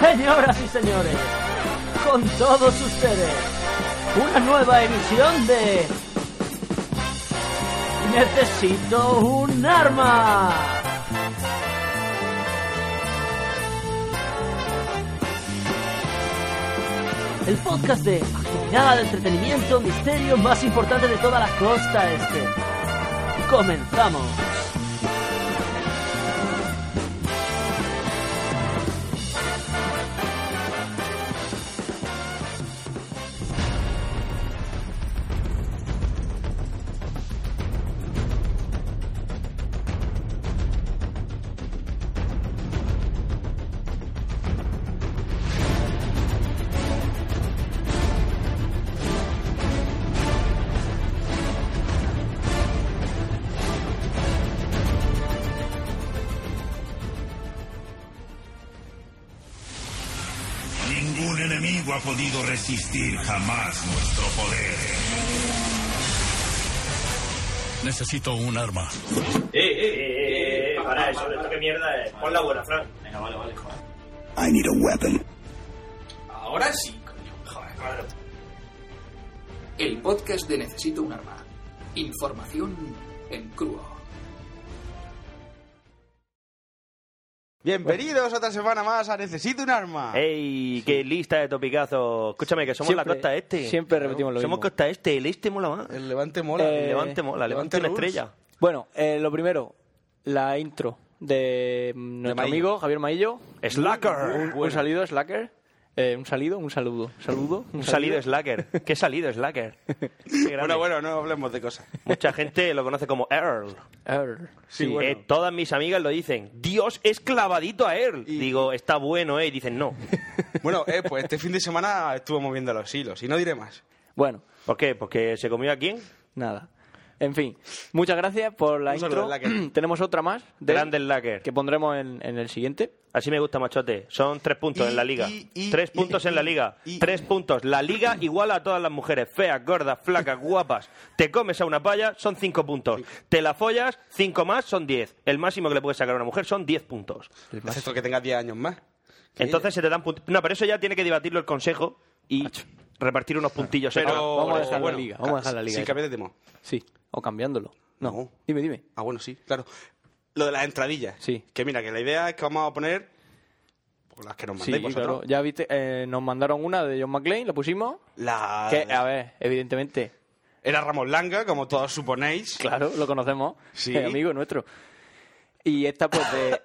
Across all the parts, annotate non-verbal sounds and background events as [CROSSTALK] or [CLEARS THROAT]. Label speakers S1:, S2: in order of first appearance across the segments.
S1: Señoras y señores, con todos ustedes, una nueva emisión de... Necesito un arma. El podcast de actividad, entretenimiento, misterio más importante de toda la costa este. Comenzamos.
S2: Ningún enemigo ha podido resistir jamás nuestro poder. Necesito un arma.
S3: Eh, eh, eh, eh, eh, para eso, esto que mierda es. Pon la buena, Fran. Venga, vale, vale, joder.
S2: I need a weapon.
S3: Ahora sí, coño. Joder, madre.
S4: El podcast de Necesito un arma. Información en crudo.
S5: Bienvenidos otra semana más a Necesito un arma.
S6: Eh.
S7: ¡Ey! ¡Qué lista de topicazos! Escúchame, que somos la costa este.
S6: Siempre repetimos lo
S7: Somos
S6: mismo.
S7: costa este, el este mola más.
S5: El levante mola.
S6: Eh,
S7: El levante mola, el levante,
S5: Levante
S7: una
S5: Rules.
S7: estrella.
S6: Bueno, eh, lo primero, la intro de mm, nuestro
S5: Maillo.
S6: amigo Javier Maillo.
S7: Slacker.
S6: Un, un salido, Slacker. Eh, un salido, un saludo. Saludo.
S7: Un salido Slacker. ¿Qué salido
S6: [LAUGHS]
S7: Slacker? Qué grande.
S5: Bueno, bueno, no hablemos de cosas.
S7: Mucha gente lo conoce como Earl.
S6: Err.
S5: Sí,
S7: Eh,
S5: bueno.
S7: todas mis amigas lo dicen. Dios es clavadito a Earl.
S5: Y-
S7: Digo, está bueno, ¿eh? Y dicen,
S6: [LAUGHS]
S7: no.
S5: Bueno, eh, pues este fin de semana estuvo moviendo los hilos y no diré más.
S6: Bueno,
S7: ¿Por qué? ¿Porque se comió a quién?
S6: nada. En fin, muchas gracias por la
S5: Un saludo,
S6: intro.
S5: Slacker.
S6: [CLEARS THROAT] Tenemos otra más. de-
S7: Grande Slacker.
S6: Que pondremos en, en el siguiente.
S7: Así me gusta, machote. Son tres puntos
S5: Y-
S7: en la liga.
S5: y- y-
S7: tres
S5: y-
S7: puntos en la liga.
S5: y-
S7: tres puntos. La liga iguala a todas las mujeres. Feas, gordas, flacas, guapas. Te comes a una palla, son cinco puntos. Te la follas, cinco más, son diez. El máximo que le puedes sacar a una mujer son diez puntos.
S5: Excepto que tengas 10 años más.
S7: Entonces se te dan puntos. No, pero eso ya tiene que debatirlo el consejo y repartir unos puntillos.
S5: Pero-
S7: extra.
S6: Vamos a
S5: Pero,
S6: dejar
S5: Ah, bueno, ah,
S6: la liga. Vamos a dejar la liga.
S5: Sin cambiar de tema.
S6: Sí, o cambiándolo. No.
S5: No.
S6: Dime, dime.
S5: Ah, bueno, sí, claro. Lo de las entradillas.
S6: Sí.
S5: Que mira, que la idea es que vamos a poner pues, las que nos
S6: Sí,
S5: mandéis vosotros.
S6: claro. Ya viste, eh, nos mandaron una de John McClane, la pusimos.
S5: Ah, La...
S6: Que, a ver, evidentemente,
S5: Era Ramón Langa, como todos suponéis. [LAUGHS]
S6: Claro, lo conocemos.
S5: Sí.
S6: El amigo nuestro. Y esta, pues,
S5: [COUGHS]
S6: de.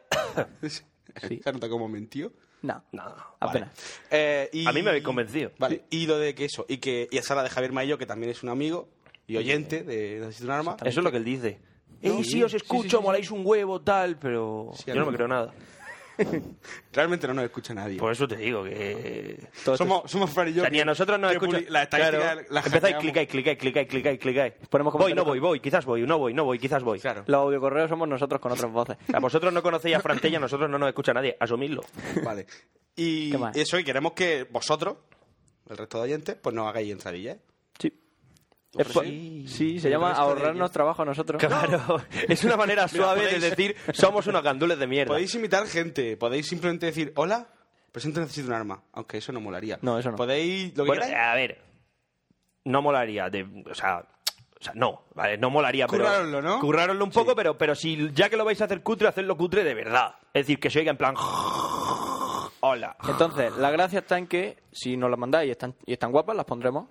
S6: Sí.
S5: Se nota como mentió.
S6: No.
S7: No,
S6: Apenas.
S5: Eh, y-
S7: A mí me habéis convencido.
S5: Vale, y lo de que eso, y que y esa la de Javier Maillo, que también es un amigo y oyente de Necesito un arma.
S7: Eso es lo que él dice. Ey, sí, os escucho, moláis un huevo, tal, pero
S5: Sí,
S7: yo no me
S5: amigo.
S7: creo nada.
S5: Realmente no nos escucha nadie.
S7: Por eso te digo que...
S6: Todo esto-
S5: somos, somos Fran y
S7: Pues, O
S5: yo.
S7: sea, ni a
S5: que-
S7: nosotros nos
S5: que
S7: escuchan.
S5: publi- La estadística
S7: Claro.
S5: la
S7: Empezáis,
S5: hackeamos.
S7: clicáis, clicáis, clicáis, clicáis, clicáis.
S6: Ponemos
S7: voy, no
S6: comentarios.
S7: voy, voy, quizás voy, no voy, no voy, quizás voy.
S5: Claro.
S6: Los audiocorreos somos nosotros con otras voces.
S7: A vosotros no conocéis a Frantella, a nosotros no nos escucha nadie, asumidlo.
S5: [LAUGHS] Vale. Y
S6: ¿Qué más?
S5: eso, y queremos que vosotros, el resto de oyentes, pues nos hagáis entradillas.
S6: Sí.
S5: Pues
S6: Es po-
S5: sí.
S6: sí, se llama
S5: Pero esto de
S6: ahorrarnos
S5: que-
S6: trabajo a nosotros.
S7: Claro, [LAUGHS] es una manera suave
S5: podéis-
S7: de decir somos unos gandules de mierda.
S5: Podéis imitar gente, podéis simplemente decir, hola, presento necesito un arma, aunque eso no molaría.
S6: No, eso no.
S5: Podéis, lo que
S7: Bueno,
S5: queráis,
S7: a ver, no molaría, de- o sea... O sea, no, vale, no molaría, pero...
S5: Currároslo, ¿no?
S7: Currároslo un poco, pero, pero si ya que lo vais a hacer cutre, hacedlo cutre de verdad. Es decir, que se oiga en plan... [LAUGHS] Hola.
S6: Entonces, la gracia está en que si nos las mandáis y están, y están guapas, las pondremos.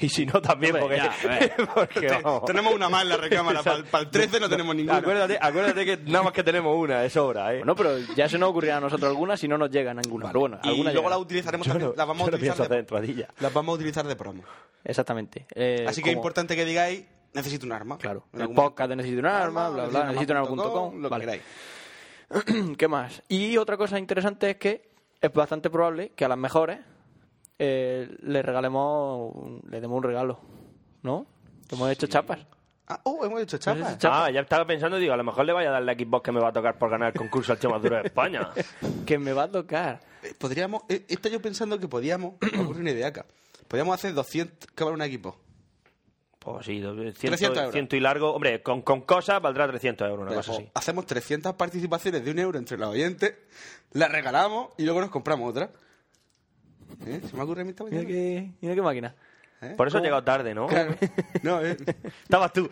S7: Y si no, también, porque... [LAUGHS]
S6: Hombre, ya, a ver.
S7: porque [LAUGHS] vamos.
S5: tenemos una más en la recámara, para el 13 no tenemos ninguna.
S7: Acuérdate, acuérdate que nada más que tenemos una, es sobra, ¿eh?
S6: Bueno, pero ya se nos ocurrirá a nosotros algunas si no nos llegan ninguna. Pero bueno,
S5: y
S6: alguna
S5: luego
S6: llegará.
S5: las utilizaremos,
S7: Yo
S5: también,
S7: no-
S5: las vamos a
S7: yo no pienso
S5: utilizar
S7: hacer
S5: de,
S7: entradilla.
S5: las vamos a utilizar de promo.
S6: Exactamente. Eh,
S5: Así que es
S6: como-
S5: importante que digáis, necesito un arma.
S6: Claro.
S5: En
S6: El
S5: algún
S6: podcast de Necesito un arma,
S5: momento.
S6: bla, bla, necesito un arma.com.
S5: Lo que
S6: Vale.
S5: queráis.
S6: ¿Qué más? Y otra cosa interesante es que es bastante probable que a las mejores eh, le regalemos, un- le demos un regalo, ¿no? Hemos hecho chapas.
S5: Ah, oh, hemos hecho
S6: Hemos
S5: chapas.
S6: hecho chapas.
S7: Ah, ya estaba pensando, digo, a lo mejor le vaya a dar la Xbox que me va a tocar por ganar el concurso al más duro de España.
S6: Que me va a tocar.
S5: Eh, Podríamos, eh, estoy yo pensando que podíamos, me ocurre una idea acá. Podríamos hacer 200 cada un equipo.
S7: O sí,
S5: 300 euros.
S7: 100 y largo. Hombre, con, con cosas valdrá 300 euros, una cosa
S5: Ojo,
S7: así.
S5: Hacemos 300 participaciones de un euro entre los oyentes, las regalamos y luego nos compramos otra. ¿Eh? ¿Se me ocurre a mí esta
S6: Mira
S5: mañana?
S6: qué, mira qué máquina.
S5: ¿Eh?
S7: Por eso he llegado tarde, ¿no?
S5: Claro. No, eh.
S7: Estabas tú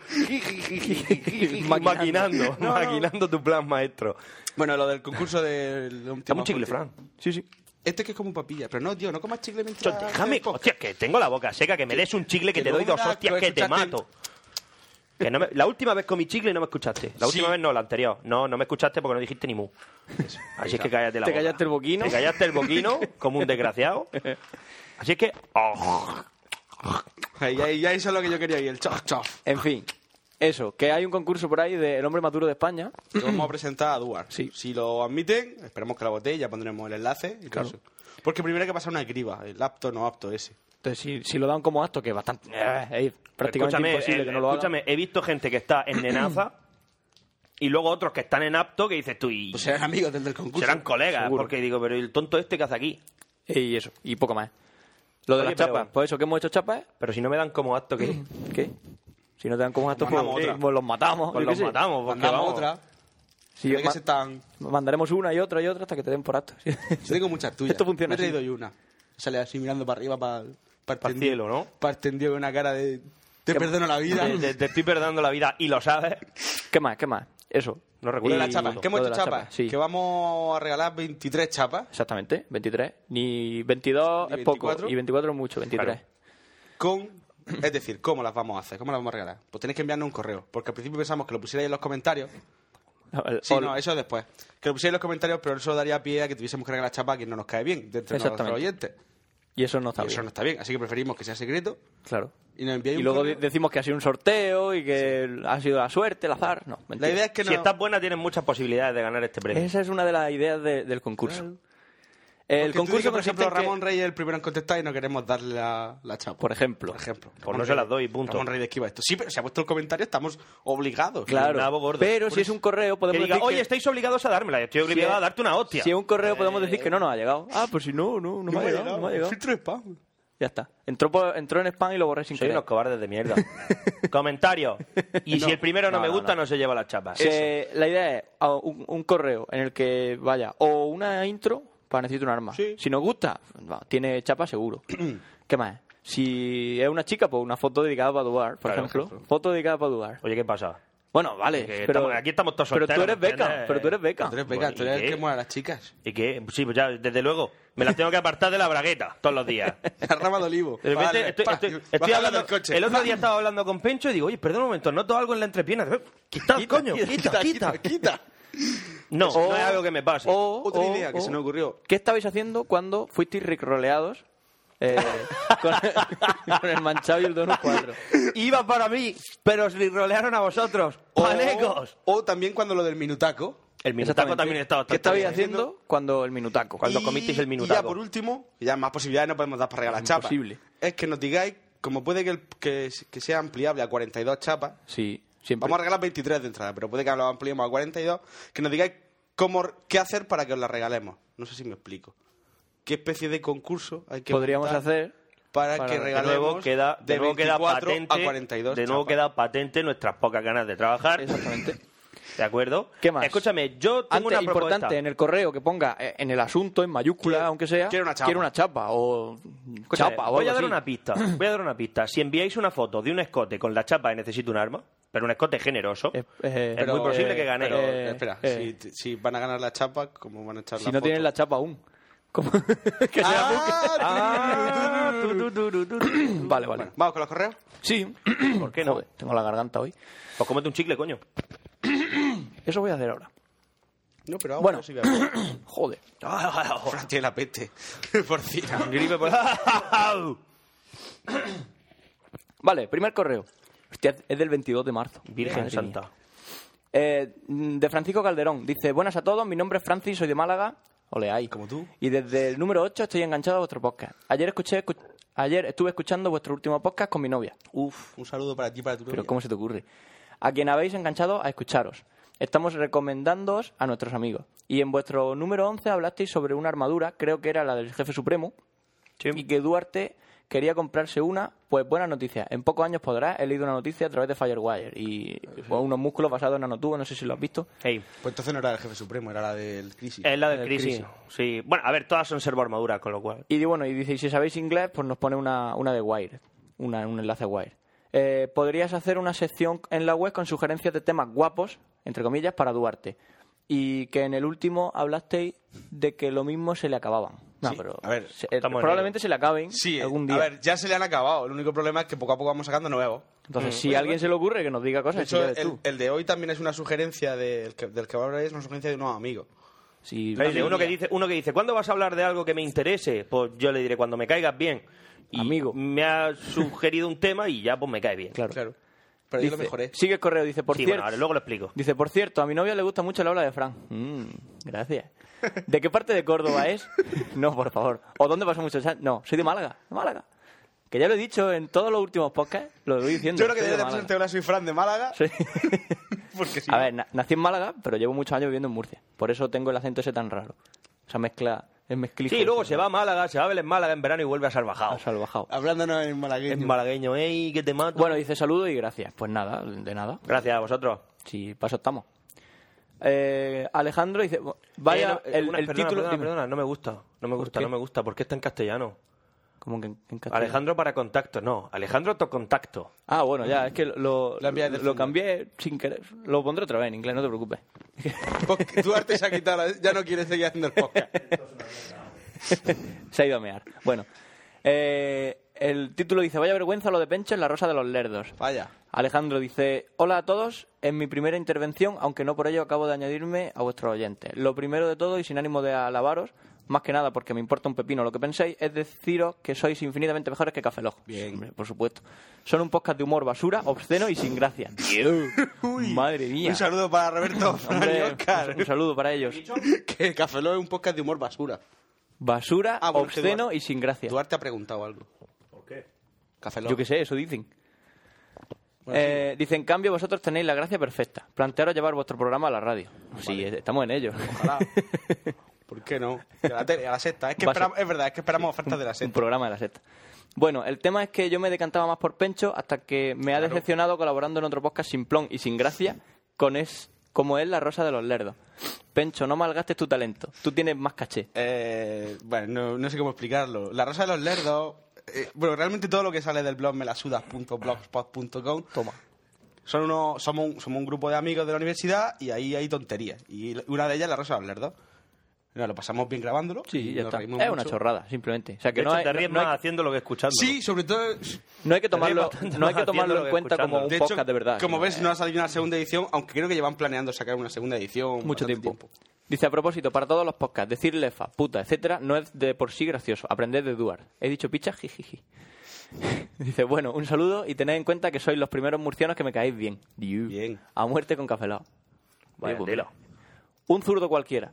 S6: Maquinando.
S5: [LAUGHS]
S7: maquinando,
S5: No,
S7: [LAUGHS]
S5: no.
S7: maquinando tu plan maestro.
S5: Bueno, lo del concurso del...
S7: Está
S5: último
S7: un chicle,
S5: apunte.
S7: Fran. Sí, sí.
S5: Este que es como papilla. Pero no, tío, no comas chicle
S7: Cho,
S5: mientras...
S7: déjame,
S5: tiempo.
S7: hostia, que tengo la boca seca, que me des un chicle que
S5: que
S7: te doy
S5: luego
S7: dos
S5: me da
S7: hostias
S5: asco
S7: que te
S5: escucharte.
S7: mato. Que no me- la última vez comí chicle y no me escuchaste. La última
S5: Sí.
S7: vez no, la anterior. No, no me escuchaste porque no dijiste ni mu. Así es que cállate la
S6: Te
S7: boca.
S6: callaste el boquino.
S7: Te callaste el boquino como un desgraciado. Así es que... oh,
S5: Ahí, ahí, ahí, eso es lo que yo quería y el chof, chof.
S6: En fin, eso, que hay un concurso por ahí de El hombre más duro de España.
S5: Lo vamos a presentar a Duar.
S6: Sí.
S5: Si lo admiten, esperamos que la vote y ya pondremos el enlace. y todo
S6: Claro.
S5: eso. Porque primero hay que pasar una criba, el apto no apto ese.
S6: Entonces, si, si lo dan como acto, que es bastante. eh, es prácticamente
S7: escúchame,
S6: imposible
S7: eh,
S6: que no lo hagan.
S7: escúchame, he visto gente que está en
S6: [CLEARS THROAT]
S7: nenaza y luego otros que están en apto que dices tú y...
S5: Pues serán amigos del, del concurso.
S7: Serán colegas,
S6: Seguro.
S7: porque digo, pero ¿y el tonto este que hace aquí?
S6: Y eso, y poco más. Lo de
S7: Oye,
S6: las
S7: pero-
S6: chapas, pues eso, que hemos hecho chapas,
S7: Pero si no me dan como acto
S6: [CLEARS THROAT]
S7: que...
S6: ¿qué? Si no te dan como acto, pues,
S5: Mandamos otra.
S6: pues los matamos.
S7: Pues
S6: yo
S7: los
S6: qué sé.
S7: matamos, porque
S5: Mandamos
S7: vamos.
S5: otra.
S6: Sí,
S5: Tiene que
S6: ma-
S5: ser tan...
S6: Mandaremos una y otra y otra hasta que te den por acto. [LAUGHS] sí.
S5: Yo tengo muchas tuyas.
S6: Esto funciona
S5: Me he traído
S6: así.
S5: yo una. Sale así mirando para arriba, para,
S7: Pa'l cielo, ¿no?
S5: Para extendido con una cara de. Te perdono la vida.
S7: Te, te- te estoy perdiendo la vida y lo sabes.
S6: ¿Qué más? ¿Qué más? Eso.
S7: No
S5: Lo
S7: recuerdo.
S5: de
S6: Y-
S5: las chapas. ¿Qué hemos
S6: lo de
S5: hecho
S6: las
S5: chapas?
S6: chapas, sí.
S5: Que vamos a regalar 23 chapas
S6: Exactamente, 23. Ni 22
S5: Ni
S6: es poco
S5: 24.
S6: y 24 es mucho, 23.
S7: Claro.
S5: con. Es decir, ¿cómo las vamos a hacer? ¿Cómo las vamos a regalar? Pues tenéis que enviarnos un correo. Porque al principio pensamos que lo pusierais en los comentarios.
S6: El-
S5: Sí,
S6: o-
S5: no, eso después. Que lo pusierais en los comentarios, pero eso daría pie a que tuviésemos que regalar chapas a quien no nos cae bien, dentro de nuestros
S6: Exactamente.
S5: oyentes.
S6: Y eso no está
S5: Y eso
S6: bien.
S5: no está bien. Así que preferimos que sea secreto
S6: Claro.
S5: y nos enviáis
S6: Y
S5: un
S6: luego
S5: correo.
S6: de- decimos que ha sido un sorteo y que ha sido la suerte, el azar. No, mentira.
S5: La idea es que
S7: si
S5: no.
S7: estás buena, tienes muchas posibilidades de ganar este premio.
S6: Esa es una de las ideas de- del concurso. El
S5: Porque tú
S6: concurso,
S5: dices, por
S6: consiste
S5: ejemplo,
S6: en que-
S5: Ramón Reyes es el primero en contestar y no queremos darle la, la chapa.
S6: Por ejemplo.
S5: Por ejemplo.
S7: Pues
S5: Ramón
S7: no se las
S5: Reyes-
S7: doy, punto.
S5: Ramón Reyes esquiva esto. Sí, pero si ha puesto el comentario estamos obligados.
S6: Claro.
S7: Un nabo gordo.
S6: Pero
S7: Por
S6: si es un correo,
S7: Que
S6: podemos
S7: diga,
S6: decir
S7: oye,
S6: que-
S7: estáis obligados a dármela. Yo estoy
S6: si
S7: obligado
S6: es-
S7: a darte una hostia.
S6: Si es un correo, podemos decir que no nos ha llegado. Ah, pues si no, no, no,
S5: Eh. No
S6: me, ha llegado, no me ha llegado.
S5: Filtro de spam.
S6: Ya está. Entró, por- entró en spam y lo borré sin
S7: Soy
S6: querer.
S7: unos cobardes de
S6: [LAUGHS]
S7: mierda. Comentario. Y si el primero no, me gusta, no, se lleva la chapa.
S6: Que Eh, la idea es a un, un correo en el que vaya o una intro para necesito un arma.
S5: Sí.
S6: Si nos gusta, va, tiene chapa
S7: [CLEARS THROAT]
S6: seguro. ¿Qué más? Si es una chica, pues una foto dedicada para Duar, por
S7: Claro,
S6: ejemplo. Foto dedicada para Duar.
S7: Oye, ¿qué pasa?
S6: Bueno, vale.
S7: Que
S6: Pero
S7: estamos- aquí estamos todos
S6: Pero tú
S7: solteros,
S6: eres
S7: ¿me
S6: beca.
S7: entiendes?
S6: Pero tú eres beca.
S5: Andrés
S7: Ah,
S5: Vega,
S7: Bueno,
S5: tú
S7: ¿y
S5: eres el
S7: qué?
S5: que mueve a las chicas. [LAUGHS]
S7: ¿Y qué? Sí, pues ya, desde luego. Me las tengo que apartar de la bragueta todos los días.
S5: La rama de olivo.
S7: De repente
S5: Vale,
S7: estoy,
S5: pa,
S7: estoy-
S5: baja
S7: estoy
S5: del
S7: hablando
S5: coche.
S7: El otro día
S5: Pa.
S7: estaba hablando con Pencho y digo, oye, perdón un momento, noto algo en la entrepierna. Quita, coño, quita, quita. [LAUGHS]
S5: quita.
S7: No, no es algo que me pase.
S6: O,
S5: Otra
S6: o-
S5: idea que
S6: o-
S5: se nos ocurrió.
S6: ¿Qué estabais haciendo cuando fuisteis ricroleados
S7: [LAUGHS]
S6: eh, con, [LAUGHS] con el manchado y el dono 4?
S7: Iba para mí, pero os rolearon a vosotros. ¡Panecos!
S5: O también cuando lo del minutaco.
S7: Oh. El minutaco también estaba bastante
S6: ¿Qué estabais
S7: bien.
S6: haciendo cuando el minutaco?
S7: Cuando
S5: Y-
S7: comisteis el
S5: Y ya
S7: minutaco.
S5: por último, ya más posibilidades no podemos dar para regalar chapas.
S6: Imposible.
S5: Es que nos digáis, como puede que, el- que, que sea ampliable a 42 chapas,
S6: Sí, siempre.
S5: vamos a regalar 23 de entrada, pero puede que lo ampliemos a 42, que nos digáis cómo, qué hacer para que os la regalemos. No sé si me explico. ¿Qué especie de concurso hay que
S6: Podríamos
S5: montar
S6: hacer.
S5: para,
S6: para-
S5: que
S6: de
S7: De
S5: regalemos
S7: nuevo queda, de nuevo queda
S5: 24
S7: patente,
S5: a 42
S7: de nuevo
S5: chapas?
S7: queda patente nuestras pocas ganas de trabajar, [LAUGHS]
S6: Exactamente.
S7: ¿de acuerdo?
S6: ¿Qué más?
S7: Escúchame, yo tengo
S6: Antes,
S7: una propuesta.
S6: importante, en el correo que ponga eh, en el asunto, en mayúscula,
S5: Quiero-
S6: aunque sea,
S5: quiero una chapa.
S6: chapa, o
S7: Escúchame,
S6: chapa o
S7: voy
S6: algo
S7: a dar
S6: así.
S7: una pista. Voy a dar una pista. Si enviáis una foto de un escote con la chapa de necesito un arma, pero un escote generoso,
S6: Eh, eh,
S7: es
S6: pero,
S7: muy posible que ganéis.
S5: Pero,
S6: Eh,
S5: espera,
S6: eh.
S5: si, si van a ganar la chapa, ¿cómo van a echar
S6: Si
S5: la
S6: no
S5: foto?
S6: tienen la chapa aún. [LAUGHS]
S7: [LAUGHS]
S6: Como- que sea
S5: Ah,
S6: [LAUGHS] busque- vale, vale.
S5: Bueno, ¿Vamos con los correos?
S6: Sí.
S7: [CLEARS THROAT] ¿Por qué no?
S6: Joder, tengo la garganta hoy.
S7: Pues cómete un chicle, coño.
S6: Eso voy a hacer ahora.
S5: No, pero
S6: Bueno.
S5: bueno, sí voy a ver.
S6: [CLEARS THROAT] Joder.
S5: Fran tiene la
S7: [LAUGHS]
S5: peste. Por cierto.
S7: Gripe [LAUGHS] por-
S6: Vale, primer correo. Hostia, es del 22 de marzo.
S7: Virgen
S6: Madre mía.
S7: Santa.
S6: Eh, mm, de Francisco Calderón. Dice, buenas a todos, mi nombre es Francis, soy de Málaga. Ole, ahí.
S5: Como tú.
S6: Y desde el número 8 estoy enganchado a vuestro podcast. Ayer escuché... escu- Ayer estuve escuchando vuestro último podcast con mi novia.
S5: Uf, un saludo para ti, para tu
S6: Pero
S5: novia.
S6: ¿cómo se te ocurre? A quien habéis enganchado a escucharos. Estamos recomendándoos a nuestros amigos. Y en vuestro número 11 hablasteis sobre una armadura, creo que era la del jefe supremo,
S7: Sí.
S6: y que Duarte quería comprarse una, pues buena noticia. En pocos años podrás. He leído una noticia a través de Firewire y pues, unos músculos basados en nanotubos, no sé si lo has visto.
S7: Ey,
S5: Pues entonces no era el jefe supremo, era la del crisis.
S7: es la del
S6: Eh,
S7: crisis.
S6: crisis.
S7: Sí. Bueno, a ver, todas son servoarmaduras, con lo cual.
S6: Y di- bueno, y dice, y si sabéis inglés, pues nos pone una, una de Wire, una, un enlace Wire. Eh, Podrías hacer una sección en la web con sugerencias de temas guapos, entre comillas, para Duarte. Y que en el último hablasteis de que lo mismo se le acababan. No,
S5: Sí,
S6: pero
S5: a ver,
S6: se- eh,
S7: estamos en
S6: probablemente
S7: ello.
S6: se le acaben
S5: Sí, eh,
S6: algún día.
S5: a ver, ya se le han acabado. El único problema es que poco a poco vamos sacando nuevos.
S6: Entonces, si a alguien se le ocurre, que nos diga
S5: mm, De
S6: cosas. si
S5: hecho,
S6: ya ves
S5: el,
S6: tú.
S5: el de hoy también es una sugerencia del que, del que va a hablar, es una sugerencia de unos amigos.
S6: Si-
S7: Ey, de uno que dice, uno que dice, ¿cuándo vas a hablar de algo que me interese? Pues yo le diré cuando me caigas bien. Y
S6: Amigo.
S7: Me ha sugerido un tema y ya pues me cae bien.
S6: Claro.
S5: Claro. Pero yo lo
S6: Dice-
S5: mejoré.
S6: Sigue el correo, dice, por
S7: sí,
S6: cierto...
S7: bueno, ahora luego lo explico.
S6: Dice, por cierto, a mi novia le gusta mucho la obra de Fran. Mm, gracias.
S7: [LAUGHS]
S6: ¿De qué parte de Córdoba es? No, por favor. ¿O dónde pasó mucho chan- No, soy de Málaga. de Málaga. Que ya lo he dicho en todos los últimos podcasts, lo voy diciendo.
S5: Yo creo que
S6: soy
S5: desde
S6: de
S5: de
S6: Málaga.
S5: presente ahora soy Fran de Málaga.
S6: Sí.
S7: [LAUGHS]
S5: Porque sí.
S6: A ver, na- nací en Málaga, pero llevo muchos años viviendo en Murcia. Por eso tengo el acento ese tan raro. O sea, mezcla... Es mezclijo.
S7: Sí, luego se va a Málaga, se va a Belén Málaga en verano y vuelve a Salvajao.
S6: a Salvajao.
S5: Hablándonos en malagueño.
S7: Es malagueño, ey, que te mato.
S6: Bueno, dice saludo y gracias. Pues nada, de nada.
S7: Gracias a vosotros.
S6: Si paso estamos. Eh, Alejandro dice, vaya,
S7: Eh, no, eh,
S6: el,
S7: una-
S6: el
S7: perdona,
S6: título...
S7: perdona,
S6: dime.
S7: perdona, no me gusta. No me
S6: ¿Por
S7: gusta,
S6: qué?
S7: no me gusta. ¿Por qué está en castellano?
S6: ¿Cómo que en- en castellano?
S7: Alejandro para contacto, no. Alejandro to contacto.
S6: Ah, bueno, ya, es que lo,
S5: La enviáis
S6: lo,
S5: del
S6: lo
S5: fondo.
S6: cambié sin querer. Lo pondré otra vez en inglés, no te preocupes.
S5: [LAUGHS] Porque Duarte se ha quitado, la- ya no quiere seguir haciendo el
S6: [LAUGHS]
S5: podcast.
S6: Se ha ido a mear. Bueno, eh, el título dice, vaya vergüenza lo de Pencho en la rosa de los lerdos.
S5: Vaya.
S6: Alejandro dice, hola a todos, en mi primera intervención, aunque no por ello acabo de añadirme a vuestros oyentes. Lo primero de todo, y sin ánimo de alabaros, más que nada porque me importa un pepino lo que penséis, es deciros que sois infinitamente mejores que Café Log.
S5: Bien.
S6: Hombre, por supuesto. Son un podcast de humor basura, obsceno y sin gracia. [LAUGHS] Madre mía.
S5: Un saludo para Roberto, Fran y
S6: [LAUGHS] Hombre,
S5: Oscar.
S6: Un saludo para ellos.
S5: [LAUGHS] Que Café Lock es un podcast de humor basura.
S6: Basura,
S5: Ah, bueno, es que
S6: obsceno
S5: Duarte-
S6: y sin gracia.
S5: Duarte ha preguntado algo.
S3: ¿Por qué?
S5: Café Lock.
S6: Yo qué sé, eso dicen. Eh, dice, en cambio, vosotros tenéis la gracia perfecta. Plantearos llevar vuestro programa a la radio. Sí, es- estamos en ello.
S5: Ojalá. [LAUGHS] ¿Por qué no? De la tele, a la sexta. Es, que
S6: [LAUGHS] Va a ser-
S5: esperamos, es verdad, es que esperamos ofertas de la
S6: [LAUGHS] un
S5: sexta.
S6: programa de la sexta. Bueno, el tema es que yo me decantaba más por Pencho hasta que me ha decepcionado colaborando en otro podcast sin plon y sin gracia con es como es la rosa de los lerdos. Pencho, no malgastes tu talento. Tú tienes más caché.
S5: Eh, bueno, no, no sé cómo explicarlo. La Rosa de los Lerdos. eh, bueno, realmente todo lo que sale del blog melasudas.blogspot.com.
S6: Toma.
S5: Son unos, somos, un, somos un grupo de amigos de la universidad y ahí hay tonterías. Y una de ellas es la Rosa de los Lerdos. Nos lo pasamos bien grabándolo.
S6: Sí,
S5: y
S6: ya
S5: nos
S6: está. Es
S5: reímos
S6: una
S5: mucho.
S6: chorrada, simplemente. O sea,
S7: Que
S6: que no hay,
S7: te ríes
S6: no hay-
S7: más haciendo lo que escuchando.
S5: Sí, sobre todo.
S6: no hay que tomarlo,
S7: bastante
S6: no hay
S7: más
S6: que tomarlo
S7: haciéndolo
S6: en
S7: que
S6: cuenta como
S7: escuchándolo.
S6: un
S5: De hecho,
S6: podcast de verdad.
S5: como
S6: sino,
S5: ves,
S6: eh,
S5: no ha salido una segunda edición, aunque creo que llevan planeando sacar una segunda edición.
S6: mucho
S5: bastante
S6: tiempo. Dice, a propósito, para todos los podcasts, decir lefa, puta, etcétera, no es de por sí gracioso. Aprended de Duarte. He dicho picha, jijiji. [LAUGHS] Dice, bueno, un saludo y tened en cuenta que sois los primeros murcianos que me caéis bien. Diu.
S5: Bien.
S6: A muerte con cafelao.
S7: Vaya
S6: Oye, pues
S7: tela.
S6: mira. Un zurdo cualquiera.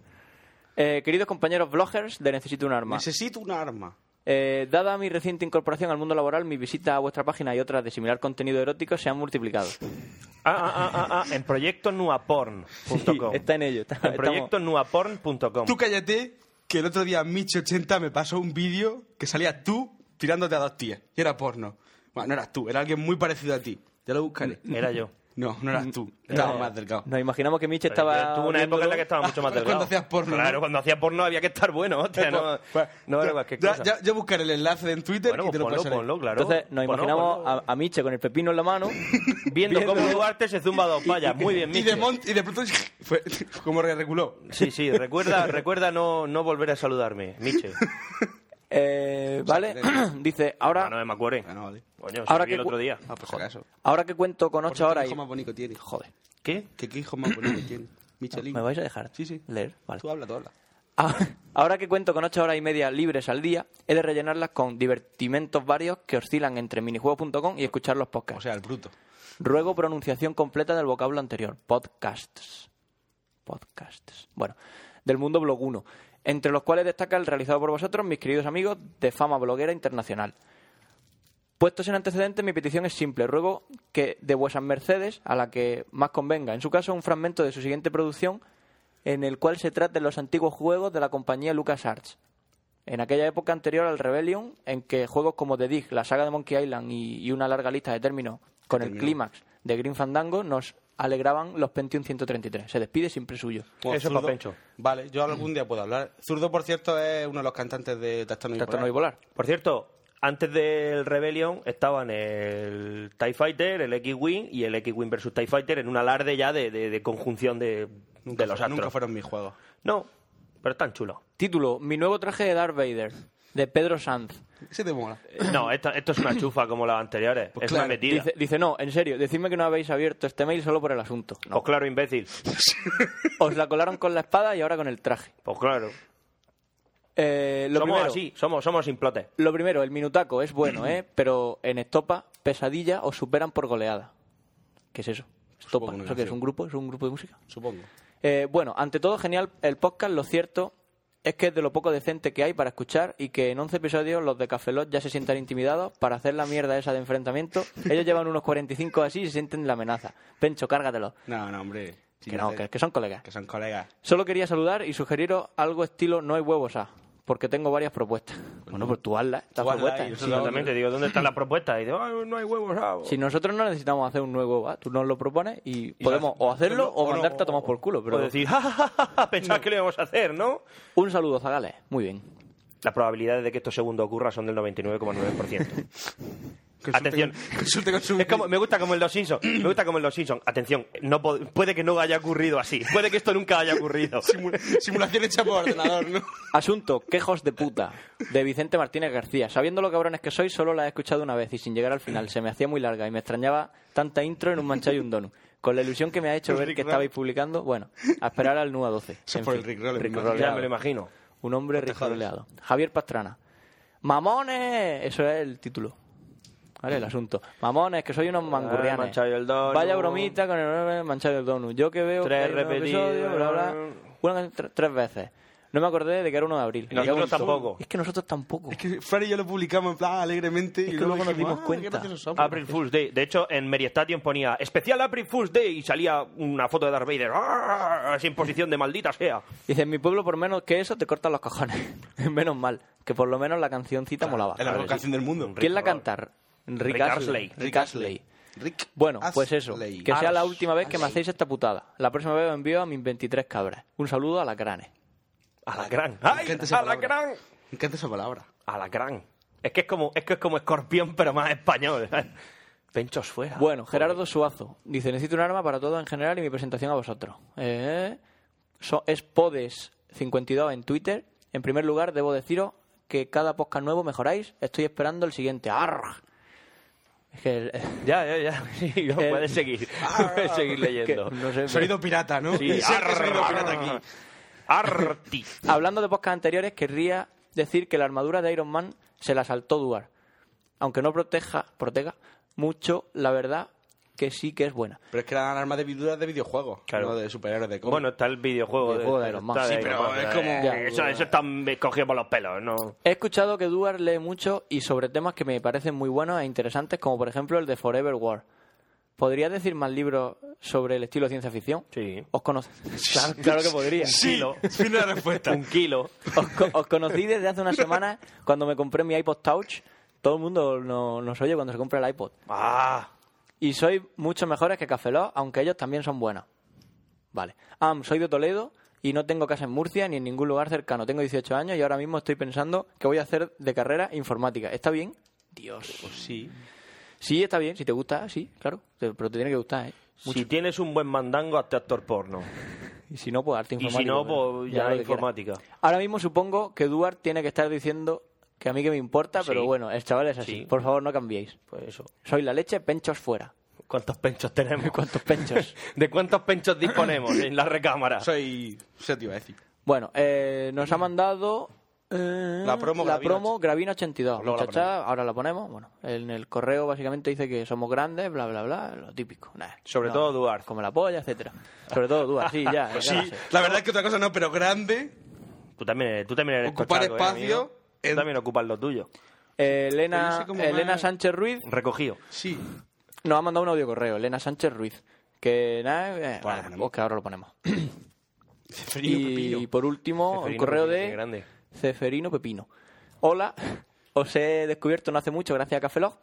S6: Eh, queridos compañeros bloggers de Necesito un arma.
S5: Necesito un arma.
S6: Eh, dada mi reciente incorporación al mundo laboral, mis visitas a vuestra página y otras de similar contenido erótico se han multiplicado.
S7: Ah, ah, ah, ah, ah, en proyectonuaporn.com.
S6: Sí, está en ello. Está,
S7: En proyectonuaporn.com.
S5: Tú cállate, que el otro día Michi80 me pasó un vídeo que salía tú tirándote a dos tías. Y era porno. Bueno, no eras tú, era alguien muy parecido a ti. Ya lo buscaré.
S7: Era yo.
S5: No, no eras tú.
S6: estamos-
S5: Estabas más delgado.
S6: Nos imaginamos que Mitch
S7: Pero
S6: estaba.
S7: Tuvo una época en la que
S6: viéndolo.
S7: estaba mucho más
S5: Cuando
S7: delgado.
S5: hacías porno,
S7: Claro,
S5: ¿no?
S7: cuando hacía porno había que estar bueno, hostia. No,
S5: Bueno,
S7: no era
S5: ya-
S7: cualquier
S5: ya-
S7: cosa.
S5: Ya, ya buscaré el enlace en Twitter
S7: bueno,
S5: y te
S7: pues
S5: lo
S7: ponlo,
S5: pasaré.
S7: ponlo, claro.
S6: Entonces
S7: Ponlo,
S6: nos imaginamos
S7: ponlo.
S6: A, a Miche con el pepino en
S7: [LAUGHS]
S6: la mano.
S7: Viendo, cómo Duarte se zumba dos vallas. Muy bien,
S5: [LAUGHS] Y
S7: Miche.
S5: de, mon- y de pronto [LAUGHS] fue como re- reculó.
S7: Sí, sí, recuerda, recuerda no, no volver a saludarme, Miche.
S6: Eh, ¿Vale? [CLEARS THROAT] Dice,
S7: Ah, no
S6: ahora,
S7: me acuerdo.
S5: Ah, no, vale.
S7: Coño,
S6: Ahora
S7: Ahora
S6: que
S7: el
S6: cu-
S7: otro día.
S5: Ah, pues si acaso.
S6: ahora que cuento con
S5: Porque
S6: ocho horas
S5: ¿Qué
S6: y...
S5: hijo más bonito tiene?
S6: [LAUGHS] Joder,
S7: ¿Qué?
S5: ¿Qué, qué hijo más bonito
S7: [COUGHS]
S5: tiene? Michelin.
S6: ¿me vais a dejar
S5: Sí, sí.
S6: leer? Vale.
S5: Tú habla, tú habla.
S6: Ah, [LAUGHS] Ahora que cuento con ocho horas y media libres al día, he de rellenarlas con divertimentos varios que oscilan entre minijuegos.com y escuchar los podcasts.
S5: O sea, el bruto.
S6: Ruego pronunciación completa del vocablo anterior. Podcasts. Podcasts. Bueno, del mundo bloguno. Entre los cuales destaca el realizado por vosotros, mis queridos amigos, de fama bloguera internacional. Puestos en antecedentes, mi petición es simple. Ruego que de vuestras mercedes, a la que más convenga, en su caso, un fragmento de su siguiente producción en el cual se traten los antiguos juegos de la compañía LucasArts. en aquella época anterior al Rebellion, en que juegos como The Dig, la saga de Monkey Island y, y una larga lista de términos con el clímax de Green Fandango nos alegraban los Pentium 133. Se despide siempre suyo.
S5: Bueno,
S7: Eso es
S5: Pues Zurdo-
S7: pa' Pencho.
S5: Vale, yo algún día puedo hablar. Zurdo, por cierto, es uno de los cantantes de Tactano y
S6: Tractor no
S5: Polar.
S6: y volar.
S7: Por cierto, antes del Rebellion estaban el TIE Fighter, el X-Wing y el X-Wing versus TIE Fighter en un alarde ya de, de- de conjunción de, de los astros.
S5: Nunca fueron mis juegos.
S7: No, pero están chulos.
S6: Título: Mi nuevo traje de Darth Vader, de Pedro Sanz.
S5: Ese te mola.
S7: No, esto, esto es una chufa como las anteriores.
S5: Pues
S7: es
S5: claro,
S7: una metida.
S6: Eh, Dice, dice, no, en serio, decidme que no habéis abierto este mail solo por el asunto. No.
S7: Pues claro, imbécil.
S6: Os la colaron con la espada y ahora con el traje.
S7: Pues claro.
S6: Eh, lo,
S7: somos
S6: primero,
S7: así, somos, somos implotes.
S6: lo primero, el minutaco es bueno,
S7: [CLEARS THROAT]
S6: ¿eh? Pero en estopa, pesadilla os superan por goleada. ¿Qué es eso?
S5: Supongo
S6: Estopa.
S5: una
S6: ¿Eso qué es?
S5: canción.
S6: ¿Un grupo? ¿Es un grupo de música?
S5: Supongo.
S6: Eh, bueno, ante todo, genial el podcast. Lo cierto es que es de lo poco decente que hay para escuchar y que en 11 episodios los de Cafelot ya se sientan intimidados para hacer la mierda esa de enfrentamiento. Ellos llevan unos 45 así y se sienten la amenaza. Pencho, cárgatelo.
S5: No, no, hombre.
S6: Que no, que, que son colegas.
S5: Que son colegas.
S6: Solo quería saludar y sugeriros algo estilo No hay huevos A, porque tengo varias propuestas. Bueno, pues tú hazla, estas
S5: Tú hazla
S6: propuestas.
S5: y nosotros
S6: Si
S7: Sí, yo también te digo, ¿dónde están las propuestas? Y digo, "Ay, no hay huevos. ah".
S6: Si nosotros no necesitamos hacer un nuevo A, tú nos lo propones y
S5: lo
S6: podemos
S5: hace-
S6: o hacerlo
S5: o
S6: o
S5: no,
S6: mandarte a
S5: o-
S6: tomar por culo.
S7: O
S6: Pero
S7: pues decir, "Ja, ja, ja, ja, ja, pensad que lo íbamos a hacer, ¿no?
S6: Un saludo, Zagales. Muy bien.
S7: Las probabilidades de que esto segundo ocurra son del 99,9%. Atención.
S5: Consulte con [LAUGHS] su...
S7: Es como, me gusta como el Los Simpsons. Me gusta como el Los Simpsons. Atención, no po- puede que no haya ocurrido así. Puede que esto nunca haya [LAUGHS] ocurrido.
S5: Simulación hecha por ordenador, ¿no?
S6: Asunto, quejos de puta, de Vicente Martínez García. Sabiendo lo cabrones que soy, solo la he escuchado una vez y sin llegar al final. Se me hacía muy larga y me extrañaba tanta intro en un mancha y un donut. Con la ilusión que me ha hecho
S5: El
S6: ver
S5: Rick
S6: que
S5: Roll.
S6: estabais publicando, bueno, a esperar al NUA 12.
S5: Eso
S6: En
S5: por
S6: fin,
S5: el Rick Roll, me
S6: Rick
S5: imagino.
S7: ya
S6: Rolleado.
S7: me lo imagino.
S6: Un hombre rijoleado. Javier Pastrana. ¡Mamones! Eso es el título. Vale, el asunto. Mamones, que soy unos mangurrianes.
S7: manchado el donut.
S6: Vaya bromita con el manchado del donut. Yo que veo que
S7: Tres
S6: hay nuevos
S7: repetidos.
S6: episodios, bla, bla. Una- tre- tres veces. No me acordé de que era 1 de abril.
S7: Y
S6: Me cago en
S7: nosotros
S6: todo.
S7: tampoco.
S6: Es que nosotros
S5: [LAUGHS]
S6: tampoco.
S5: Es que Fran y yo lo publicamos en plan "Ah, alegremente y
S6: que
S5: luego,
S6: luego nos
S5: dijimos,
S6: dimos
S5: "Ah,
S6: cuenta".
S5: qué graciosos somos".
S7: April Fool's Day. De hecho, en Meriestation ponía especial April Fool's Day y salía una foto de Darth Vader. ¡Arr! Así en posición de maldita sea.
S6: Dice, en mi pueblo por menos que eso te cortan los cojones. [LAUGHS] menos mal, que por lo menos la cancioncita molaba.
S5: Es la mejor canción del mundo.
S6: ¿Quién la cantar? Rick
S7: Rick
S6: Astley.
S7: Astley.
S6: Rick Astley.
S5: Rick
S6: Bueno, pues eso.
S5: Astley.
S6: Que sea la
S7: Ars-
S6: última vez que me hacéis esta putada. La próxima vez os envío a mis 23 cabras. Un saludo a la crane.
S7: A la gran.
S5: Me
S7: ¡Ay!
S5: encanta esa
S7: A la
S5: palabra.
S7: gran.
S5: Me encanta esa palabra.
S7: A la gran. Es que es como, es que es como escorpión, pero más español. [LAUGHS] Penchos fuera.
S6: Bueno, Gerardo Suazo dice: Necesito un arma para todo en general y mi presentación a vosotros. Eh, so- es Podes52 en Twitter. En primer lugar, debo deciros que cada podcast nuevo mejoráis. Estoy esperando el siguiente. ¡Arr! Es que. el-
S7: Ya, ya, ya. [LAUGHS] Sí, no,
S6: El-
S7: puedes seguir. Eh, [LAUGHS] puedes seguir leyendo.
S6: que- no sé,
S5: Sonido pirata, ¿no?
S7: [LAUGHS]
S5: [LAUGHS]
S7: Sí,
S5: Sí,
S7: arr-
S5: que sonido
S7: [LAUGHS]
S5: pirata aquí.
S7: Arti.
S6: Hablando de podcast anteriores, querría decir que la armadura de Iron Man se la saltó Duar. Aunque no proteja, protega mucho, la verdad que sí que es buena.
S5: Pero es que eran armas de pinturas de videojuegos,
S7: Claro.
S5: no de superhéroes de cómics.
S7: Bueno, está el videojuego,
S6: Videojuego de Iron Man.
S7: está
S6: Sí,
S5: pero es
S7: eh,
S5: como-
S6: Ya.
S7: Eso, eso está cogido por los pelos, ¿no?
S6: He escuchado que Duar lee mucho y sobre temas que me parecen muy buenos e interesantes, como por ejemplo el de Forever War. ¿Podrías decir más libros sobre el estilo ciencia ficción?
S7: Sí.
S6: ¿Os conoces? [LAUGHS] Claro, claro que podría.
S7: [LAUGHS]
S5: sí,
S7: kilo.
S5: fin de la respuesta.
S7: Un kilo.
S6: [LAUGHS] Os, co- os conocí desde hace una semana cuando me compré mi iPod Touch. Todo el mundo no- nos oye cuando se compra el iPod.
S7: Ah,
S6: Y sois mucho mejores que Cafeló, aunque ellos también son buenos. Vale. Am, soy de Toledo y no tengo casa en Murcia ni en ningún lugar cercano. Tengo 18 años y ahora mismo estoy pensando que voy a hacer de carrera informática. ¿Está bien? Dios.
S7: pues
S6: sí. Sí, está bien. Si te gusta, sí, claro. Te- Pero te tiene que gustar, ¿eh?
S7: si tienes un buen mandango, hazte actor porno.
S6: Y si no, pues arte
S7: Y si
S6: informática.
S7: no, pues, ya
S6: lo que quieras.
S7: informática.
S6: Ahora mismo supongo que Duarte tiene que estar diciendo que a mí que me importa, pero
S7: Sí.
S6: bueno, el chaval es así.
S7: Sí.
S6: Por favor, no cambiéis.
S7: Pues eso.
S6: Soy la leche, penchos fuera. [LAUGHS]
S7: ¿Cuántos penchos tenemos? [LAUGHS]
S6: ¿Cuántos penchos?
S7: ¿De cuántos penchos disponemos en la recámara?
S5: Soy... Eso te iba a decir.
S6: Bueno, eh, nos ha mandado eh,
S5: La promo
S6: la
S5: Gravina
S6: promo Gravina 82.
S5: Luego la
S6: Muchacha,
S5: ponemos.
S6: ahora la ponemos. Bueno, en el correo básicamente dice que somos grandes, bla bla bla, lo típico. Nah,
S7: Sobre
S6: no,
S7: todo Duarte.
S6: Como la polla, etcétera. Sobre todo Duarte, sí, ya.
S5: [LAUGHS] Pues
S6: ya
S5: sí,
S6: la sé.
S5: la verdad es que otra cosa no, pero grande.
S7: Tú también eres, tú también eres
S5: Ocupar
S7: cochaco, ¿eh,
S5: espacio
S7: amigo? Tú
S5: en-
S7: también ocupas lo tuyo.
S6: Eh,
S5: Pero yo
S6: Elena,
S5: soy como
S6: Elena
S5: más-
S6: Sánchez Ruiz
S7: Recogido.
S5: Sí.
S6: nos ha mandado un audio correo, Elena Sánchez Ruiz. Que nada, eh,
S5: Pues ahora lo
S6: ah,
S5: ponemos.
S6: pues que ahora lo ponemos.
S5: Frío,
S6: y
S5: Pepillo.
S6: por último, el
S7: Ceferino
S6: correo
S7: Pepillo, qué
S6: de
S7: grande.
S6: Ceferino Pepino. Hola, [LAUGHS] os he descubierto no hace mucho gracias a Cafelog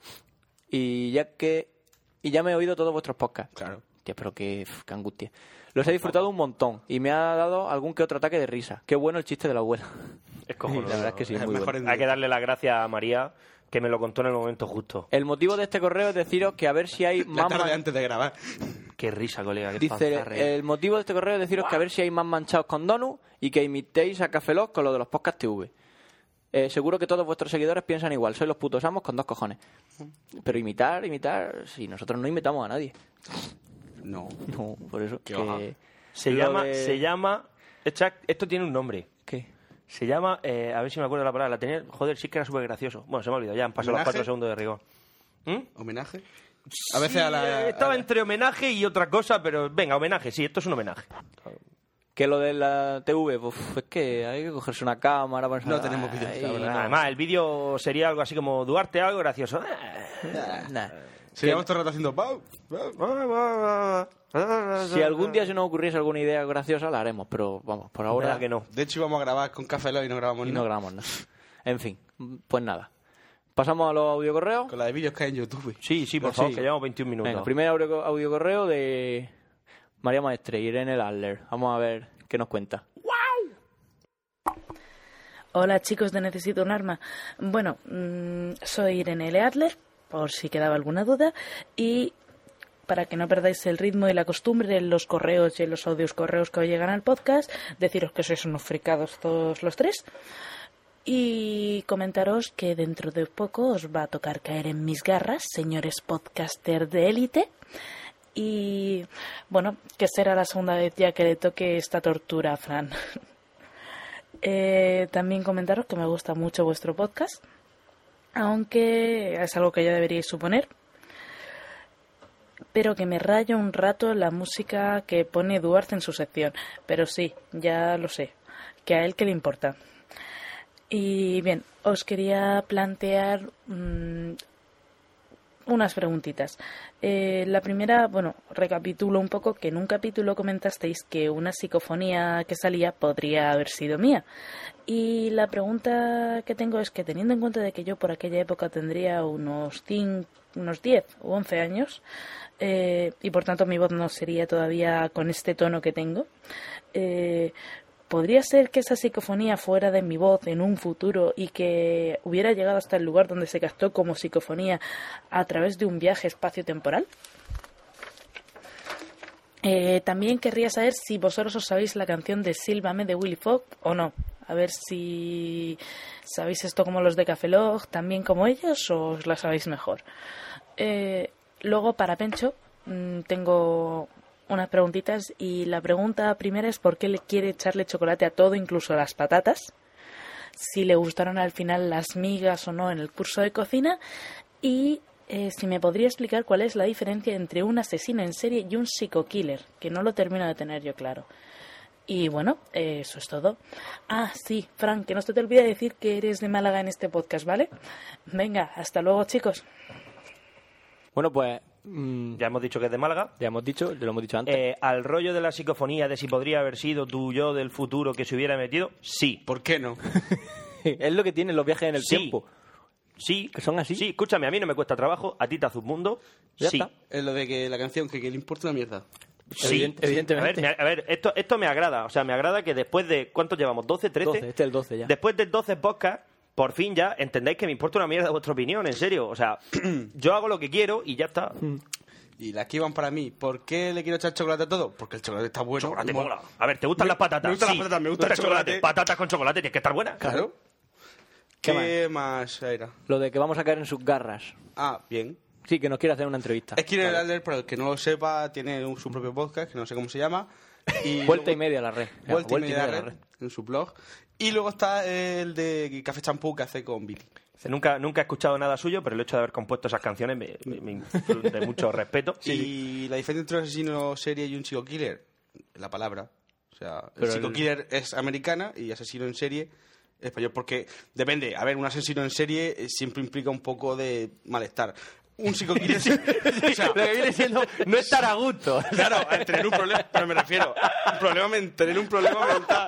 S6: y ya que y ya me he oído todos vuestros podcasts.
S5: Claro.
S6: Hostia, pero qué, uf, qué angustia. Los he disfrutado un montón y me ha dado algún que otro ataque de risa. Qué bueno el chiste de la abuela. [LAUGHS]
S7: Es cojonudo.
S6: La verdad es que sí,
S5: Es
S6: muy
S5: mejor
S6: bueno.
S5: en-
S7: Hay que darle las gracias a María, que me lo contó en el momento justo.
S6: El motivo de este correo es deciros que a ver si hay
S5: la
S6: más
S5: tarde
S6: man-
S5: antes de grabar.
S7: Qué risa, colega. Qué
S6: Dice,
S7: fanfarre.
S6: el motivo de este correo es deciros que a ver si hay más manchados con Donu y que imitéis a Cafeloc con lo de los podcast TV. Eh, seguro que todos vuestros seguidores piensan igual, sois los putos amos con dos cojones. Pero imitar, imitar, si nosotros no imitamos a nadie.
S5: No.
S6: No, por eso
S5: Qué
S6: que-
S5: baja.
S7: Se
S6: lo
S7: llama,
S6: de-
S7: se llama. echa- esto tiene un nombre.
S6: ¿Qué?
S7: Se llama, eh, a ver si me acuerdo la palabra, la tenía, joder, sí que era súper gracioso. Bueno, se me ha olvidado, ya han pasado los
S5: ¿Homenaje?
S7: cuatro segundos de rigor.
S5: ¿Homenaje? A veces a la.
S7: Sí, eh, Estaba
S5: a la-
S7: entre homenaje y otra cosa, pero venga, homenaje, sí, esto es un homenaje.
S6: Que lo de la TV, pues es que hay que cogerse una cámara para
S5: No tenemos vídeos,
S6: Ay,
S5: la verdad.
S6: [LAUGHS] nada,
S7: Además, el vídeo sería algo así como Duarte, algo gracioso. Ah,
S6: nada.
S5: Sí, llevamos todo el rato haciendo. pau, pau, pau.
S6: Si algún día se nos ocurriese alguna idea graciosa, la haremos, pero vamos, por ahora
S7: verdad que no.
S5: De hecho, íbamos a grabar con Café Lock y no grabamos
S6: Y
S5: ni
S6: no
S5: nada.
S6: grabamos nada. [LAUGHS] En fin, pues nada. Pasamos a los audiocorreos.
S5: Con la de vídeos que hay en YouTube.
S7: Sí, sí, por
S6: Sí.
S7: favor, que llevamos 21 minutos.
S6: Venga, primer audio- audiocorreo de María Maestre, Irene Adler. Vamos a ver qué nos cuenta.
S8: Hola chicos de Necesito un arma. Bueno, mm, soy Irene L. Adler, por si quedaba alguna duda, y para que no perdáis el ritmo y la costumbre en los correos y en los audios correos que os llegan al podcast, deciros que sois unos fricados todos los tres y comentaros que dentro de poco os va a tocar caer en mis garras, señores podcaster de élite. Y bueno, que será la segunda vez ya que le toque esta tortura a Fran. Eh, también comentaros que me gusta mucho vuestro podcast, aunque es algo que ya deberíais suponer. Pero que me raya un rato la música que pone Duarte en su sección. Pero sí, ya lo sé, que a él que le importa. Y bien, os quería plantear mm, unas preguntitas. Eh, la primera, bueno, recapitulo un poco que en un capítulo comentasteis que una psicofonía que salía podría haber sido mía. Y la pregunta que tengo es que teniendo en cuenta de que yo por aquella época tendría unos, 5, unos 10 o 11 años, eh, y por tanto mi voz no sería todavía con este tono que tengo, eh, ¿Podría ser que esa psicofonía fuera de mi voz en un futuro y que hubiera llegado hasta el lugar donde se gastó como psicofonía a través de un viaje espacio-temporal? Eh, también querría saber si vosotros os sabéis la canción de Sílvame de Willy Fogg o no. A ver si sabéis esto como los de Café Log, también como ellos, o os la sabéis mejor. Eh, luego, para Pencho, mm, tengo unas preguntitas y la pregunta primera es por qué le quiere echarle chocolate a todo, incluso a las patatas. Si le gustaron al final las migas o no en el curso de cocina. Y eh, si me podría explicar cuál es la diferencia entre un asesino en serie y un psico-killer, que no lo termino de tener yo claro. Y bueno, eh, eso es todo. Ah, sí, Frank, que no se te olvide decir que eres de Málaga en este podcast, ¿vale? Venga, hasta luego, chicos.
S6: Bueno, pues mm,
S7: Ya hemos dicho que es de Málaga.
S6: ya hemos dicho, ya lo hemos dicho antes.
S7: Eh, al rollo de la psicofonía, de si podría haber sido tu yo del futuro que se hubiera metido, sí.
S5: ¿Por qué no?
S6: [LAUGHS] es lo que tienen los viajes en el
S7: Sí.
S6: tiempo.
S7: Sí.
S6: ¿Que son así?
S7: Sí, escúchame, a mí no me cuesta trabajo, a ti te hace un mundo.
S6: Ya
S7: sí.
S6: está.
S5: Es lo de que la canción, que, que le importa una mierda.
S7: Sí.
S6: Evidente- evidentemente.
S7: A ver, me- a ver, esto, esto me agrada. O sea, me agrada que después de. ¿Cuántos llevamos? ¿12, 13?
S6: 12, este es el 12 ya.
S7: Después de 12 podcasts, por fin ya entendéis que me importa una mierda vuestra opinión, en serio. O sea, [CLEARS THROAT] yo hago lo que quiero y ya está.
S5: Y las que iban para mí. ¿Por qué le quiero echar chocolate a todo? Porque el chocolate está bueno.
S7: Chocolate
S5: mola.
S7: mola. A ver, Ah, ¿te gustan
S5: Me-
S7: las patatas?
S5: me gustan las
S7: Sí.
S5: patatas, me gusta el chocolate.
S7: Patatas con chocolate, tienes que estar buena.
S5: Claro.
S6: ¿Qué
S5: ¿Qué más era?
S6: Lo de que vamos a caer en sus garras.
S5: Ah, bien.
S6: Sí, que nos quiere hacer una entrevista.
S5: Es que Irene Adler, para el que no lo sepa, tiene un- su propio podcast, que no sé cómo se llama.
S6: [LAUGHS]
S5: Y
S6: Vuelta y
S5: luego-
S6: media a la red. Ya,
S5: Vuelta, y media, red, en su blog. Y luego está el de Café Champú que hace con Billy.
S7: Dice, Nunca, nunca he escuchado nada suyo, pero el hecho de haber compuesto esas canciones me, me- me influye de mucho respeto.
S5: Y la diferencia entre un asesino serie y un psico killer, la palabra. O sea,
S6: Pero
S5: el psico
S6: el-
S5: killer es americana y asesino en serie español. Porque depende, a ver, un asesino en serie eh, siempre implica un poco de malestar. Un psico killer. [LAUGHS]
S6: [LAUGHS]
S5: o sea,
S6: Lo que viene siendo no estar a gusto.
S5: claro, al tener un problema, pero me refiero, un problema, men- tener un problema mental.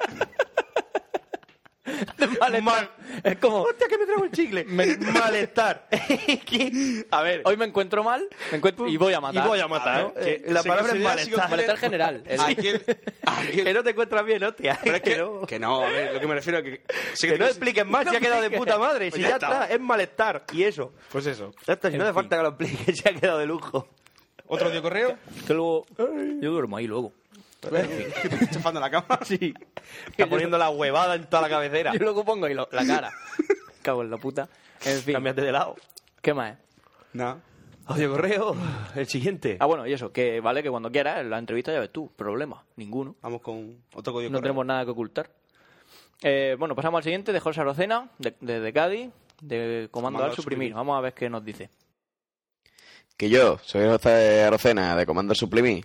S6: Malestar. Es como,
S7: ¡Hostia, que [LAUGHS] me trago el chicle! [LAUGHS] Malestar. Que-
S5: A ver,
S6: hoy me encuentro mal me encuentro, y voy a matar.
S7: Y voy a matar.
S5: A ver,
S7: Eh, la
S5: que-
S7: palabra
S5: que
S7: es
S5: sería
S7: malestar.
S5: [LAUGHS]
S6: Malestar general. El-
S5: aquel, aquel-
S7: Que no te encuentras bien, hostia.
S5: pero es que,
S7: Que no.
S5: que no, a ver, lo que me refiero es que... sí
S7: Que no
S5: te-
S7: expliques
S5: [LAUGHS]
S7: más, se ha quedado de puta madre. Si
S5: Pues
S7: ya,
S5: ya
S7: está.
S5: está.
S7: es malestar. Y eso.
S5: Pues eso.
S7: Ya está, si no hace falta que lo expliques, se ha quedado de lujo.
S5: ¿Otro de correo?
S9: Que luego. Yo duermo ahí luego.
S5: Chafando la cama.
S7: [LAUGHS] Sí. [LAUGHS] Está poniendo la huevada en toda la cabecera.
S6: Yo luego pongo ahí lo- la cara. [LAUGHS] Cago en la puta. En fin,
S7: Cámbiate de lado.
S6: ¿qué más?
S5: No.
S7: Audio correo. El siguiente.
S6: Ah, bueno, y eso, que vale que cuando quieras, la entrevista ya ves tú, problema, ninguno.
S5: Vamos con otro código
S6: No
S5: correo.
S6: tenemos nada que ocultar. Eh, bueno, pasamos al siguiente de José Arocena, desde de, de Cádiz, de Comando, al suprimir. Vamos a ver qué nos dice.
S10: Que yo, soy José Arocena, de Comando Suplimi.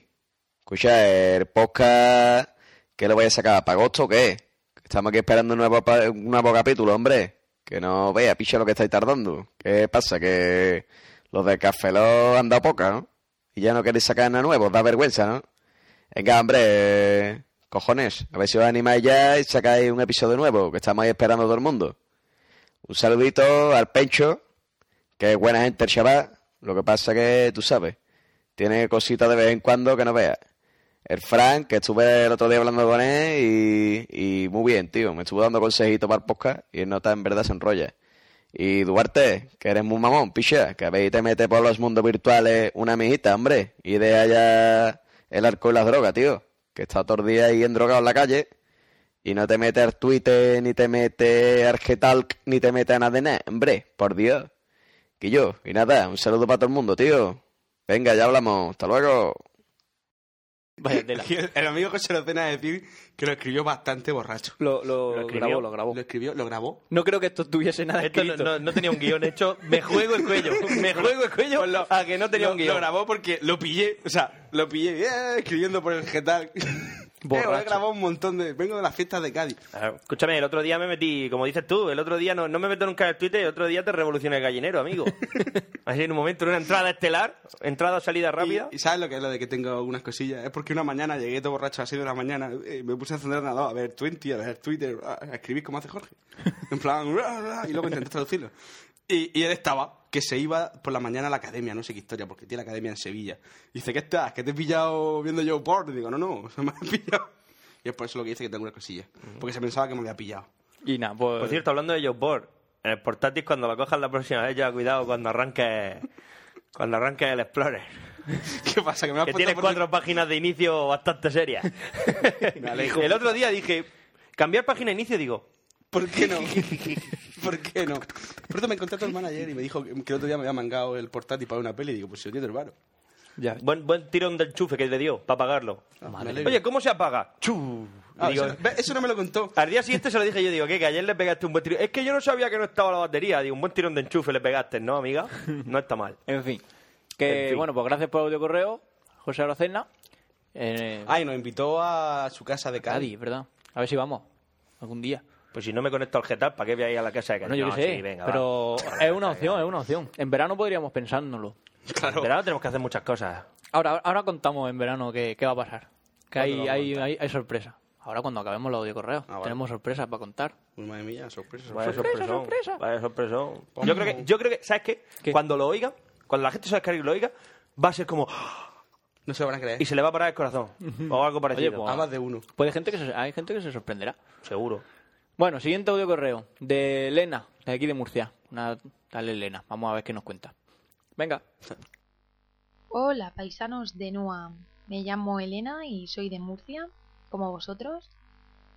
S10: Escucha, el podcast que lo voy a sacar, ¿para agosto o qué? Estamos aquí esperando un nuevo, pa- un nuevo capítulo, hombre. Que no vea, picha lo que estáis tardando. ¿Qué pasa? Que los de Café lo han dado poca, ¿no? Y ya no queréis sacar nada nuevo, os da vergüenza, ¿no? Venga, hombre, eh, cojones, a ver si os animáis ya y sacáis un episodio nuevo, que estamos ahí esperando todo el mundo. Un saludito al Pencho, que es buena gente el chaval. Lo que pasa que, tú sabes, tiene cositas de vez en cuando que no veas. El Frank, que estuve el otro día hablando con él y, y muy bien, tío. Me estuvo dando consejitos para el podcast y él nota en verdad se enrolla. Y Duarte, que eres muy mamón, picha, que a ver te mete por los mundos virtuales una mijita, hombre. Y de allá el arco y las drogas, tío. Que está todo el día ahí en drogado en la calle y no te metes al Twitter, ni te metes al Getalk, ni te metes a nada de nada. Hombre, por Dios. Que yo, y nada, un saludo para todo el mundo, tío. Venga, ya hablamos. Hasta luego.
S6: Vaya tela.
S5: Aquí [LAUGHS] El, el amigo José Arocena es decir que lo escribió bastante borracho.
S6: Lo, lo
S7: Lo escribió.
S6: grabó, lo grabó.
S5: Lo escribió, lo grabó.
S6: No creo que esto tuviese nada
S7: Esto no,
S6: escrito.
S7: no- no tenía un guión hecho. Me juego el cuello. [LAUGHS] Me juego el cuello a que no tenía
S5: lo,
S7: un guión.
S5: lo grabó porque lo pillé, o sea, lo pillé eh, escribiendo por el
S7: [LAUGHS]
S5: Getal. [LAUGHS]
S6: Borracho.
S5: He grabado un montón de... Vengo de las fiestas de Cádiz.
S7: Claro. Escúchame, el otro día me metí, como dices tú, el otro día no, no me meto nunca en el Twitter, el otro día te revolucioné el gallinero,
S5: [LAUGHS]
S7: amigo. Así en un momento, en una entrada estelar, entrada, salida rápida.
S5: Y, y sabes lo que es lo de que tengo algunas cosillas. Es porque una mañana llegué todo borracho así de una mañana, eh, me puse a encender el ordenador, a ver Twenty, a ver Twitter, a, a escribir como hace Jorge. En plan, "Ra, ra", y luego intenté traducirlo. Y, y él estaba, que se iba por la mañana a la academia, no sé qué historia, porque tiene la academia en Sevilla. Y dice, ¿qué estás? ¿Que te he pillado viendo yo porn? Y digo, no, no, se me ha [LAUGHS] pillado. Y es por eso lo que dice que tengo una cosilla. Porque se pensaba que me había pillado. [LAUGHS]
S6: Y nada, pues...
S7: Por cierto, hablando de Jobboard, en el portátil cuando lo cojas la próxima vez, ya cuidado cuando arranques cuando arranques el Explorer.
S5: ¿Qué pasa? Que me lo has
S7: Que
S5: puesto
S7: tiene
S5: por-
S7: cuatro páginas de inicio bastante serias.
S5: [LAUGHS] Me alejo.
S7: el otro día dije, cambiar página de inicio, digo,
S5: ¿Por qué [LAUGHS] no? ¿Por qué no? Por eso me encontré a el manager y me dijo que que el otro día me había mangado el portátil para una peli. Y digo, pues si lo tiene tu hermano.
S6: Ya.
S7: buen, buen tirón del chufe que le dio para pagarlo.
S5: Ah, me alegro.
S7: Oye, ¿cómo se apaga? Chu. Y
S5: Ah,
S7: digo,
S5: eso, ve, eso no me lo contó.
S7: Al día siguiente se lo dije yo, digo, ¿qué? Que ayer le pegaste un buen tirón. Es que yo no sabía que no estaba la batería. Digo, un buen tirón de enchufe le pegaste, ¿no, amiga? No está mal.
S6: En fin. Que,
S7: En fin.
S6: bueno, pues gracias por audio correo, José Arocena. Eh,
S5: Ay, nos invitó a su casa de [LAUGHS] Cádiz.
S6: Cádiz, ¿verdad? A ver si vamos algún día.
S7: Pues si no me conecto al Getal, ¿para qué voy a ir a la casa de
S6: Bueno,
S7: Cádiz?
S6: yo
S7: No,
S6: qué sé,
S7: sí, venga,
S6: pero
S7: va.
S6: es una opción, es una opción. En verano podríamos pensárnoslo.
S7: En verano tenemos que hacer muchas cosas.
S6: Ahora, ahora contamos en verano qué, qué va a pasar. Que hay, hay, hay, hay sorpresa. Ahora cuando acabemos los audio correos,
S7: Ah,
S5: vale.
S6: tenemos sorpresas para contar.
S5: Uy, madre mía, sorpresa.
S7: Vaya
S5: sorpresa.
S7: sorpresón.
S6: sorpresa.
S7: Vaya sorpresón. Yo creo que, yo creo que ¿sabes qué?
S6: ¿Qué?
S7: Cuando lo oigan, cuando la gente se descargue y lo oiga, va a ser como... ¡Ah!
S5: No se Eh, lo van a creer.
S7: Y se le va a parar el corazón. O algo parecido.
S6: pues-
S5: A más de uno.
S6: Puede gente que se- hay gente que se sorprenderá.
S7: Seguro.
S6: Bueno, siguiente audio correo de Elena, de aquí de Murcia. Una tal Elena, vamos a ver qué nos cuenta. Venga.
S8: Hola, paisanos de NUAM. Me llamo Elena y soy de Murcia, como vosotros.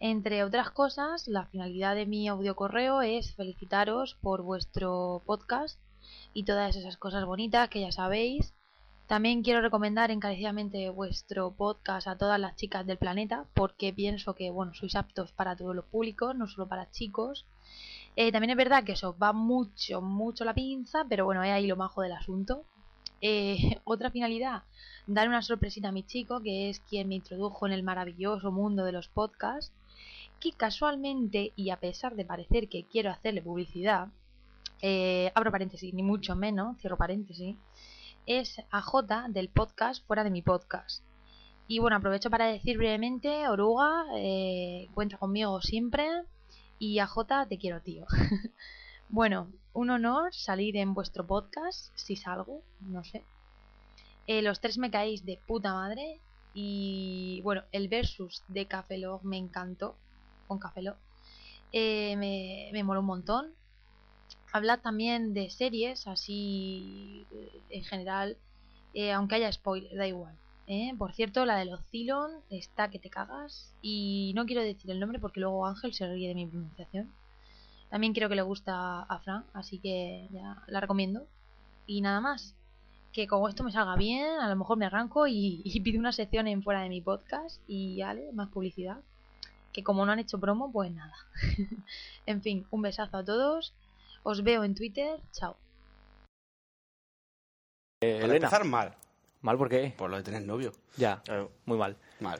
S8: Entre otras cosas, la finalidad de mi audio correo es felicitaros por vuestro podcast y todas esas cosas bonitas que ya sabéis. También quiero recomendar encarecidamente vuestro podcast a todas las chicas del planeta porque pienso que bueno, sois aptos para todos los públicos, no solo para chicos. Eh, también es verdad que eso os va mucho, mucho la pinza, pero bueno, es ahí lo majo del asunto. Eh, [LAUGHS] otra finalidad, dar una sorpresita a mi chico, que es quien me introdujo en el maravilloso mundo de los podcasts, que casualmente, y a pesar de parecer que quiero hacerle publicidad, eh, abro paréntesis, ni mucho menos, cierro paréntesis, es AJ del podcast Fuera de mi podcast. Y bueno, aprovecho para decir brevemente, Oruga, eh, cuenta conmigo siempre
S11: Y a J te quiero, tío. bueno, un honor salir en vuestro podcast, si salgo, no sé. Eh, los tres me caéis de puta madre. Y bueno, el versus de Café Lock me encantó. Con Café Lock. Eh, me, me moló un montón. Hablad también de series, así eh, en general. eh, aunque haya spoiler, da igual. ¿eh? Por cierto, la de los Cylon está que te cagas. Y no quiero decir el nombre porque luego Ángel se ríe de mi pronunciación. También creo que le gusta a Fran, así que ya la recomiendo. Y nada más. Que como esto me salga bien, a lo mejor me arranco y, y pido una sección en fuera de mi podcast y vale, más publicidad. Que como no han hecho promo, pues nada. [LAUGHS] en fin, un besazo a todos. Os veo en Twitter. Chao.
S6: Eh,
S5: Para
S6: Elena.
S5: empezar, mal.
S6: ¿Mal por qué?
S5: Por lo de tener novio.
S6: Ya, muy mal.
S5: Mal.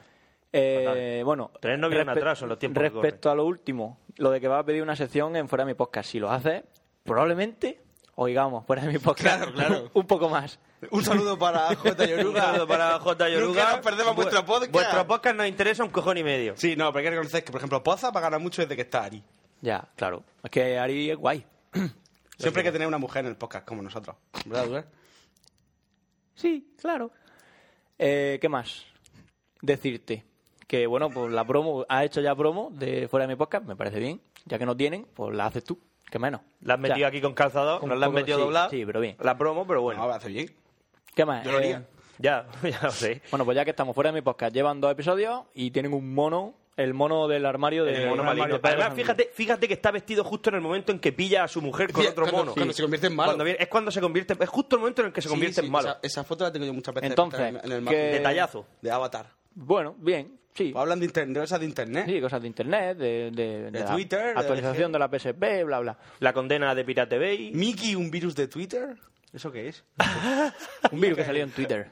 S6: Eh,
S7: Fatal.
S6: bueno,
S7: Eh, Tener novio en
S6: respe-
S7: atraso en los tiempos que
S6: Respecto a lo último, lo de que va a pedir una sección en fuera de mi podcast, si lo haces, probablemente oigamos fuera
S7: [LAUGHS]
S6: de mi podcast.
S5: Claro, claro.
S6: [LAUGHS] Un poco más.
S5: Un saludo [LAUGHS] para J.
S7: Un
S5: Yoruga.
S7: saludo para J. Yoruga.
S5: Nunca nos perdemos vuestro podcast.
S7: Vuestro podcast nos interesa un cojón y medio.
S5: Sí, no, pero hay que reconocer que, por ejemplo, Poza pagará mucho desde que está Ari.
S6: Ya, claro. Es que Ari es guay.
S5: Siempre hay que tener una mujer en el podcast, como nosotros. ¿Verdad, Duer?
S6: Sí, claro. Eh, ¿Qué más? Decirte que, bueno, pues la promo, ha hecho ya promo de fuera de mi podcast, me parece bien. Ya que no tienen, pues la haces tú, que menos.
S7: La has
S6: O sea,
S7: metido aquí con calzador,
S6: con
S7: nos la has
S6: poco-
S7: metido
S6: sí,
S7: doblada.
S6: sí, pero bien.
S7: La promo, pero bueno.
S5: Ahora hace bien.
S6: ¿Qué más?
S5: Yo lo
S6: Eh,
S5: haría.
S7: Ya, [LAUGHS] ya lo sé.
S5: Eh,
S6: Bueno, pues ya que estamos fuera de mi podcast, llevan dos episodios y tienen un mono, el mono del armario de
S7: El mono
S6: de
S7: maligno.
S6: armario.
S7: Además, fíjate, fíjate que está vestido justo en el momento en que pilla a su mujer con
S5: Sí,
S7: otro
S5: cuando-
S7: mono.
S5: cuando se convierte en malo.
S7: Cuando viene- es cuando se convierte. Es justo el momento en el que se convierte
S5: Sí, sí,
S7: en malo.
S5: Esa, esa foto la tengo yo muchas veces
S6: Entonces,
S5: en el- en el
S6: que-
S5: margen.
S7: Detallazo.
S5: De Avatar.
S6: Bueno, bien, sí.
S5: Pues hablan de, internet, de cosas de internet.
S6: Sí, cosas de internet, de, de- de
S5: De
S6: la
S5: Twitter, de-
S6: actualización de la PSP, bla, bla.
S7: La condena de Pirate Bay.
S5: Mickey, un virus de Twitter. ¿Eso qué
S6: [LAUGHS]
S5: es?
S6: Un virus que salió en Twitter.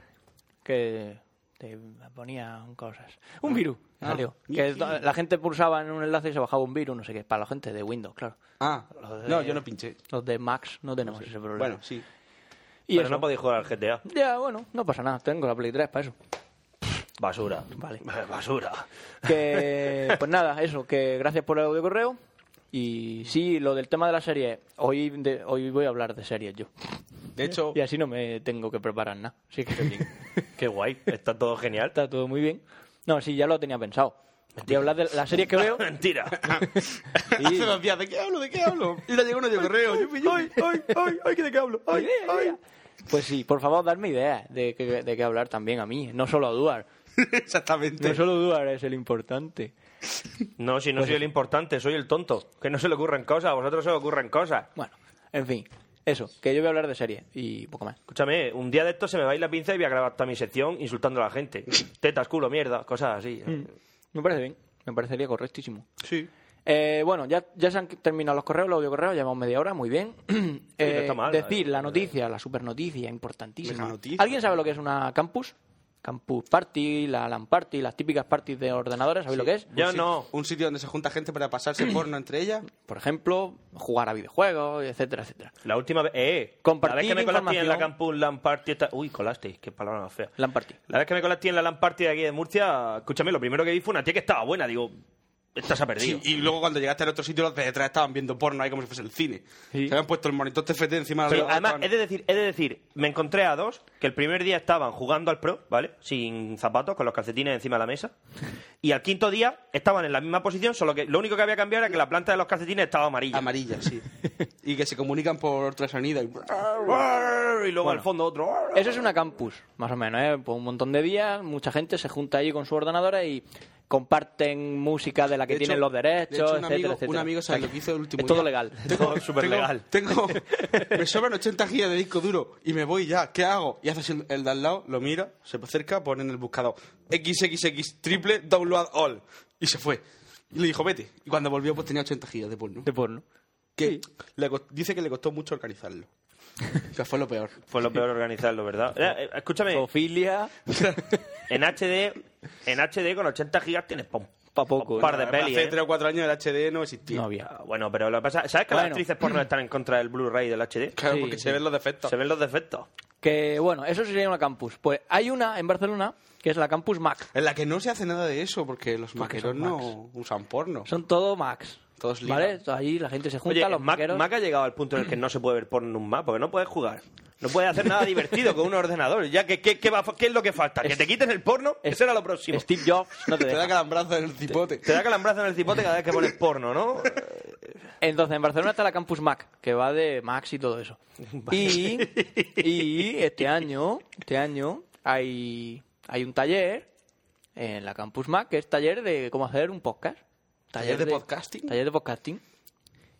S6: Que te ponía cosas. Un virus que
S5: Ah,
S6: salió.
S5: y-
S6: Que la gente pulsaba en un enlace y se bajaba un virus, no sé qué. Para la gente de Windows, claro.
S5: Ah,
S6: Los de-
S5: no, yo no pinché.
S6: Los de Max no tenemos ese problema.
S5: Bueno, sí.
S6: y
S7: pero
S6: eso.
S7: no podéis jugar al GTA.
S6: Ya, bueno, no pasa nada. Tengo la Play 3 para eso.
S7: Basura. [LAUGHS] Eh,
S6: Vale.
S7: Basura.
S6: Que, pues nada, eso, que gracias por el audio correo. Y sí, lo del tema de la serie, hoy, de- hoy voy a hablar de series yo.
S5: De hecho,
S6: [LAUGHS] Y así no me tengo que preparar nada. Sí que
S7: Qué guay. Está todo genial.
S6: [LAUGHS] está todo muy bien. No, sí, ya lo tenía pensado. Voy a hablar de las series que veo.
S7: Mentira.
S5: [LAUGHS] hace dos días, ¿de qué hablo? ¿De qué
S6: [LAUGHS]
S5: hablo? Y le llegó un audio correo. Yo, yo,
S6: ¡Ay, [LAUGHS] ay, ay! ay que de qué hablo! ¡Ay, ay! Pues sí, por favor, darme ideas de qué, de qué hablar también a mí, no solo a Duar.
S5: Exactamente.
S6: No solo Duar es el importante.
S7: No, si no
S6: Pues
S7: soy el
S6: eso.
S7: importante, soy el tonto. Que no se le ocurren cosas, a vosotros se os ocurren cosas.
S6: Bueno, en fin, eso, que yo voy a hablar de series y poco más.
S7: Escúchame, un día de esto se me va a ir la pinza y voy a grabar toda mi sección insultando a la gente. Tetas, culo, mierda, cosas así.
S6: Mm. Me parece bien, me parecería correctísimo.
S5: Sí.
S6: Eh, bueno, ya, ya se han terminado los correos, los audio correos, llevamos media hora, muy bien. [CLEARS THROAT] Eh,
S7: está mal,
S6: decir
S7: eh,
S6: la noticia, la super noticia, importantísima.
S5: Mega noticia.
S6: ¿Alguien sabe lo que es una campus? Campus party, la LAN party, las típicas parties de ordenadores, ¿sabéis lo que es?
S7: Yo
S5: Un sit-
S7: no.
S5: Un sitio donde se junta gente para
S6: [CLEARS THROAT]
S5: pasarse porno entre ellas.
S6: Por ejemplo, jugar a videojuegos, etcétera, etcétera.
S7: La última vez. ¡Eh!
S6: Compartir
S7: la vez que me colaste en la
S6: información.
S7: Campus LAN Party. esta- Uy, colaste, qué palabra más fea.
S6: LAN party.
S7: La vez que me colaste en la LAN Party de aquí de Murcia, escúchame, lo primero que vi fue una tía que estaba buena. Digo, esta se ha perdido.
S5: Sí, y luego cuando llegaste al otro sitio, los de detrás estaban viendo porno ahí como si fuese el cine.
S6: Sí.
S5: Se habían puesto el monitor TFT encima de
S7: Pero
S5: la
S7: además, he de, decir, he de decir, me encontré a dos que el primer día estaban jugando al pro, ¿vale? Sin zapatos, con los calcetines encima de la mesa. Y al quinto día estaban en la misma posición, solo que lo único que había cambiado era que la planta de los calcetines estaba amarilla.
S5: Amarilla, sí. [LAUGHS] y que se comunican por ultrasonido. Y...
S7: Y luego al fondo otro.
S6: Eso es una campus, más o menos, ¿eh? Por un montón de días, mucha gente se junta allí con sus ordenadores y comparten música de la que
S5: De hecho-
S6: tienen los derechos,
S5: de hecho, un
S6: etcétera,
S5: amigo-
S6: etcétera.
S5: un amigo sabe
S6: O sea,
S5: lo que hizo el último
S6: Es todo
S5: día.
S6: legal.
S7: Tengo- Súper
S5: tengo-
S7: legal.
S5: Tengo,
S6: [LAUGHS]
S5: me sobran 80 gigas de disco duro y me voy ya. ¿Qué hago? Y haces el, el de al lado, lo mira, se acerca, pone en el buscador XXX triple download all. Y se fue. Y le dijo, vete. Y cuando volvió, pues tenía 80 gigas [LAUGHS] de porno.
S6: De porno.
S5: Que le cost- dice que le costó mucho
S6: [LAUGHS]
S5: organizarlo. que fue lo peor.
S7: Fue lo peor organizarlo, [LAUGHS] ¿verdad? Eh, eh, escúchame,
S6: Zoofilia,
S7: en HD, en HD con 80 gigas tienes pa, un-
S6: Pa' poco,
S7: un par de
S5: Hace
S7: pelis. ¿eh?
S5: 3 o 4 años el HD no existía.
S6: no había.
S7: Ah, Bueno, pero lo que pasa, ¿sabes que las
S6: Bueno.
S7: actrices porno están en contra del Blu-ray del HD?
S5: Claro,
S6: Sí,
S5: porque
S6: sí.
S5: se ven los defectos.
S7: Se ven los defectos.
S6: Que bueno, eso sería una campus. Pues hay una en Barcelona que es la Campus Mac.
S5: En la que no se hace nada de eso, porque los
S6: Porque
S5: maqueros
S6: son
S5: no usan porno.
S6: Son todo Macs.
S5: Todos
S6: ¿Vale? Ahí la gente se junta,
S7: Oye,
S6: los
S7: Mac,
S6: maqueros.
S7: Mac ha llegado al punto en el que no se puede ver porno en un Mac, porque no puedes jugar. No puedes hacer nada divertido con un ordenador. Ya que, ¿qué, qué va- qué es lo que falta? ¿Que te quiten el porno? Eso era lo próximo.
S6: Steve Jobs no
S5: [LAUGHS]
S6: te
S5: Te
S6: deja.
S5: da calambrazo en el cipote.
S7: Te da calambrazo en el cipote cada vez que pones porno,
S6: [LAUGHS]
S7: ¿no?
S6: Entonces, en Barcelona está la Campus Mac, que va de Max y
S5: [LAUGHS]
S6: todo eso. Y, y este año, este año hay, hay un taller en la Campus Mac, que es taller de cómo hacer un podcast.
S5: ¿Taller de podcasting?
S6: Taller de podcasting.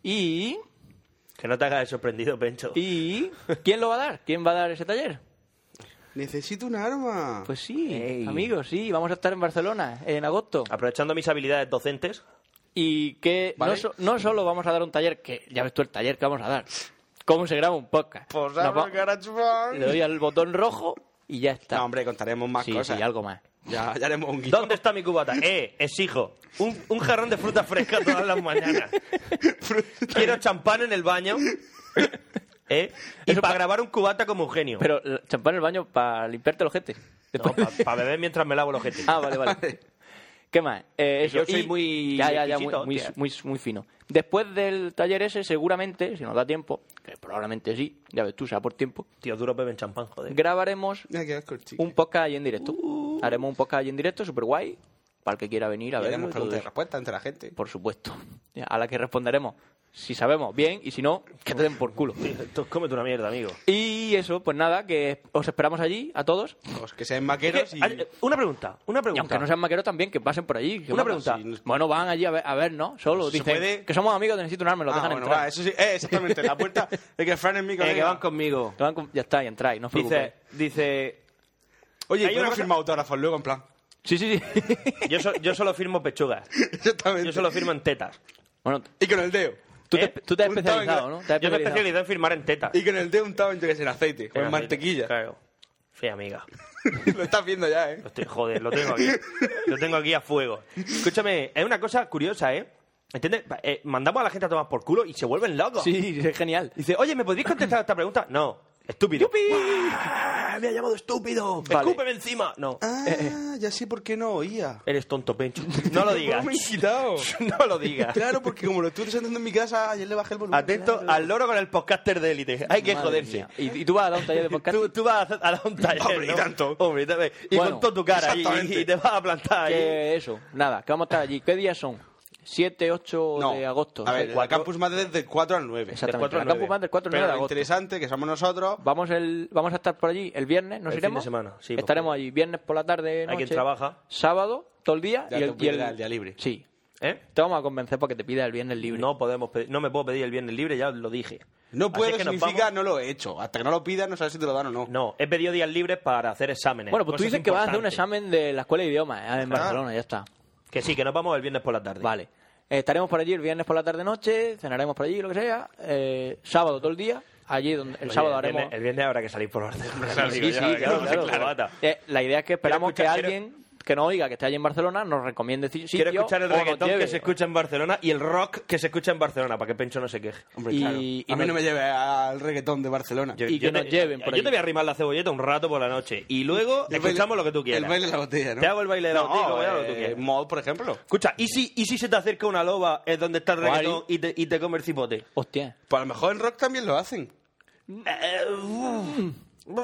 S6: Y,
S7: Que no te hagas el sorprendido, Pencho.
S6: y ¿quién lo va a dar? ¿Quién va a dar ese taller?
S5: Necesito un arma.
S6: Pues sí, amigos, sí, vamos a estar en Barcelona en agosto.
S7: Aprovechando mis habilidades
S6: [LAUGHS]
S7: docentes,
S6: Y que
S5: Ah. Vale.
S6: no, so- no solo vamos a dar un taller, que ya ves tú el taller que vamos a dar. ¿Cómo se graba un podcast?
S5: Pues
S6: Nos
S5: abro
S6: va-
S5: el GarageBand.
S6: Le doy al botón rojo y ya está.
S5: No, hombre, contaremos más
S6: sí,
S5: cosas.
S6: sí, algo más.
S5: Ya, ya haremos un guión.
S7: ¿dónde está mi
S6: [LAUGHS]
S7: cubata? Eh, exijo un, un jarrón de fruta fresca todas las
S6: [LAUGHS]
S7: mañanas. Quiero champán en el baño. ¿Eh? Y para grabar un cubata como Eugenio.
S6: Pero la- champán en el baño para limpiarte los jetes.
S7: No, para beber mientras me lavo los ojete.
S6: [LAUGHS] Ah, vale,
S5: [LAUGHS]
S6: vale. ¿Qué más? Eh, eso,
S7: yo soy
S6: y-
S7: muy
S6: Ya, ya, ya, muy,
S7: exquisito,
S6: muy,
S7: hostia.
S6: muy- muy fino. Después del taller ese, seguramente, si nos da tiempo, que probablemente sí, ya ves tú, sea por tiempo,
S7: Tío, duro beben champán, joder.
S6: grabaremos
S5: [LAUGHS] Ya que asco el chico.
S6: un podcast ahí en directo. Haremos un podcast ahí en directo, súper guay, para el que quiera venir a
S5: Y
S6: ver.
S5: haremos preguntas y respuestas entre la gente.
S6: Por supuesto. A la que responderemos si sabemos bien y si no, que te den por culo.
S7: Tío, tú cómete una mierda, amigo.
S6: Y eso, pues nada, que os esperamos allí a todos.
S5: Pues que sean maqueros y...
S7: Ay, eh, Una pregunta, una
S6: Y
S7: pregunta. Eh,
S6: aunque no sean maqueros también, que pasen por allí. que
S7: Una
S6: matas.
S7: pregunta.
S6: Sí, Bueno, van allí a ver, a ver ¿no? Solo
S5: Se
S6: dicen
S5: puede-
S6: que somos amigos, te necesito un arma, lo
S5: Ah,
S6: dejan
S5: bueno,
S6: entrar.
S5: va, eso sí. Eh, exactamente, la puerta es que Fran es mi
S7: Eh,
S5: colega.
S7: que van conmigo.
S6: Te van con- Ya está, y entráis, no os preocupéis.
S7: Dice, dice,
S5: Oye,
S7: Hay
S5: ¿puedo
S7: una cosa-
S5: firmar autógrafos luego, en plan? [LAUGHS]
S6: Sí, sí, [LAUGHS] sí.
S7: yo, so- yo solo firmo pechugas.
S5: Exactamente.
S7: Yo solo firmo en tetas.
S6: bueno,
S5: Y con el dedo.
S6: tú,
S7: ¿Eh?
S6: te, tú te has
S5: Un
S6: especializado,
S5: tango.
S6: ¿no? Te has
S7: Yo me
S6: especializado.
S7: especializo en firmar en tetas.
S5: Y con el dedo untado en, yo que sé, en aceite. O en
S7: Fíjate,
S5: mantequilla.
S7: Claro. Fea amiga.
S5: [LAUGHS] Lo estás viendo ya, ¿eh?
S7: Lo estoy- joder, lo tengo aquí. Lo tengo aquí a fuego. Escúchame, es una cosa curiosa, ¿eh? ¿Entiendes? Pa- eh, mandamos a la gente a tomar por culo y se vuelven locos.
S6: Sí, es genial.
S7: Dice, oye, ¿me podrías contestar esta pregunta? No. Estúpido. ¡Guau! Me ha llamado estúpido.
S6: Vale.
S7: Escúpeme encima. No.
S5: Ah, ya sé por qué no oía.
S7: Eres tonto, Pencho. Eh, No
S5: [LAUGHS]
S7: lo digas.
S5: ¿Cómo me he quitado?
S7: [LAUGHS] no lo digas.
S5: Claro, porque como lo estuve sentando en mi casa, ayer le bajé el volumen.
S7: Atento al loro con el podcaster de élite. Hay que
S6: Madre
S7: joderse.
S6: mía. ¿Y, y tú vas a dar un taller de podcast.
S7: Tú, tú vas a, hacer- a dar un taller.
S5: Hombre, y
S7: ¿no?
S5: tanto.
S7: Hombre, y tal vez. y
S6: Bueno,
S7: con toda tu cara. Y,
S5: exactamente.
S7: y te vas a plantar ahí.
S6: Que eso, nada, que vamos a estar allí. ¿Qué días son? 7, 8
S5: No.
S6: de agosto.
S5: A ver, la Campus Madre es del 4 al 9.
S6: Exactamente.
S7: cuatro
S6: la
S7: al
S6: Campus
S7: nueve.
S6: Band del 4 al
S5: Pero
S6: 9 de
S5: lo
S6: agosto.
S5: interesante que somos nosotros.
S6: Vamos, el, vamos a estar por allí el viernes, nos
S7: El fin de
S6: iremos.
S7: semana, sí, pues,
S6: Estaremos allí viernes por la tarde, noche,
S7: Hay quien trabaja.
S6: sábado, todo el día
S5: Ya
S6: y
S5: te
S6: el, y el-
S5: pide el día libre.
S6: Sí.
S7: ¿Eh?
S6: Te vamos a convencer para que te pida el viernes libre.
S7: No podemos pedir- no me puedo pedir el viernes libre, ya lo dije.
S5: No
S7: Así
S5: puedo
S7: es que nos
S5: significa
S7: vamos-
S5: no lo he hecho. Hasta que no lo pidas, no sabes si te lo dan o no.
S7: No, he pedido días libres para hacer exámenes.
S6: bueno, pues tú
S7: cosas
S6: dices que vas a hacer un
S7: importantes. Ah.
S6: examen de la escuela de idiomas eh, en Barcelona, ya está.
S7: Que sí, que nos vamos el viernes por la tarde.
S6: Vale. Eh, Estaremos por allí el viernes por la tarde noche, cenaremos por allí, lo que sea. eh, sábado todo el día, allí donde el
S7: Oye,
S6: sábado
S7: el viernes-
S6: haremos.
S7: El viernes habrá que salir por Barcelona.
S6: Sí, sí,
S7: ya,
S6: claro,
S7: que
S6: claro.
S7: no se clavata.
S6: Eh, la idea es que esperamos que
S7: Quiero escuchar-
S6: alguien que nos oiga, que esté allí en Barcelona, nos recomiende si- sitio.
S7: Quiero escuchar el
S6: o nos
S7: reggaetón
S6: lleve.
S7: que se escucha en Barcelona y el rock que se escucha en Barcelona, para que Pencho no se queje.
S5: Hombre,
S6: Y-
S5: claro.
S6: y
S5: a mí
S6: no-
S5: no me lleve al reggaetón de Barcelona.
S6: Y que nos lleven por
S7: Yo
S6: allí.
S7: te voy a arrimar la cebolleta un rato por la noche y luego
S5: El
S7: escuchamos
S5: baile-
S7: lo que tú quieras.
S5: El baile de la botella, ¿no?
S7: Te hago el baile de la
S5: No,
S7: botella, como ya lo que tú
S5: eh,
S7: quieras.
S5: Mod, por ejemplo.
S7: Escucha, ¿y si, ¿y si se te acerca una loba es donde está el
S6: Guay.
S7: reggaetón y te, y te come el cipote?
S6: Hostia.
S5: Pues a lo mejor en rock también lo hacen.
S7: Eh, uh,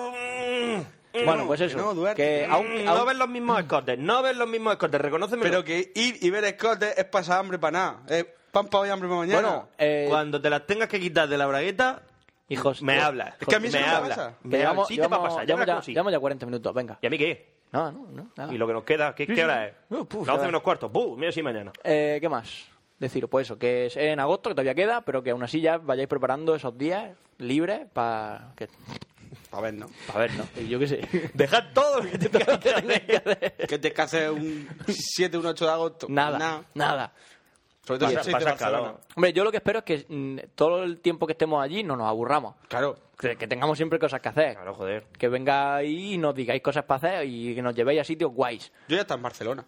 S7: uh,
S6: Bueno, pues eso.
S5: no, Duarte,
S6: que
S5: que no.
S6: aún,
S7: Eh, Mm, No ves los mismos escotes, no ves los mismos escotes, reconóceme.
S5: Pero que ir y ver escote es pasar hambre para nada. Es pan para hoy, hambre para mañana.
S6: Bueno, eh,
S7: Cuando te las tengas que quitar de la bragueta,
S6: hijos.
S7: me
S6: eh,
S7: hablas.
S5: Es que a mí eso
S7: me
S5: no me
S7: hablas.
S5: pasa.
S7: Me
S6: Que
S7: hablas.
S6: llevamos,
S7: Sí, te va a
S6: llevamos,
S7: pasar. Ya
S6: llevamos
S7: verás
S6: ya,
S7: cómo sí.
S6: llevamos ya 40 minutos, venga.
S7: ¿Y a mí qué?
S6: No, no, no. nada.
S7: ¿Y lo que nos queda? ¿Qué,
S6: Sí,
S7: qué
S6: sí.
S7: hora es?
S6: No, puf,
S7: La 11
S6: ya.
S7: menos cuarto. ¡Buh! Mira si mañana.
S6: Eh, ¿Qué más? Deciros, pues eso, que es en agosto, que todavía queda, pero que aún así ya vayáis preparando esos días libres para... Que...
S5: A ver, ¿no?
S6: A ver, ¿no? Yo qué sé. [LAUGHS]
S7: Dejad todo lo que tengas que hacer.
S5: [LAUGHS] Que tienes que hacer un 7, un 8 de agosto.
S6: Nada,
S5: Nah.
S6: nada.
S5: Sobre todo si
S7: Pasa-
S5: sois de
S7: pasa calor.
S5: Barcelona.
S6: Hombre, yo lo que espero es que mm, todo el tiempo que estemos allí no nos aburramos.
S5: Claro.
S6: Que, que tengamos siempre cosas que hacer.
S7: Claro, joder.
S6: Que vengáis y nos digáis cosas para hacer y que nos llevéis a sitios guys.
S5: Yo ya estaba en Barcelona.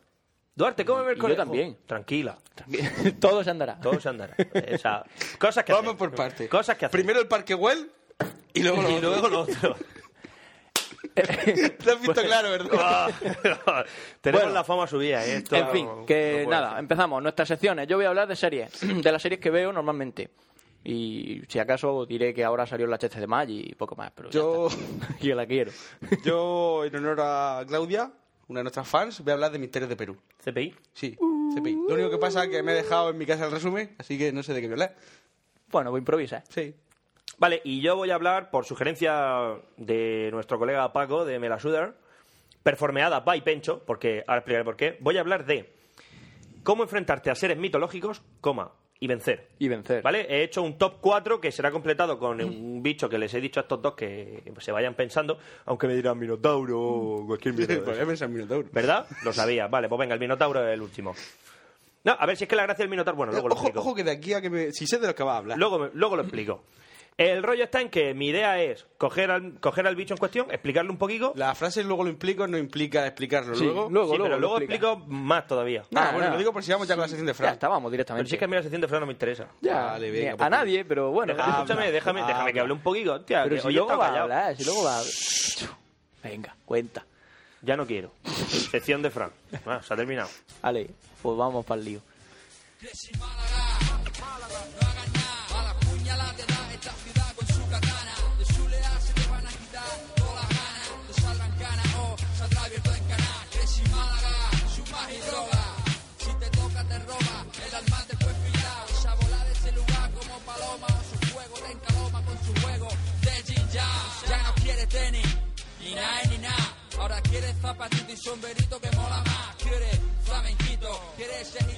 S7: Duarte, ¿cómo me el
S6: Y yo
S7: conejo?
S6: también.
S7: Tranquila.
S6: [LAUGHS] todo se andará.
S7: Todo se andará. Esa- cosas que
S5: Vamos
S7: hacer.
S5: por partes.
S7: Cosas que hacer.
S5: Primero el Parque Güell y luego lo
S7: y
S5: otro.
S7: luego lo otro.
S5: [LAUGHS] Lo has visto claro,
S7: Ah.
S5: ¿verdad?
S7: [LAUGHS] Tenemos
S6: Bueno.
S7: la fama subida, ¿eh? Esto-
S6: En fin, que
S7: no puede
S5: em-
S6: nada, empezamos nuestras secciones. Yo voy a hablar de series, [CLEARS THROAT] de las series que veo normalmente. Y si acaso diré que ahora salió la cheste de Maggi y poco más, pero yo, [LAUGHS] yo la quiero.
S5: Yo, en honor a Claudia, una de nuestras fans, voy a hablar de Misterios de Perú.
S7: ¿CPI?
S5: Sí, CPI. Lo único que pasa es que me he dejado en mi casa el resumen, así que no sé de qué voy a hablar.
S6: Bueno, voy a improvisar.
S5: Sí.
S7: Vale, y yo voy a hablar, por sugerencia de nuestro colega Paco de Melasuder, performeada by Pencho, porque ahora explicaré por qué. Voy a hablar de cómo enfrentarte a seres mitológicos, coma, y vencer.
S6: Y vencer.
S7: ¿Vale? He hecho un top 4 que será completado con un bicho que les he dicho a estos dos que se vayan pensando, aunque me dirán Minotauro o cualquier
S5: [LAUGHS] ¿Por qué
S7: mierda.
S5: pensar en Minotauro?
S7: ¿Verdad? Lo sabía. Vale, pues venga, el Minotauro es el último. No, a ver si es que la gracia del Minotauro. Bueno, luego lo
S5: Ojo,
S7: explico.
S5: ojo que de aquí a que me... Si sé de lo que va a hablar.
S7: Luego, me- luego lo explico. El rollo está en que mi idea es coger al, coger al bicho en cuestión, explicarle un poquito.
S5: La frase luego lo implico no implica explicarlo.
S6: Sí,
S5: luego...
S6: luego,
S7: sí,
S6: luego,
S7: pero
S6: lo
S7: luego
S6: explica.
S7: explico más todavía.
S5: Ah,
S6: Nada,
S5: bueno,
S6: nada.
S5: lo digo por si vamos ya con la sección de [LAUGHS]
S6: Ya
S5: Fran.
S6: estábamos directamente.
S7: Pero sí que a mí la sección de Fran no me interesa.
S6: Ya,
S5: Vale, venga,
S6: ni a
S5: pues-
S6: nadie, pero bueno.
S7: Déjame, escúchame, déjame, déjame que hable un poquito. Hostia,
S6: Pero
S7: que
S6: si
S7: hoy he
S6: luego
S7: estado
S6: va a
S7: callado.
S6: hablar, si luego va a Venga, cuenta.
S7: Ya no quiero. Sección de Fran. Bueno, se ha terminado.
S6: Vale, pues vamos para el lío.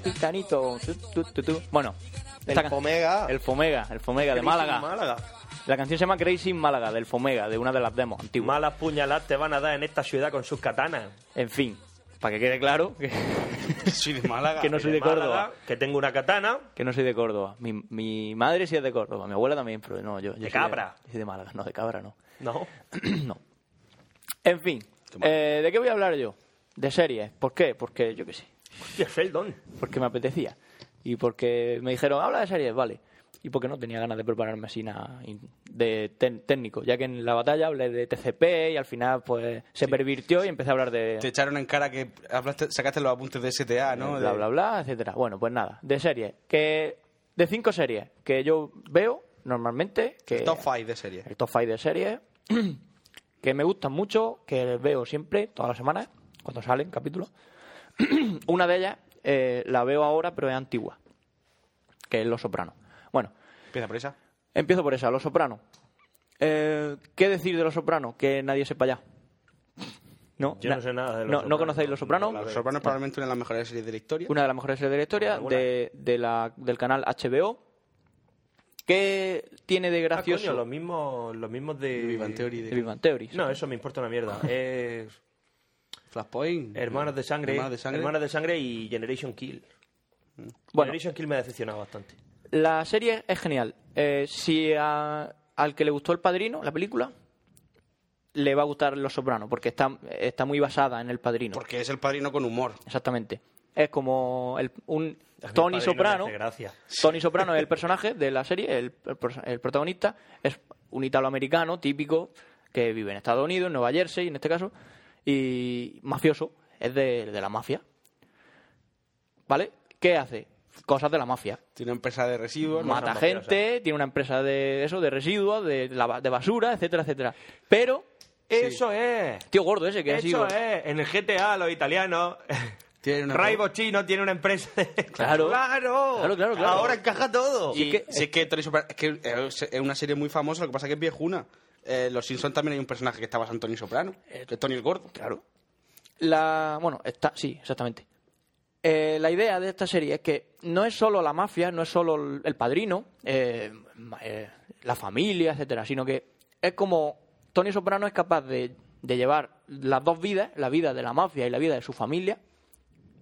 S6: Titanito. tu, tu, tu, tu. Bueno,
S12: El
S6: esta can-
S12: Omega.
S6: El Fomega, el Fomega de Málaga.
S7: Málaga.
S6: La canción se llama Crazy in Málaga, del Fomega, de una de las demos antiguas.
S7: Malas puñaladas te van a dar en esta ciudad con sus katanas.
S6: En fin, para que quede claro que, [LAUGHS]
S5: Soy de Málaga.
S6: que no soy de
S7: Málaga,
S6: Córdoba.
S7: Que tengo una katana.
S6: Que no soy de Córdoba. Mi, mi madre sí es de Córdoba, mi abuela también, pero no, yo. yo
S7: De
S6: soy
S7: cabra.
S6: soy de Málaga, no, de cabra no. [CLEARS THROAT]
S7: No. [LAUGHS]
S6: no. En fin, eh, ¿de qué voy a hablar yo? De series. ¿Por qué? Porque yo qué sé.
S7: Hostia, Sheldon.
S6: porque me apetecía y porque me dijeron habla de series vale y porque no tenía ganas de prepararme así nada in- de tec- técnico ya que en la batalla hablé de TCP y al final pues se pervirtió y empecé a hablar de
S5: Te echaron en cara que hablaste, sacaste los apuntes de STA, ¿no?
S6: bla
S5: De-
S6: bla bla etcétera bueno pues nada de series que de cinco series que yo veo normalmente que
S5: Top 5 de serie.
S6: el top five de series [CLEARS THROAT] que me gustan mucho, que veo siempre, todas las semanas, cuando salen capítulos. [CLEARS THROAT] Una de ellas eh, la veo ahora, pero es antigua, que es Los Sopranos. Bueno,
S5: Empieza por esa.
S6: empiezo por esa, Los Sopranos. Eh, ¿Qué decir de Los Sopranos? Que nadie sepa ya. No,
S7: Yo
S6: Na-
S7: no sé nada de Los
S6: no, ¿No
S7: Sopranos.
S6: conocéis Los Sopranos?
S5: Los Sopranos es probablemente una de las mejores series de la historia.
S6: Una de las mejores series de la historia, de, de la, del canal HBO. ¿Qué tiene de
S7: Ah, coño,
S6: gracioso?
S7: los mismos, los mismos de...
S5: Big Bang Theory.
S6: The
S5: De... Eh,
S6: Big Bang Theory, sí.
S7: No, eso me importa una mierda.
S6: Ah.
S7: Es
S5: Flashpoint.
S7: Hermanos de Sangre.
S5: Hermanos de Sangre.
S7: Hermanos de Sangre y Generation Kill.
S6: Mm. Bueno,
S7: Generation Kill me ha decepcionado bastante.
S6: La serie es genial. Eh, si a- al que le gustó El Padrino, la película, le va a gustar Los Sopranos, porque está, está muy basada en El Padrino.
S5: Porque es el padrino con humor.
S6: Exactamente. Es como el- un
S7: A mí el
S6: Tony
S7: padrino me
S6: Soprano.
S7: hace gracia.
S6: Tony Soprano es el personaje de la serie, el, el pro- el protagonista. Es un italoamericano típico que vive en Estados Unidos, en Nueva Jersey en este caso, y mafioso. Es de, de la mafia. ¿Vale? ¿Qué hace? Cosas de la mafia
S5: Tiene una empresa de residuos. ¿no?
S6: mata
S7: mafiosa.
S6: gente, tiene una empresa de eso, de residuos, de, lava- de basura, etcétera, etcétera. Pero
S7: Eso es.
S6: tío gordo ese que ha
S7: Eso
S6: sido
S7: es. En el GTA, los italianos.
S5: Tiene una-
S7: Raibo chino tiene una empresa. de-
S6: pues. [LAUGHS] Claro.
S7: claro.
S6: Claro, claro, claro.
S7: Ahora encaja todo.
S6: Sí,
S5: Y-
S6: que-
S5: si es que Tony Soprano- es que eh, es es una serie muy famosa, lo que pasa es que es viejuna. Eh, los Simpsons también hay un personaje que está basado en Tony Soprano,
S6: Eh,
S5: que es Tony el Gordo. Claro.
S6: la bueno, está sí, exactamente. Eh, la idea de esta serie es que no es solo la mafia, no es solo el- el padrino, eh, ma- eh, la familia, etcétera, sino que es como Tony Soprano es capaz de, de llevar las dos vidas, la vida de la mafia y la vida de su familia,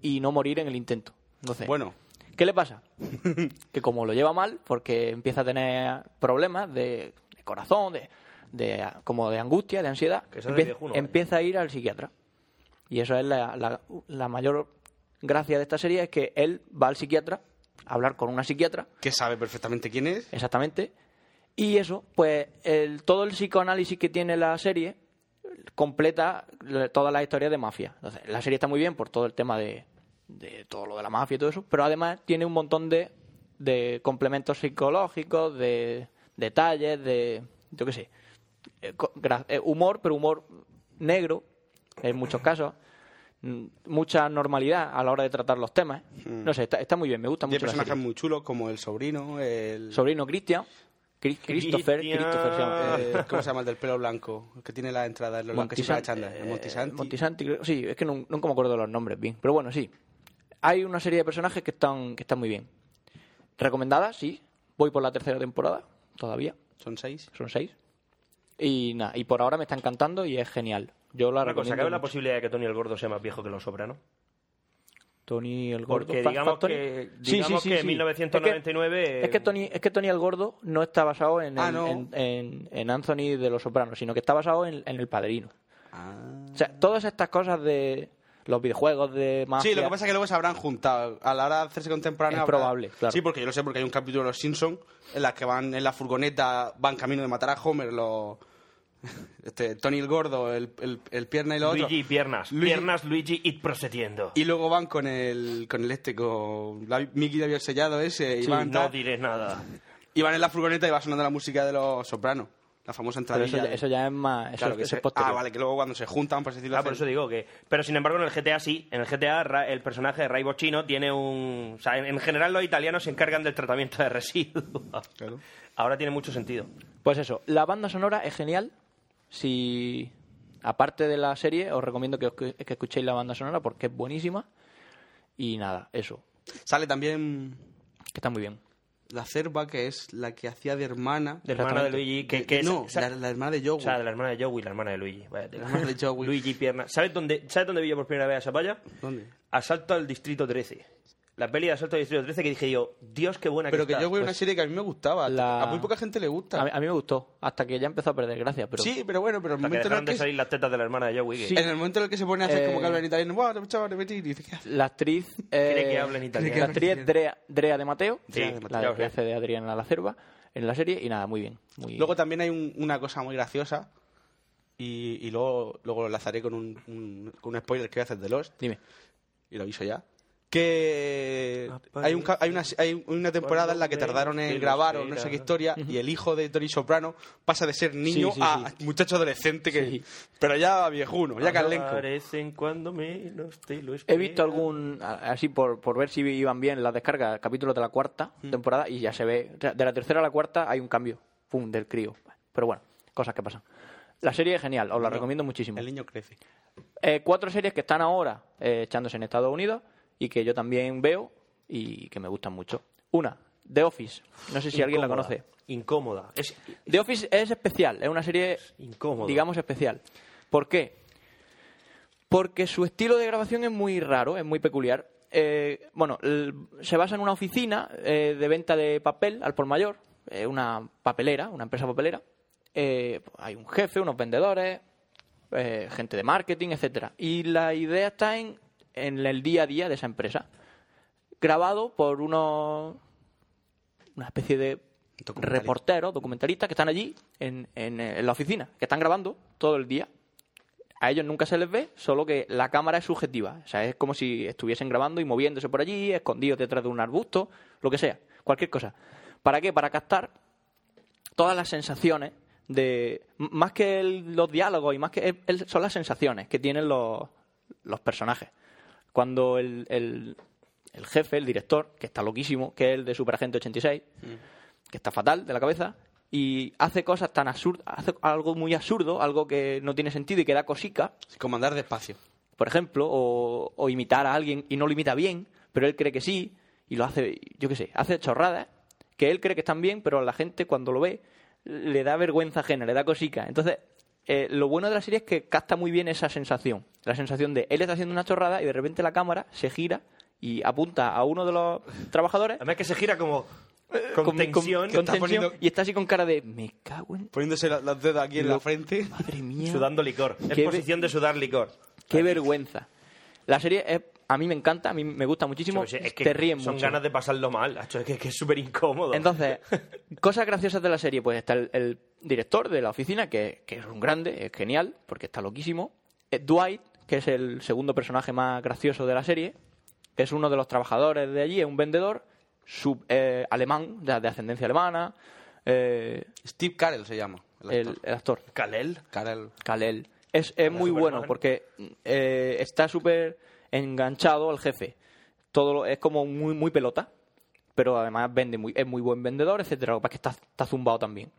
S6: y no morir en el intento. Entonces,
S5: Bueno,
S6: ¿Qué le pasa? [LAUGHS] que como lo lleva mal, porque empieza a tener problemas de, de corazón, de, de- como de angustia, de ansiedad,
S7: Que eso es de
S6: empie-
S7: viejuno, ¿eh? vaya.
S6: empieza a ir al psiquiatra. Y eso es la, la- la mayor gracia de esta serie, es que él va al psiquiatra a hablar con una psiquiatra,
S5: que sabe perfectamente quién es.
S6: exactamente, y eso, pues el, todo el psicoanálisis que tiene la serie completa le- toda la historia de mafia. Entonces, la serie está muy bien por todo el tema de, de todo lo de la mafia y todo eso, pero además tiene un montón de, de complementos psicológicos, de detalles, de, yo qué sé, eh, co- gra- eh, humor, pero humor negro, en muchos casos, mm, mucha normalidad a la hora de tratar los temas.
S5: Mm.
S6: No sé, está, está muy bien, me gusta
S5: Y hay
S6: mucho. la
S5: personajes
S6: serie.
S5: muy chulos como el sobrino, el...
S6: Sobrino Cristian.
S5: [LAUGHS]
S6: Cri- Christopher,
S5: Cristian.
S6: Christopher se llama.
S5: Eh, ¿Cómo se llama el del pelo blanco? El que tiene la entrada en lo blanco y siempre la chándal.
S6: eh,
S5: El Montisanti.
S6: Montisanti, creo- sí, es que nun- nunca me acuerdo de los nombres bien. Pero bueno, sí. Hay una serie de personajes que están, que están muy bien. Recomendada, sí. Voy por la tercera temporada, todavía.
S5: Son seis.
S6: Son seis. Y nada, y por ahora me está encantando y es genial. Yo
S7: Una
S6: la
S7: cosa,
S6: recomiendo.
S7: cabe la
S6: mucho.
S7: posibilidad de que Tony el Gordo sea más viejo que los sobranos.
S6: Tony el Gordo.
S7: Porque
S6: Fa-
S7: digamos
S6: Factory.
S7: que,
S6: Sí, sí,
S7: digamos
S6: sí,
S7: que
S6: sí.
S7: 1999.
S6: Es que, es que Tony, es que Tony el Gordo no está basado en,
S5: Ah,
S6: en-
S5: no.
S6: en- en- en Anthony de los Sopranos, sino que está basado en, en el padrino.
S5: Ah.
S6: O sea, todas estas cosas de los videojuegos de mafia.
S5: Sí, lo que pasa es que luego se habrán juntado. A la hora de hacerse contemporáneo.
S6: Es
S5: habrá-
S6: probable, claro.
S5: Sí, porque yo lo sé, porque hay un capítulo de Los Simpsons en las que van en la furgoneta, van camino de matar a Homer, los. [LAUGHS] Este, Tony el gordo, el, el, el pierna y los otros.
S7: Luigi, piernas.
S5: Luigi-
S7: Piernas, Luigi, y prosetiendo.
S5: Y luego van con el, con el este, con la, Mickey había sellado ese. Y,
S7: Sí,
S5: van,
S7: no
S5: tal,
S7: diré nada.
S5: y van en la furgoneta y va sonando la música de los sopranos. La famosa
S6: Pero
S5: entradilla.
S6: eso, ya-
S5: de-
S6: eso ya es más. Eso,
S5: eh. Claro que
S6: eso
S5: se-
S6: es posterior.
S5: Ah, vale, que luego cuando se juntan, por así decirlo.
S7: Ah, por
S5: hacen-
S7: eso digo que. Pero sin embargo, en el GTA sí. En el GTA, Ra- el personaje de Ray Bochino tiene un. O sea, en, en general, los italianos se encargan del tratamiento de residuos.
S5: Claro.
S7: Ahora tiene mucho sentido.
S6: Pues eso, la banda sonora es genial. Si aparte de la serie, os recomiendo que, os- que escuchéis la banda sonora porque es buenísima. Y nada, eso,
S5: Sale también
S6: que está muy bien.
S5: la cerva, que es la que hacía de hermana.
S7: De la hermana de Luigi. Que, que es-
S5: no,
S7: sa-
S5: la, la hermana de Joe.
S7: O sea, de la hermana de Joey, la hermana de Luigi. Vaya tela.
S5: La hermana de Joey.
S7: Luigi Pierna. ¿Sabes dónde, ¿Sabes dónde vi yo por primera vez a esa valla?
S5: ¿Dónde?
S7: Asalto al Distrito 13. La peli de Asalto al Distrito 13 que dije yo, Dios, qué buena
S5: Pero
S7: que,
S5: que
S7: está. pues,
S5: Joe es una serie que a mí me gustaba.
S6: La-
S5: A muy poca gente le gusta.
S6: A
S7: ah,
S6: mí, a mí me gustó, hasta que ya empezó a perder gracia. Pero
S5: Sí, pero bueno, pero el
S7: Hasta que
S5: momento en el
S7: dejaron
S5: que,
S7: de salir las tetas de la hermana de Joey. que-
S6: Sí.
S5: en el momento en el que se pone a hacer como
S6: Eh,
S5: que habla en italiano, ¡buah, te echaba a repetir! Y dice, ¿qué hace?
S6: la actriz.
S5: [LAUGHS]
S7: Quiere
S6: eh,
S7: que hable en italiano.
S6: La actriz es Drea, Drea de Mateo,
S7: Sí,
S6: la-
S7: de Mateo,
S6: la que
S7: sí.
S6: hace de Adriana Lacerva en la serie. Y nada, muy bien. Muy
S5: Luego también hay un- una cosa muy graciosa. Y, y luego, luego lo enlazaré con un, un- con un spoiler que voy a hacer de Lost.
S6: Dime.
S5: y lo aviso ya, que hay, un ca- hay, una, hay una temporada en la que tardaron en grabar o no sé qué historia y el hijo de Tony Soprano pasa de ser niño
S6: Sí, sí,
S5: a
S6: sí.
S5: muchacho adolescente, que
S6: Sí.
S5: pero ya viejuno, ya carlenco.
S6: eh.
S7: Aparecen cuando menos te lo
S6: He visto
S5: Eh,
S7: esperas.
S6: algún, a- así por, por ver si iban bien las descargas, capítulos de la cuarta
S5: Mm.
S6: temporada y ya se ve, o sea, de la tercera a la cuarta hay un cambio, pum, del crío. Pero bueno, cosas que pasan. La serie es genial, os la recomiendo muchísimo.
S5: El niño crece.
S6: Eh, cuatro series que están ahora eh, echándose en Estados Unidos y que yo también veo y que me gustan mucho. Una, The Office. No sé si alguien la
S7: Incómoda.
S6: conoce.
S7: Incómoda. Es
S6: The Office es especial, es una serie
S7: incómoda.
S6: digamos, especial. ¿Por qué? Porque su estilo de grabación es muy raro, es muy peculiar. Eh, bueno, el- se basa en una oficina eh, de venta de papel al por mayor, eh, una papelera, una empresa papelera. Eh, hay un jefe, unos vendedores, eh, gente de marketing, etcétera. Y la idea está en, en el día a día de esa empresa. Grabado por unos una especie de
S5: Documentalista.
S6: reporteros, documentalistas que están allí en, en, eh, en la oficina, que están grabando todo el día. A ellos nunca se les ve, solo que la cámara es subjetiva. O sea, es como si estuviesen grabando y moviéndose por allí, escondidos detrás de un arbusto, lo que sea, cualquier cosa. ¿Para qué? Para captar todas las sensaciones de m- más que el- los diálogos y más que el- el- son las sensaciones que tienen los, los personajes cuando el, el- el jefe el director que está loquísimo que es el de Superagente 86 que está fatal de la cabeza y hace cosas tan absurdas hace algo muy absurdo algo que no tiene sentido y que da cosica
S5: Como andar despacio.
S6: por ejemplo, o, o imitar a alguien y no lo imita bien, pero él cree que sí y lo hace, yo qué sé, hace chorradas que él cree que están bien, pero a la gente cuando lo ve le da vergüenza ajena, le da cosica. Entonces, eh, lo bueno de la serie es que capta muy bien esa sensación, la sensación de él está haciendo una chorrada y de repente la cámara se gira y apunta a uno de los trabajadores
S7: Además que se gira como con,
S6: Eh, con- con-
S7: tensión,
S6: con
S5: está
S6: tensión,
S5: poniendo-
S6: y está así con cara de me cago en
S5: Poniéndose la- los dedos aquí en la
S6: [LAUGHS]
S5: frente.
S6: madre mía.
S7: sudando licor. Es
S6: Qué ve-
S7: posición de sudar licor.
S6: Qué vergüenza. La serie es a mí me encanta, a mí me gusta muchísimo.
S7: Yo qué sé, es que
S6: te ríen
S7: son
S6: mucho.
S7: ganas de pasarlo mal, macho, es que, que es súper incómodo. [LAUGHS]
S6: Entonces, cosas graciosas de la serie, pues está el, el director de la oficina, que, que es un grande, es genial, porque está loquísimo. Eh, Dwight, que es el segundo personaje más gracioso de la serie, que es uno de los trabajadores de allí, es un vendedor sub- eh, alemán, de, de ascendencia alemana. eh,
S5: Steve Carell se llama.
S6: el, el actor.
S7: Kalel.
S5: Carell.
S6: Kalel. Es, es muy
S7: Superman.
S6: bueno porque eh, está súper enganchado al jefe. Todo lo- es como muy, muy pelota, pero además vende muy, es muy buen vendedor, etcétera. Lo que pasa es que está, está zumbado también.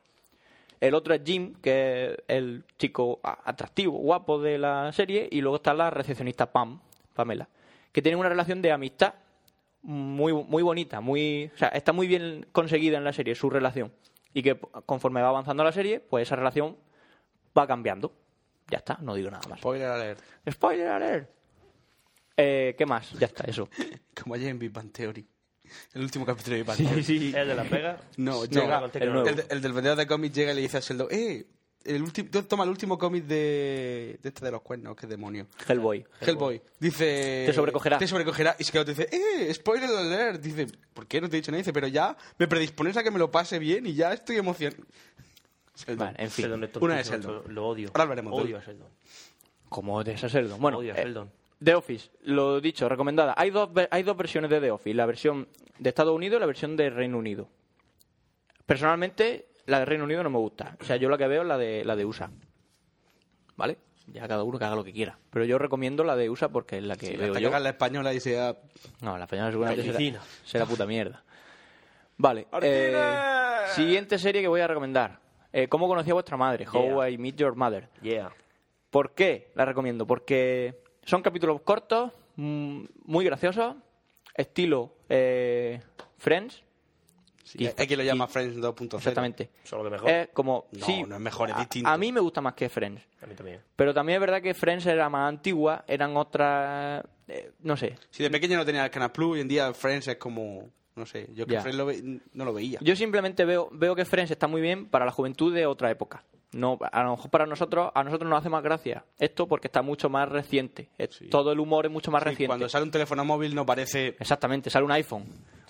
S6: El otro es Jim, que es el chico a- atractivo, guapo de la serie, y luego está la recepcionista Pam, Pamela, que tienen una relación de amistad muy, muy bonita, muy, o sea, está muy bien conseguida en la serie su relación. Y que conforme va avanzando la serie, pues esa relación va cambiando. Ya está, no digo nada más.
S5: Spoiler alert.
S6: Spoiler alert. Eh, ¿Qué más? Ya está, [LAUGHS] eso.
S5: Como ayer en Big Bang Theory. El último capítulo de Big Bang
S6: Sí,
S5: Theory.
S6: sí.
S7: ¿Es de Las Vegas?
S5: No,
S7: no,
S5: llega.
S7: el
S5: El,
S7: nuevo.
S5: de- el del vendedor de cómics llega y le dice a Sheldon, eh, el último, toma el último cómic de, de este de los cuernos, qué demonio.
S6: Hellboy.
S5: Hellboy. Dice.
S6: Te sobrecogerá.
S5: Te sobrecogerá. Y se queda, te dice, ¡eh! Spoiler alert. Dice, ¿por qué no te he dicho nada? Dice, pero ya me predispones a que me lo pase bien y ya estoy emocionado. [LAUGHS]
S6: Vale, en fin.
S7: Sheldon es
S5: Una de
S7: tontísimo,
S5: Sheldon.
S7: Lo odio.
S5: Ahora hablaremos de
S7: Odio
S5: él.
S7: a Sheldon.
S6: Como de esa Sheldon. Bueno,
S7: Odio a
S6: eh,
S7: Sheldon.
S6: The Office, lo dicho, recomendada. Hay dos, ve- hay dos versiones de The Office, la versión de Estados Unidos y la versión de Reino Unido. Personalmente, la de Reino Unido no me gusta. O sea, yo la que veo es la de, la de USA. ¿Vale? Ya cada uno que haga lo que quiera. Pero yo recomiendo la de USA porque es la que veo
S5: Hasta que
S6: yo.
S5: haga la española y sea.
S6: No, la española seguramente será,
S7: Medicina.
S6: será puta mierda. Vale. eh, siguiente serie que voy a recomendar. Eh, ¿Cómo conocí a vuestra madre? How I Meet Your Mother.
S7: Yeah.
S6: ¿Por qué la recomiendo? Porque son capítulos cortos, mm, muy graciosos, estilo eh, Friends.
S5: Sí, hay quien lo llama Friends 2.0.
S6: Exactamente.
S7: Solo que mejor.
S6: Es como,
S5: No,
S6: sí,
S5: no es mejor, es
S6: a-
S5: distinto.
S6: a mí me gusta más que Friends.
S7: A mí también.
S6: Pero también es verdad que Friends era más antigua, eran otras... eh, no sé,
S5: Si de pequeño no tenía el Canal Plus, hoy en día Friends es como. No sé, yo que
S6: Ya.
S5: Friends lo ve- no lo veía.
S6: Yo simplemente veo, veo que Friends está muy bien para la juventud de otra época. No, a lo mejor para nosotros, a nosotros nos hace más gracia esto porque está mucho más reciente. Es- Todo el humor es mucho más
S5: Sí,
S6: reciente.
S5: Cuando sale un teléfono móvil no parece.
S6: Exactamente, sale un iPhone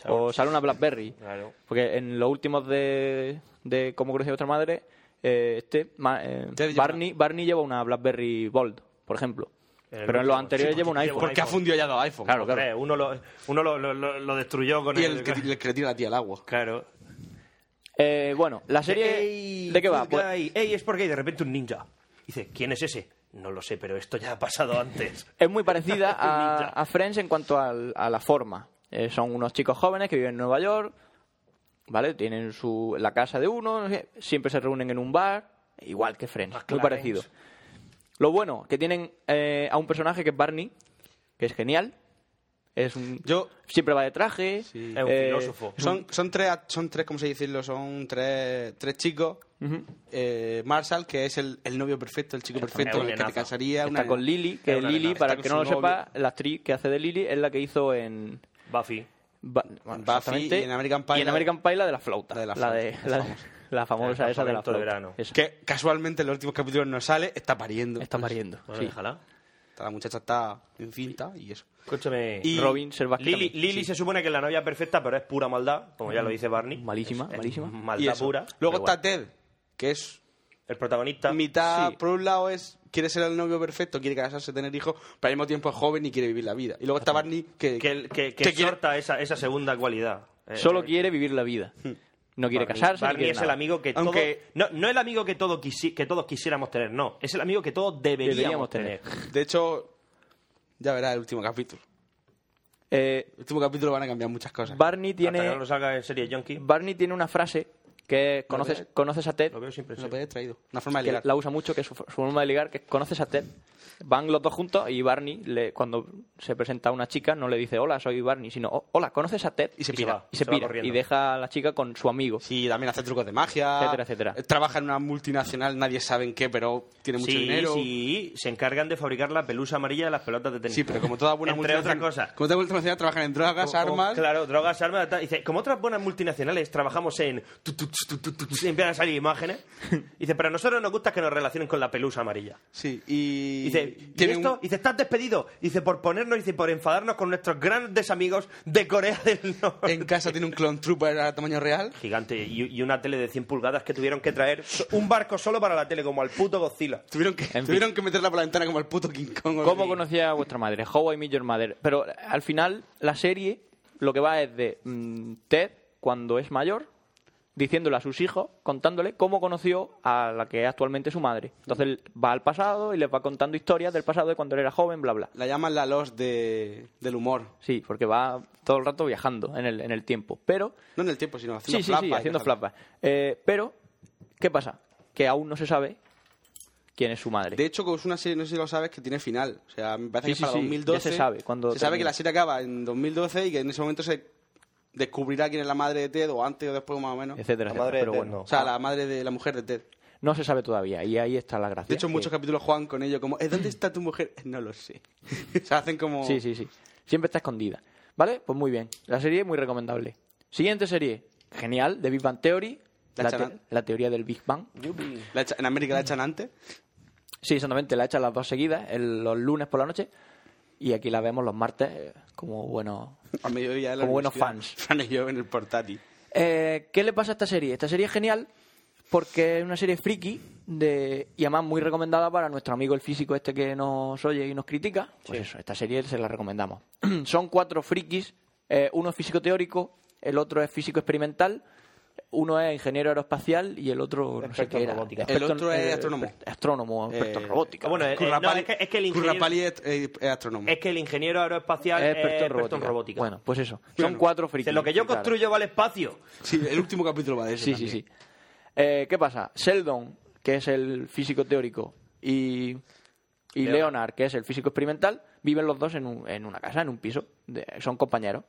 S6: o sale una BlackBerry.
S7: Claro.
S6: Porque en los últimos de, de Cómo conocí a vuestra madre, eh, este ma- eh,
S5: Ted lleva-
S6: Barney, Barney lleva una BlackBerry Bold, por ejemplo.
S7: En el
S6: Pero en los
S7: último,
S6: anteriores
S7: sí,
S6: lleva un
S7: porque-
S6: iPhone.
S7: porque
S5: Que ha fundido ya dos iPhones.
S6: Claro, claro.
S7: Eh, uno lo, uno lo, lo- lo- lo destruyó con
S5: Y el
S7: [LAUGHS]
S5: que, el que le tira a ti al agua.
S7: Claro.
S6: Eh, bueno, la serie...
S7: Eh, Ey,
S6: ¿De qué va?
S7: good
S6: Pues-
S7: guy. Ey, es porque hay de repente un ninja. Dice, ¿quién es ese? No lo sé, pero esto ya ha pasado antes.
S6: [LAUGHS] Es
S5: [LAUGHS]
S6: muy parecida a,
S7: Ninja.
S6: a Friends en cuanto al- a, la forma. Eh, son unos chicos jóvenes que viven en Nueva York, ¿vale? Tienen su, la casa de uno, no sé, siempre se reúnen en un bar, igual que Friends,
S7: Ah,
S6: muy
S7: Clarence.
S6: parecido. Lo bueno, que tienen eh, a un personaje que es Barney, que es genial. Es un,
S5: Yo-
S6: siempre va de traje.
S5: Sí.
S7: Es un
S6: eh,
S7: filósofo.
S5: Son, son tres, act- son tres, ¿cómo se decirlo? Son tres, tres chicos. Eh, Marshall, que es el, el novio perfecto, el chico perfecto con el que te
S7: ordenazo.
S5: casaría.
S6: Está
S5: una-
S6: con Lily, que
S7: es
S6: es
S7: una
S6: Lily,
S7: nena.
S6: para
S5: Está
S6: el
S5: con
S6: que no lo
S5: su novio.
S6: sepa, la actriz que hace de Lily es la que hizo en
S7: Buffy.
S6: Ba-
S5: Buffy
S6: exactamente.
S5: y en American Pie
S6: Y en
S5: la-
S6: American Pie la de la flauta.
S5: la de la
S6: La, de-
S5: flauta,
S6: la-
S5: la famosa.
S6: [LAUGHS] la famosa
S7: El
S6: esa de
S7: campamento
S6: la
S7: de
S6: flauta.
S7: verano.
S6: Esa.
S5: Que casualmente en los últimos capítulos no sale, está pariendo.
S6: Está pariendo.
S7: Bueno,
S6: sí.
S7: déjala.
S5: La muchacha está encinta y eso.
S7: Escúchame.
S5: Y-
S6: Robin Servasky
S7: Lily,
S6: también,
S7: Lily se supone que es la novia perfecta, pero es pura maldad, como ya lo dice Barney.
S6: Malísima,
S7: Es- es
S6: malísima.
S5: y
S7: Maldad
S5: eso.
S7: pura.
S5: Luego
S7: Pero
S5: está Ted, que es
S7: bueno, el protagonista.
S5: mitad,
S6: Sí.
S5: por un lado es quiere ser el novio perfecto, quiere casarse, tener hijos, pero al mismo tiempo es joven y quiere vivir la vida. Y luego está Barney, que,
S7: Que, el- que, que
S5: que quiere-
S7: exhorta esa, esa segunda cualidad. Eh,
S6: Solo
S7: eh,
S6: quiere vivir la vida.
S5: Hmm.
S6: No quiere
S7: Barney-
S6: casarse. ni
S7: Barney
S6: quiere
S7: es el
S6: nada.
S7: amigo que
S5: Aunque-
S7: todo- no, no el amigo que, todo quisi- que todos quisiéramos tener, no. Es el amigo que todos deberíamos,
S6: Deberíamos tener.
S7: tener.
S5: de hecho, ya verás el último capítulo.
S6: Eh,
S5: El último capítulo van a cambiar muchas cosas.
S6: Barney
S7: Hasta
S6: tiene
S7: que no lo salga en serie Junkie.
S6: Barney tiene una frase que es, conoces, conoces a Ted,
S7: Lo veo siempre.
S5: Lo
S7: sí.
S5: podéis haber traído. Una forma de
S6: que
S5: ligar.
S6: la usa mucho, que es su, su forma de ligar, que es, conoces a Ted. Van los dos juntos y Barney, le- cuando se presenta a una chica, no le dice hola, soy Barney, sino "Oh, hola, conoces a Ted.
S5: Y
S7: Y se
S5: se pira.
S7: va.
S6: Y se pira.
S7: corriendo.
S6: Y deja a la chica con su amigo.
S5: Sí, también hace trucos de magia.
S6: Etcétera, etcétera.
S5: Eh, Trabaja en una multinacional, nadie sabe en qué, pero tiene mucho
S7: sí,
S5: dinero.
S7: sí, se encargan de fabricar la pelusa amarilla de las pelotas de tenis.
S5: Sí, pero como toda buena
S7: Entre otras
S5: multinacional.
S7: cosas.
S5: Como toda multinacional trabajan en drogas,
S7: Como- como-
S5: armas.
S7: claro, drogas, armas. tal. Dice, como otras buenas multinacionales, trabajamos en tu, tu, tu, y empiezan a salir
S5: [LAUGHS]
S7: imágenes. Dice, pero a nosotros nos gusta que nos relacionen con la pelusa amarilla.
S5: Sí, y.
S7: Dice, ¿y
S5: tiene un-
S7: esto? Dice, estás despedido. Dice, por ponernos, dice, por enfadarnos con nuestros grandes amigos de Corea del Norte.
S5: En casa tiene un clone trooper a tamaño real.
S7: Gigante. Y, y una tele de 100 pulgadas que tuvieron que traer so- un barco solo para la tele, como al puto Godzilla.
S5: Tuvieron que,
S6: fin.
S5: tuvieron que meterla por la ventana como el puto King Kong. o
S6: ¿Cómo
S5: algo así.
S6: conocía a vuestra madre? How I Met Your Mother. Pero eh, al final, la serie lo que va es de mm, Ted, cuando es mayor, diciéndole a sus hijos, contándole cómo conoció a la que es actualmente su madre. Entonces él va al pasado y les va contando historias del pasado de cuando él era joven, bla, bla.
S5: La llaman la los de, del humor.
S6: Sí, porque va todo el rato viajando en el, en el tiempo. Pero
S5: No en el tiempo, sino haciendo
S6: Sí, sí,
S5: flashbacks
S6: sí,
S5: y
S6: haciendo
S5: cosas.
S6: flashbacks. Eh, pero, ¿qué pasa? Que aún no se sabe quién es su madre.
S5: De hecho, es una serie, no sé si lo sabes, que tiene final. O sea, me parece
S6: Sí,
S5: que
S6: sí,
S5: para
S6: sí,
S5: 2012.
S6: ya se sabe cuando
S5: se sabe que
S6: termine.
S5: la serie acaba en 2012 y que en ese momento se descubrirá quién es la madre de Ted, o antes o después, más o menos.
S6: etcétera,
S7: La
S6: etcétera.
S7: madre de
S6: Pero
S7: Ted,
S6: bueno,
S7: no.
S5: O sea, la madre de la mujer de Ted.
S6: no se sabe todavía. Y ahí está la gracia.
S5: De hecho, en
S6: que-
S5: muchos capítulos juegan con ello, como, "Eh, ¿dónde está tu mujer? [LAUGHS] "Eh, No lo sé. se hacen como.
S6: Sí, sí, sí. Siempre está escondida. ¿Vale? Pues muy bien. La serie es muy recomendable. Siguiente serie. Genial. The Big Bang Theory.
S5: La
S6: La,
S5: charan-
S6: te- la teoría del Big Bang.
S5: La echa- en América la echan antes.
S6: Sí, exactamente. La echan las dos seguidas, el- los lunes por la noche. Y aquí la vemos los martes eh, como bueno.
S5: A mediodía de la
S6: Como buenos
S5: universidad. [LAUGHS]
S6: fans.
S5: Fran y yo en el portátil.
S6: Eh, ¿Qué le pasa a esta serie? Esta serie es genial porque es una serie friki de, y además muy recomendada para nuestro amigo el físico este que nos oye y nos critica. Pues eso, esta serie se la recomendamos. [CLEARS THROAT] Son cuatro frikis, eh, uno es físico teórico, el otro es físico experimental, uno es ingeniero aeroespacial y el otro no sé
S7: Experto
S6: qué
S7: en
S6: era.
S7: robótica.
S5: El otro es astrónomo.
S6: expert- Astrónomo, experto en
S5: Eh,
S6: robótica.
S7: bueno, eh,
S5: Currapali-
S7: no, es que- es que el ingeniero-
S5: Currapali es, eh, es astrónomo.
S7: Es que el ingeniero aeroespacial es eh, experto en robótica.
S6: Bueno, pues eso. Son
S5: Bueno,
S6: cuatro frikis.
S7: Dice, lo que yo
S6: Claro.
S7: construyo vale espacio.
S5: Sí, el último capítulo va de eso.
S6: Sí, sí,
S5: también.
S6: sí. Eh, ¿Qué pasa? Sheldon, que es el físico teórico, y, y
S7: Leonard.
S6: Leonard, que es el físico experimental, viven los dos en, un- en una casa, en un piso. de- son compañeros.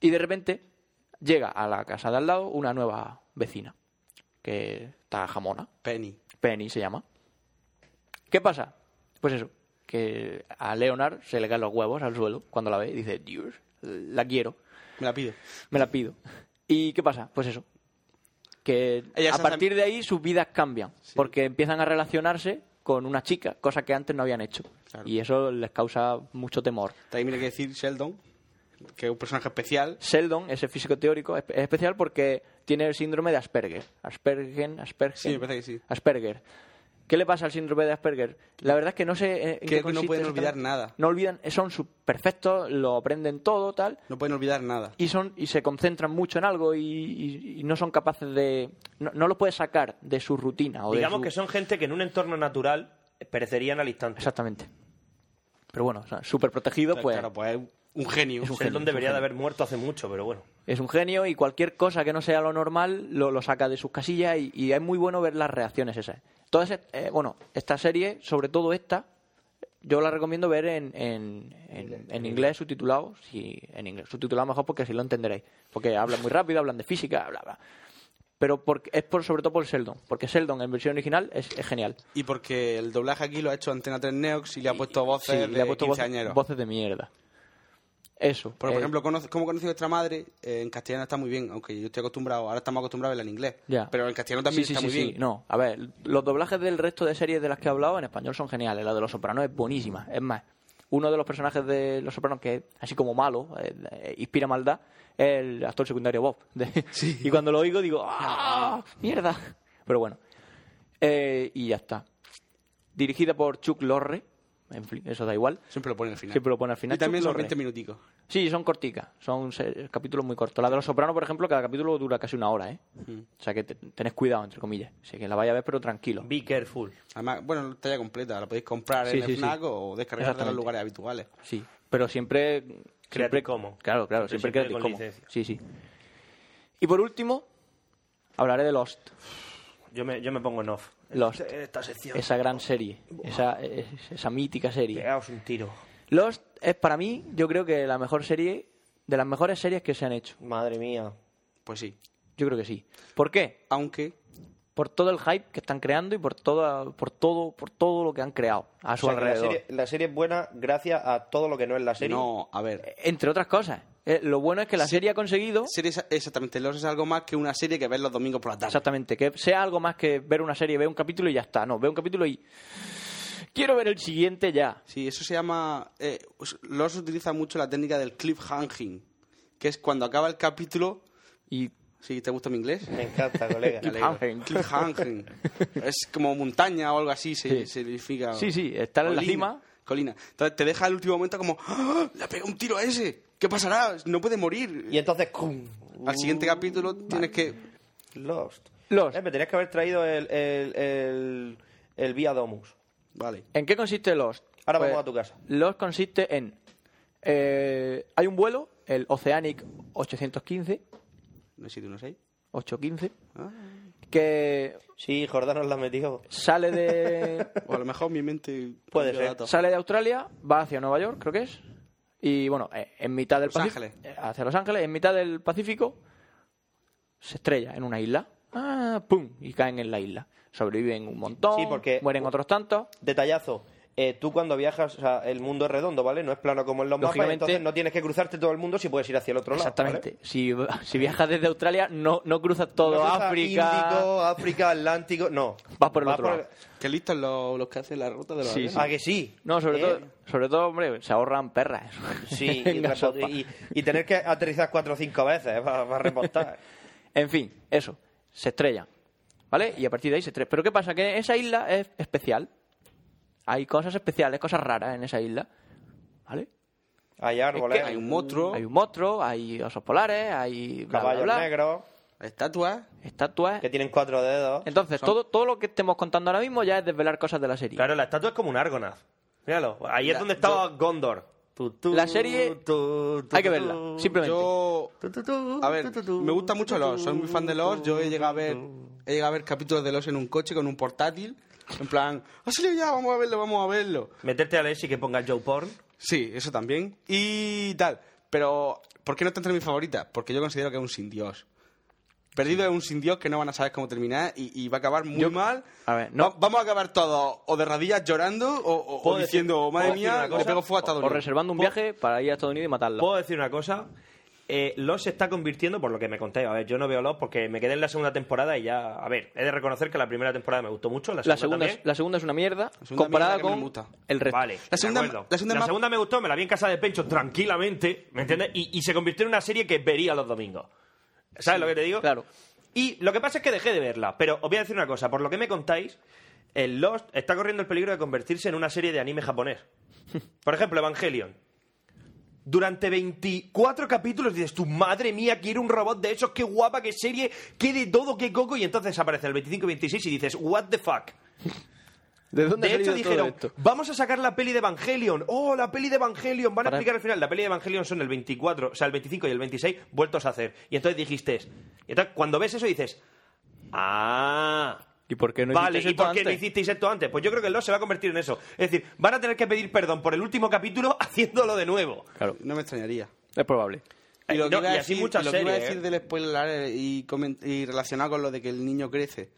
S6: Y de repente llega a la casa de al lado una nueva vecina, que está jamona.
S5: Penny.
S6: Penny se llama. ¿Qué pasa? Pues eso, que a Leonard se le caen los huevos al suelo cuando la ve y dice, Dios, la quiero,
S5: Me la pide.
S6: me la pido. ¿Y qué pasa? Pues eso, que
S5: Ellas
S6: a
S5: hacen-
S6: partir de ahí sus vidas cambian, porque empiezan a relacionarse con una chica, cosa que antes no habían hecho.
S5: Claro.
S6: Y eso les causa mucho temor.
S5: También hay que decir Sheldon, que es un personaje especial.
S6: Sheldon, ese físico teórico, es es especial porque tiene el síndrome de Asperger. Aspergen, Asperger.
S5: Sí, me parece que sí.
S6: Asperger. ¿Qué le pasa al síndrome de Asperger? La verdad es que no sé. eh, en
S5: Que
S6: qué
S5: no
S6: consiste
S5: pueden olvidar
S6: exactamente.
S5: nada.
S6: No olvidan, eh, son su- perfectos, lo aprenden todo, tal,
S5: No pueden olvidar nada.
S6: y son y se concentran mucho en algo y, y- y no son capaces de. No, no lo puedes sacar de su rutina. O de
S7: Digamos
S6: su-
S7: que son gente que en un entorno natural perecerían al instante.
S6: Exactamente. Pero bueno, o sea, súper protegido, pues.
S5: claro, pues es un genio.
S6: Es un
S7: Sheldon
S6: genio,
S7: debería
S6: es un
S7: de
S6: genio.
S7: haber muerto hace mucho, pero bueno.
S6: Es un genio y cualquier cosa que no sea lo normal lo, lo saca de sus casillas y, y es muy bueno ver las reacciones esas. Entonces, eh, bueno, esta serie, sobre todo esta, yo la recomiendo ver en, en, en- en inglés subtitulado, si, en inglés subtitulado mejor porque así lo entenderéis, porque hablan muy rápido, hablan de física, bla, bla. Pero porque, es por, sobre todo por Sheldon, porque Sheldon en versión original es, es genial.
S5: Y porque el doblaje aquí lo ha hecho Antena 3 Neox y le ha puesto voces
S6: Sí,
S5: de
S6: le ha puesto voces,
S5: quinceañeros.
S6: voces de mierda. Eso.
S5: Pero, por
S6: eh,
S5: ejemplo, conoce- ¿cómo conocí a vuestra madre? Eh, en castellano está muy bien, aunque yo estoy acostumbrado, ahora estamos acostumbrados a verla en inglés.
S6: Ya.
S5: Pero en castellano también
S6: Sí, sí,
S5: está
S6: sí,
S5: muy
S6: sí.
S5: bien.
S6: No, a ver, los doblajes del resto de series de las que he hablado en español son geniales. La de Los Sopranos es buenísima. Es más, uno de los personajes de Los Sopranos que es así como malo, eh, eh, inspira maldad, es el actor secundario Bob. [LAUGHS] De- Y cuando lo oigo digo, ¡ah! ¡Mierda! Pero bueno. Eh, y ya está. Dirigida por Chuck Lorre. En fin, eso da igual.
S5: Siempre lo pone al final.
S6: Siempre lo pone al final.
S5: Y también
S6: Chuck
S5: son
S6: Lorre.
S5: 20 minuticos.
S6: Sí, son corticas, son se- capítulos muy cortos. La de Los Sopranos, por ejemplo, cada capítulo dura casi una hora, ¿eh?
S7: Hmm.
S6: O sea que te- tenés cuidado, entre comillas. Así que la vaya a ver, pero tranquilo.
S7: Be careful.
S5: Además, bueno, está ya completa, la podéis comprar
S6: Sí,
S5: en
S6: sí, sí.
S5: Fnac o descargar de los
S6: Exactamente.
S5: lugares habituales.
S6: Sí, pero siempre...
S7: Creative
S6: siempre
S7: Commons.
S6: Claro, claro,
S7: Siempre-
S6: siempre,
S7: siempre
S6: Creative
S7: con
S6: Commons.
S7: licencia.
S6: Sí, sí. Y por último, hablaré de Lost.
S7: Yo me, yo me pongo en off.
S6: Lost.
S7: En esta sección.
S6: Esa gran serie, esa, es- esa mítica serie.
S7: Pegaos un tiro.
S6: Lost es para mí, yo creo que la mejor serie, de las mejores series que se han hecho.
S7: Madre mía.
S5: Pues sí.
S6: Yo creo que sí. ¿Por qué?
S5: Aunque
S6: por todo el hype que están creando y por toda, por todo, por todo lo que han creado a su
S7: O sea, que la,
S6: alrededor.
S7: serie, la serie es buena gracias a todo lo que no es la serie.
S5: No, a ver.
S6: Entre otras cosas. Eh, lo bueno es que la serie ha conseguido
S5: Serie es- exactamente, Lost es algo más que una serie que ves los domingos por la tarde.
S6: Exactamente, que sea algo más que ver una serie, ver un capítulo y ya está. No, ver un capítulo y. Quiero ver el siguiente ya.
S5: Sí, eso se llama. Eh, Lost utiliza mucho la técnica del cliffhanging, que es cuando acaba el capítulo
S6: y.
S5: ¿Sí? ¿Te gusta mi inglés?
S7: Me encanta,
S6: [LAUGHS]
S7: colega.
S5: Me alegro.
S6: Cliffhanging. [LAUGHS]
S5: cliffhanging. es como montaña o algo así, se, se
S6: Sí.
S5: significa.
S6: Sí, sí, estar en la
S5: Colina,
S6: cima.
S5: Colina. Entonces te deja al último momento como. ¡Ah! ¡Le pega un tiro a ese! ¿Qué pasará? No puede morir.
S7: Y entonces, ¡cum!
S5: Al siguiente
S6: uh,
S5: capítulo tienes que.
S7: Lost.
S6: Lost.
S7: Eh, me tenías que haber traído el, el, el, el Via Domus.
S5: Vale.
S6: ¿En qué consiste Lost? Pues
S7: Ahora vamos a tu casa.
S6: Lost consiste en. eh, hay un vuelo, el Oceanic 815,
S5: No sé, no sé.
S6: 815,
S7: Ah.
S6: que
S7: Sí, Jordano la metió. [LAUGHS]
S6: sale de.
S5: O a lo mejor mi mente.
S7: Puede
S5: cambia
S7: ser.
S5: datos.
S6: Sale de Australia, va hacia Nueva York, creo que es. Y bueno, eh, en mitad del
S5: Los
S6: Pacífico.
S5: Ángeles.
S6: Hacia Los Ángeles, en mitad del Pacífico, se estrella en una isla. Ah, ¡Pum! Y caen en la isla. Sobreviven un montón,
S7: Sí, porque-
S6: mueren otros tantos.
S7: Detallazo. Eh, tú cuando viajas, o sea, el mundo es redondo, ¿vale? No es plano como en los mapas,
S6: Lógicamente-
S7: entonces no tienes que cruzarte todo el mundo si puedes ir hacia el otro lado.
S6: Exactamente. Si, si viajas desde Australia, no, no cruzas todo
S7: ¿vale? No cruza
S6: África.
S7: Índico, África, Atlántico. No.
S6: Vas por el otro lado.
S5: Qué listos los, los que hacen la ruta de los aviones.
S7: ¿A que sí?
S6: No, sobre,
S7: Eh,
S6: todo, sobre todo, hombre, se ahorran perras.
S7: Sí,
S6: [LAUGHS] En
S7: y,
S6: gasopa.
S7: repo- y- y tener que aterrizar cuatro o cinco veces eh, para, reportar.
S6: En fin, eso. Se estrellan. ¿Vale? Y a partir de ahí se estrellan. Pero ¿qué pasa? Que esa isla es especial. Hay cosas especiales, cosas raras en esa isla. ¿Vale?
S7: Hay árboles,
S5: Hay un monstruo,
S6: Hay un monstruo, hay osos polares, hay bla, bla,
S7: caballos
S6: bla,
S7: negros
S5: estatuas.
S6: estatuas.
S7: que tienen cuatro dedos.
S6: Entonces, todo, todo lo que estemos contando ahora mismo ya es desvelar cosas de la serie.
S7: Claro, la estatua es como un Argonath. Míralo, ahí es
S5: La-
S7: donde estaba Gondor. Tu, tu,
S6: La serie
S7: tu, tu,
S6: Hay que
S7: tu,
S6: verla,
S7: tu,
S6: simplemente.
S5: Yo
S7: tu, tu, tu,
S5: A ver,
S7: tu, tu,
S5: me gusta mucho
S7: tu,
S5: LOS, soy muy fan de LOS. Yo he llegado a ver,
S7: tu, tu.
S5: he llegado a ver capítulos de LOS en un coche con un portátil. En plan, ¡ah, sí, ya! Vamos a verlo, vamos a verlo.
S7: Meterte a leer y que ponga Joe Porn.
S5: Sí, eso también. Y tal. Pero, ¿por qué no está entre mis favoritas? Porque yo considero que es un sin Dios. Perdido es un sin Dios que no van a saber cómo terminar y, y va a acabar muy mal.
S6: a ver, no.
S5: Va- vamos a acabar todos o de rodillas llorando o, o- o
S7: ¿Puedo decir-
S5: diciendo, madre
S7: puedo decir
S5: mía,
S7: una
S5: le
S7: cosa?
S5: pego fuego a Estados
S6: O
S5: Unidos.
S6: reservando un viaje para ir a Estados Unidos y matarla.
S7: Puedo decir una cosa. Eh, LOS se está convirtiendo, por lo que me contáis, a ver, yo no veo LOS porque me quedé en la segunda temporada y ya, a ver, he de reconocer que la primera temporada me gustó mucho, la segunda,
S6: La segunda,
S7: también.
S6: la segunda es una mierda
S5: segunda
S6: comparada
S5: mierda que no me
S6: con
S5: gusta.
S6: el resto.
S7: Vale,
S5: La
S7: la
S5: segunda-
S7: segunda,
S5: la segunda
S7: la
S5: ma-
S7: segunda me gustó, me la vi en casa de Pencho tranquilamente, ¿me entiendes? Y, y se convirtió en una serie que vería los domingos. ¿Sabes lo que te digo?
S6: claro.
S7: Y lo que pasa es que dejé de verla, pero os voy a decir una cosa, por lo que me contáis, el Lost está corriendo el peligro de convertirse en una serie de anime
S5: [LAUGHS]
S7: japonés. Por ejemplo, Evangelion. Durante 24 capítulos dices, tu madre mía, quiero un robot de esos, qué guapa, qué serie, qué de todo, qué coco, y entonces aparece el 25-26 y dices, what the fuck.
S6: ¿De dónde
S7: De hecho, dijeron, vamos a sacar la peli de Evangelion. ¡Oh, la peli de Evangelion! Van a
S6: Para-
S7: explicar al final. La peli de Evangelion son el 24, o sea, el 25 y el 26 vueltos a hacer. Y entonces dijiste... Y entonces, cuando ves eso dices... ¡Ah!
S6: ¿Y por qué no
S7: vale,
S6: hicisteis
S7: ¿y
S6: esto
S7: por qué no
S6: antes?
S7: Pues [LAUGHS]
S6: Claro,
S5: No me extrañaría.
S6: es probable.
S5: Y
S7: Eh,
S5: lo que,
S7: no,
S5: iba, a
S7: y así
S5: decir,
S7: muchas
S5: y lo que iba a
S7: series,
S5: decir
S7: ¿eh?
S5: del spoiler alert y, comen- y relacionado con lo de que el niño crece.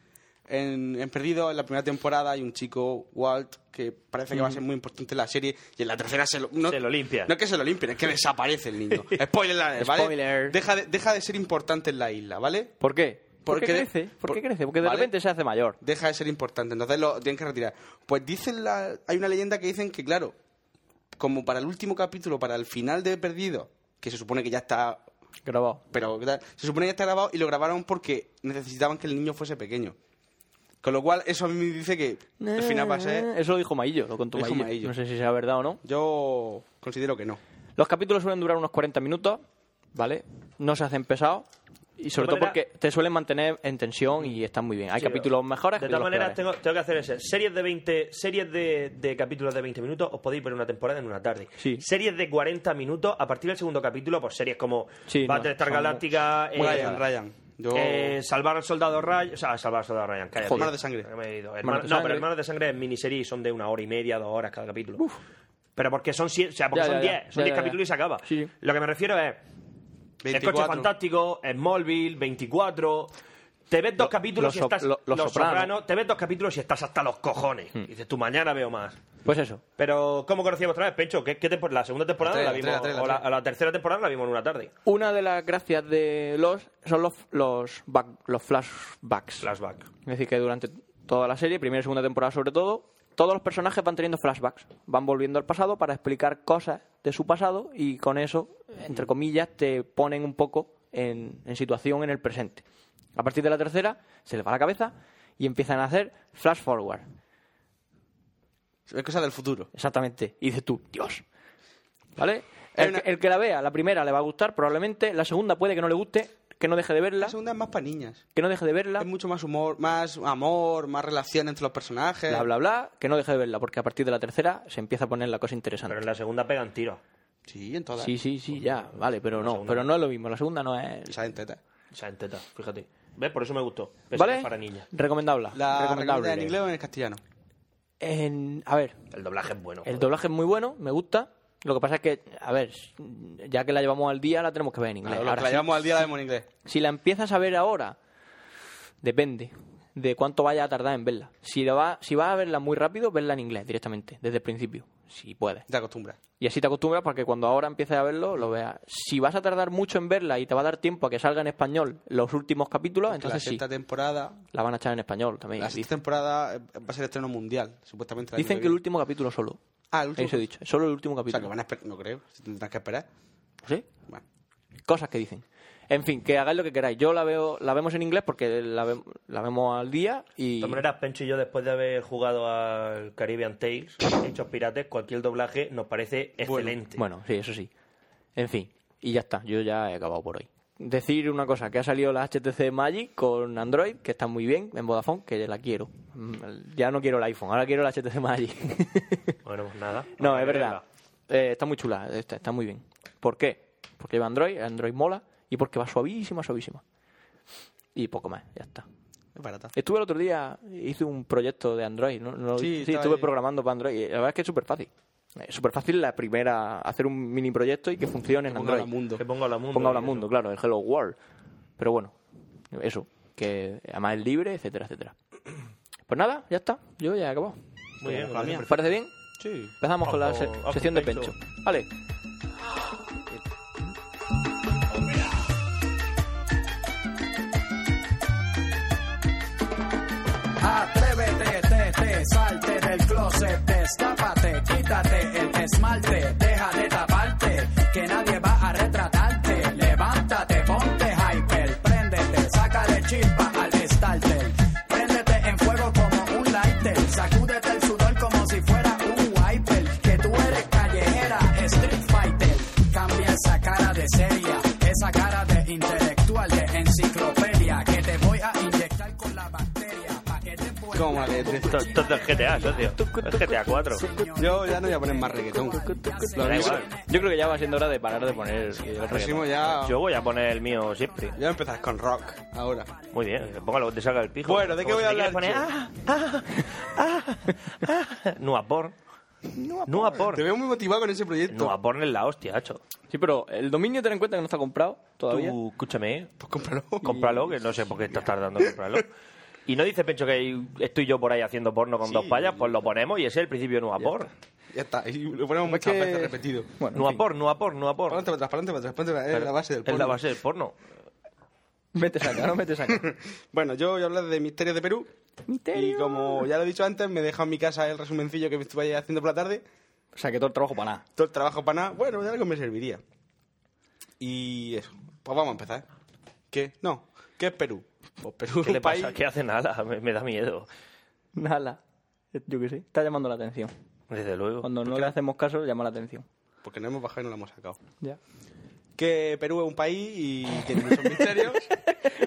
S5: En, en Perdido, en la primera temporada, hay un chico, Walt, que parece que va a ser muy importante en la serie. Y en la tercera se lo, no,
S7: Se lo limpia.
S5: No es que se lo limpien, es que desaparece el
S7: [LAUGHS]
S5: niño. spoiler alert, ¿vale?
S6: Spoiler.
S5: Deja de, deja de ser importante en la isla, ¿vale?
S6: ¿Por qué? ¿Por,
S5: Porque
S6: qué
S5: de-
S6: crece? ¿Por,
S5: por-
S6: qué crece? Porque de
S5: ¿Vale?
S6: repente se hace mayor.
S5: Deja de ser importante, entonces lo tienen que retirar. Pues dicen la, hay una leyenda que dicen que, claro, como para el último capítulo, para el final de Perdido, que se supone que ya está
S6: Grabado.
S5: pero gra- se supone que está grabado y lo grabaron porque necesitaban que el niño fuese pequeño. Con lo cual, eso a mí me dice que al final va a ser.
S6: Eso lo dijo Maillo, lo contó
S5: Lo dijo
S6: Maillo.
S5: Maillo.
S6: No sé si sea verdad o no.
S5: Yo considero que no.
S6: Los capítulos suelen durar unos 40 minutos, ¿vale? No se hacen pesados. Y sobre
S7: De
S6: todo
S7: manera-
S6: porque te suelen mantener en tensión y están muy bien. Hay
S7: Sí,
S6: capítulos
S7: pero-
S6: mejores,
S7: De todas
S6: capítulos
S7: maneras,
S6: peores.
S7: tengo, tengo que hacer ese. Series de 20, series de, de capítulos de 20 minutos, os podéis ver una temporada en una tarde.
S6: Sí.
S7: Series de 40 minutos, a partir del segundo capítulo, pues series como
S6: Sí, no,
S7: Battlestar
S6: son Eh,
S7: Galáctica, eh,
S5: Ryan, Ryan. Yo.
S7: Salvar al Soldado Ryan, o sea, Salvar al Soldado Ryan, cállate.
S5: Hermanos de Sangre.
S7: No, me he ido. Hermano-
S6: Hermanos
S7: no,
S6: de Sangre.
S7: pero Hermanos de Sangre es miniserie y son de una hora y media, dos horas cada capítulo. Pero porque son siete, o sea, porque
S6: Ya,
S7: son
S6: ya, ya.
S7: 10, son
S6: Ya,
S7: 10
S6: ya, ya.
S7: capítulos y se acaba.
S6: Sí, sí.
S7: Lo que me refiero es el coche
S5: 24.
S7: fantástico, Smallville, 24. Te ves dos capítulos
S6: Los
S7: y
S6: Sop-
S7: estás.
S6: Lo- Los
S7: Soprano.
S6: Soprano, Hmm.
S7: Te ves dos capítulos y estás hasta los cojones. Y dices, tú mañana veo más.
S6: Pues eso.
S7: Pero, ¿cómo conocíamos otra vez, Pencho? ¿Qué, qué tempor- ¿La segunda temporada
S6: La
S7: la,
S6: tres,
S7: vimos?
S6: la tres, la
S7: o la,
S6: tres.
S7: a la tercera temporada la vimos en una tarde.
S6: Una de las gracias de los son los los, back- los flashbacks.
S7: Flashback.
S6: Es decir, que durante toda la serie, primera y segunda temporada sobre todo, todos los personajes van teniendo flashbacks. Van volviendo al pasado para explicar cosas de su pasado y con eso, entre comillas, te ponen un poco en, en situación en el presente. A partir de la tercera, se les va la cabeza y empiezan a hacer flash forward.
S5: Es cosa del futuro.
S6: Exactamente. Y dices tú, Dios. ¿Vale?
S5: Hay
S6: El,
S5: una-
S6: que- el que la vea, la primera le va a gustar, probablemente. La segunda puede que no le guste, que no deje de verla.
S5: La segunda es más para niñas.
S6: Que no deje de verla.
S5: Es mucho más humor, más amor, más relación entre los personajes.
S6: Bla, bla, bla. Que no deje de verla, porque a partir de la tercera se empieza a poner la cosa interesante.
S7: Pero en la Pues, segunda pegan tiros.
S5: Sí, en todas.
S6: Sí, sí, sí, ya. Vale, pero no. Pero no es lo mismo. La segunda no es.
S5: Salen tetas.
S7: Esa en teta, fíjate. ¿Ves? Por eso me gustó. Pese a que
S6: ¿Vale?
S7: es para niñas.
S6: Recomendable.
S5: La recomendada en inglés o en el castellano.
S6: En- a ver,
S7: El doblaje es bueno.
S6: el doblaje es muy bueno, me gusta. Lo que pasa es que, a ver, ya que la llevamos al día, la tenemos que ver en inglés.
S5: Claro, los
S6: Ahora
S5: que la
S6: sí,
S5: llevamos al día la vemos en inglés.
S6: Si la empiezas a ver ahora, depende de cuánto vaya a tardar en verla. Si la va, si vas a verla muy rápido, verla en inglés directamente, desde el principio, si puedes.
S5: Te acostumbras.
S6: Y así te acostumbras para que cuando ahora empieces a verlo, lo veas. Si vas a tardar mucho en verla y te va a dar tiempo a que salga en español los últimos capítulos,
S5: la
S6: Ah, entonces sí,
S5: sexta temporada,
S6: la van a echar en español también.
S5: la sexta
S6: Dicen,
S5: temporada eh, va a ser estreno mundial, supuestamente. el año
S6: dicen que el
S5: viene.
S6: último capítulo solo.
S5: Ah, el último.
S6: Eso he dicho, solo el último
S5: O sea,
S6: capítulo.
S5: que van a esperar, no creo, se tendrán que esperar.
S6: ¿Sí?
S5: Bueno,
S6: Cosas que dicen. En fin, que hagáis lo que queráis. Yo la veo, la vemos en inglés porque la, ve- la vemos al día
S7: De
S6: y
S7: todas maneras, Pencho y yo, después de haber jugado al Caribbean Tales, hechos pirates, cualquier doblaje nos parece excelente.
S6: Bueno, sí, eso sí. En fin, y ya está, yo ya he acabado por hoy. Decir una cosa, que ha salido la HTC Magic con Android, que está muy bien en Vodafone, que la quiero. Mm, Ya no quiero el iPhone, ahora quiero la HTC Magic. [LAUGHS]
S7: Bueno, pues nada.
S6: no,
S7: Habrá
S6: es
S7: que
S6: verdad.
S7: verla.
S6: Eh, está muy chula, está, está muy bien. ¿Por qué? Porque lleva Android, el Android mola, y porque va suavísima, suavísima. Y poco más, ya está.
S5: es barata.
S6: Estuve el otro día, hice un proyecto de Android, ¿no? No-
S5: Sí,
S6: sí,
S5: estaba
S6: estuve
S5: ahí.
S6: programando para Android. y La verdad es que es súper fácil. Es súper fácil la primera, hacer un mini proyecto y que funcione en
S5: Ponga
S6: Android.
S5: al mundo.
S7: Que ponga la mundo.
S6: Ponga
S7: y
S6: Hola
S7: eso.
S6: Mundo, claro, el Hello World. Pero bueno, eso, que además es libre, etcétera, etcétera. Pues nada, ya está, yo ya he acabado.
S7: Muy bien,
S5: Ojalá.
S7: bien.
S6: ¿Os parece bien?
S5: Sí.
S6: Empezamos con la
S7: Ojo,
S6: se-
S7: ojo,
S6: sección de
S7: Pencho.
S6: Pencho. Vale.
S13: Atrévete, te, te, Este, salte del closet, destápate, quítate el esmalte, deja de taparte, que nadie va a retratarte. Levántate, ponte hyper, préndete, sácale chispa al starter. Préndete en fuego como un lighter, sacúdete el sudor como si fuera un wiper, que tú eres callejera, street fighter. Cambia esa cara de seria, esa cara de intelectual, de enciclopedia, que te voy a inyectar con la bacteria, pa' que te vuelva
S5: Como la que
S7: Esto, esto es del GTA, socio. Es GTA 4.
S5: Yo ya no voy a poner más reggaetón. Lo
S7: Da
S5: aviso.
S7: igual.
S6: Yo creo que ya va siendo hora de parar de poner el
S5: Próximo ya.
S7: Yo voy a poner el mío siempre.
S5: Ya empezarás con rock ahora.
S7: Muy bien, que ponga lo que te salga el pijo.
S5: Bueno, ¿de qué
S7: Como
S5: voy a
S7: si te
S5: hablar
S7: quieres Poner, ah, ah, ah, [LAUGHS] Nua Porn. Nua
S5: Te
S7: Porn.
S5: veo muy motivado con ese proyecto.
S7: Nua Porn es la hostia, hacho.
S6: Sí, pero el dominio ten en cuenta que no está comprado todavía.
S7: Tú, escúchame, eh.
S5: Pues cómpralo.
S7: [LAUGHS] cómpralo, que no sé por qué estás tardando en comprarlo. Y no dice Pencho que hay- estoy yo por ahí haciendo porno con dos payas, pues lo ponemos y ese es el principio de Nua Porn.
S5: Ya está. Y lo ponemos muchas
S6: que-
S5: veces repetido. Bueno.
S7: Nua Porn, Nua Porn, Nua Porn.
S5: Para adelante, para atrás, para adelante, para atrás, para adelante, Es la base del
S7: Es la
S5: porno.
S7: base del porno.
S6: Vete saca, no vete saca.
S5: Bueno, yo voy a hablar de Misterios de Perú. [LAUGHS]
S6: Misterio.
S5: Y como ya lo he dicho antes, me he dejado en mi casa el resumencillo que me estuve ahí haciendo por la tarde.
S6: O sea, que todo el trabajo para nada.
S5: Todo el trabajo para nada. Bueno, de algo me serviría. Y eso. Pues vamos a empezar. ¿Qué? No. ¿Qué es Perú? Pues Perú
S7: ¿Qué
S5: es
S7: le
S5: un país...
S7: pasa? ¿Qué hace nada? Me, me da miedo.
S6: [LAUGHS] Nada. Yo qué sé, está llamando la atención.
S7: Desde luego.
S6: Cuando no le hacemos caso, llama la atención.
S5: Porque no hemos bajado y no lo hemos sacado.
S6: Ya.
S5: Que Perú es un país y tiene
S7: [LAUGHS]
S5: muchos misterios.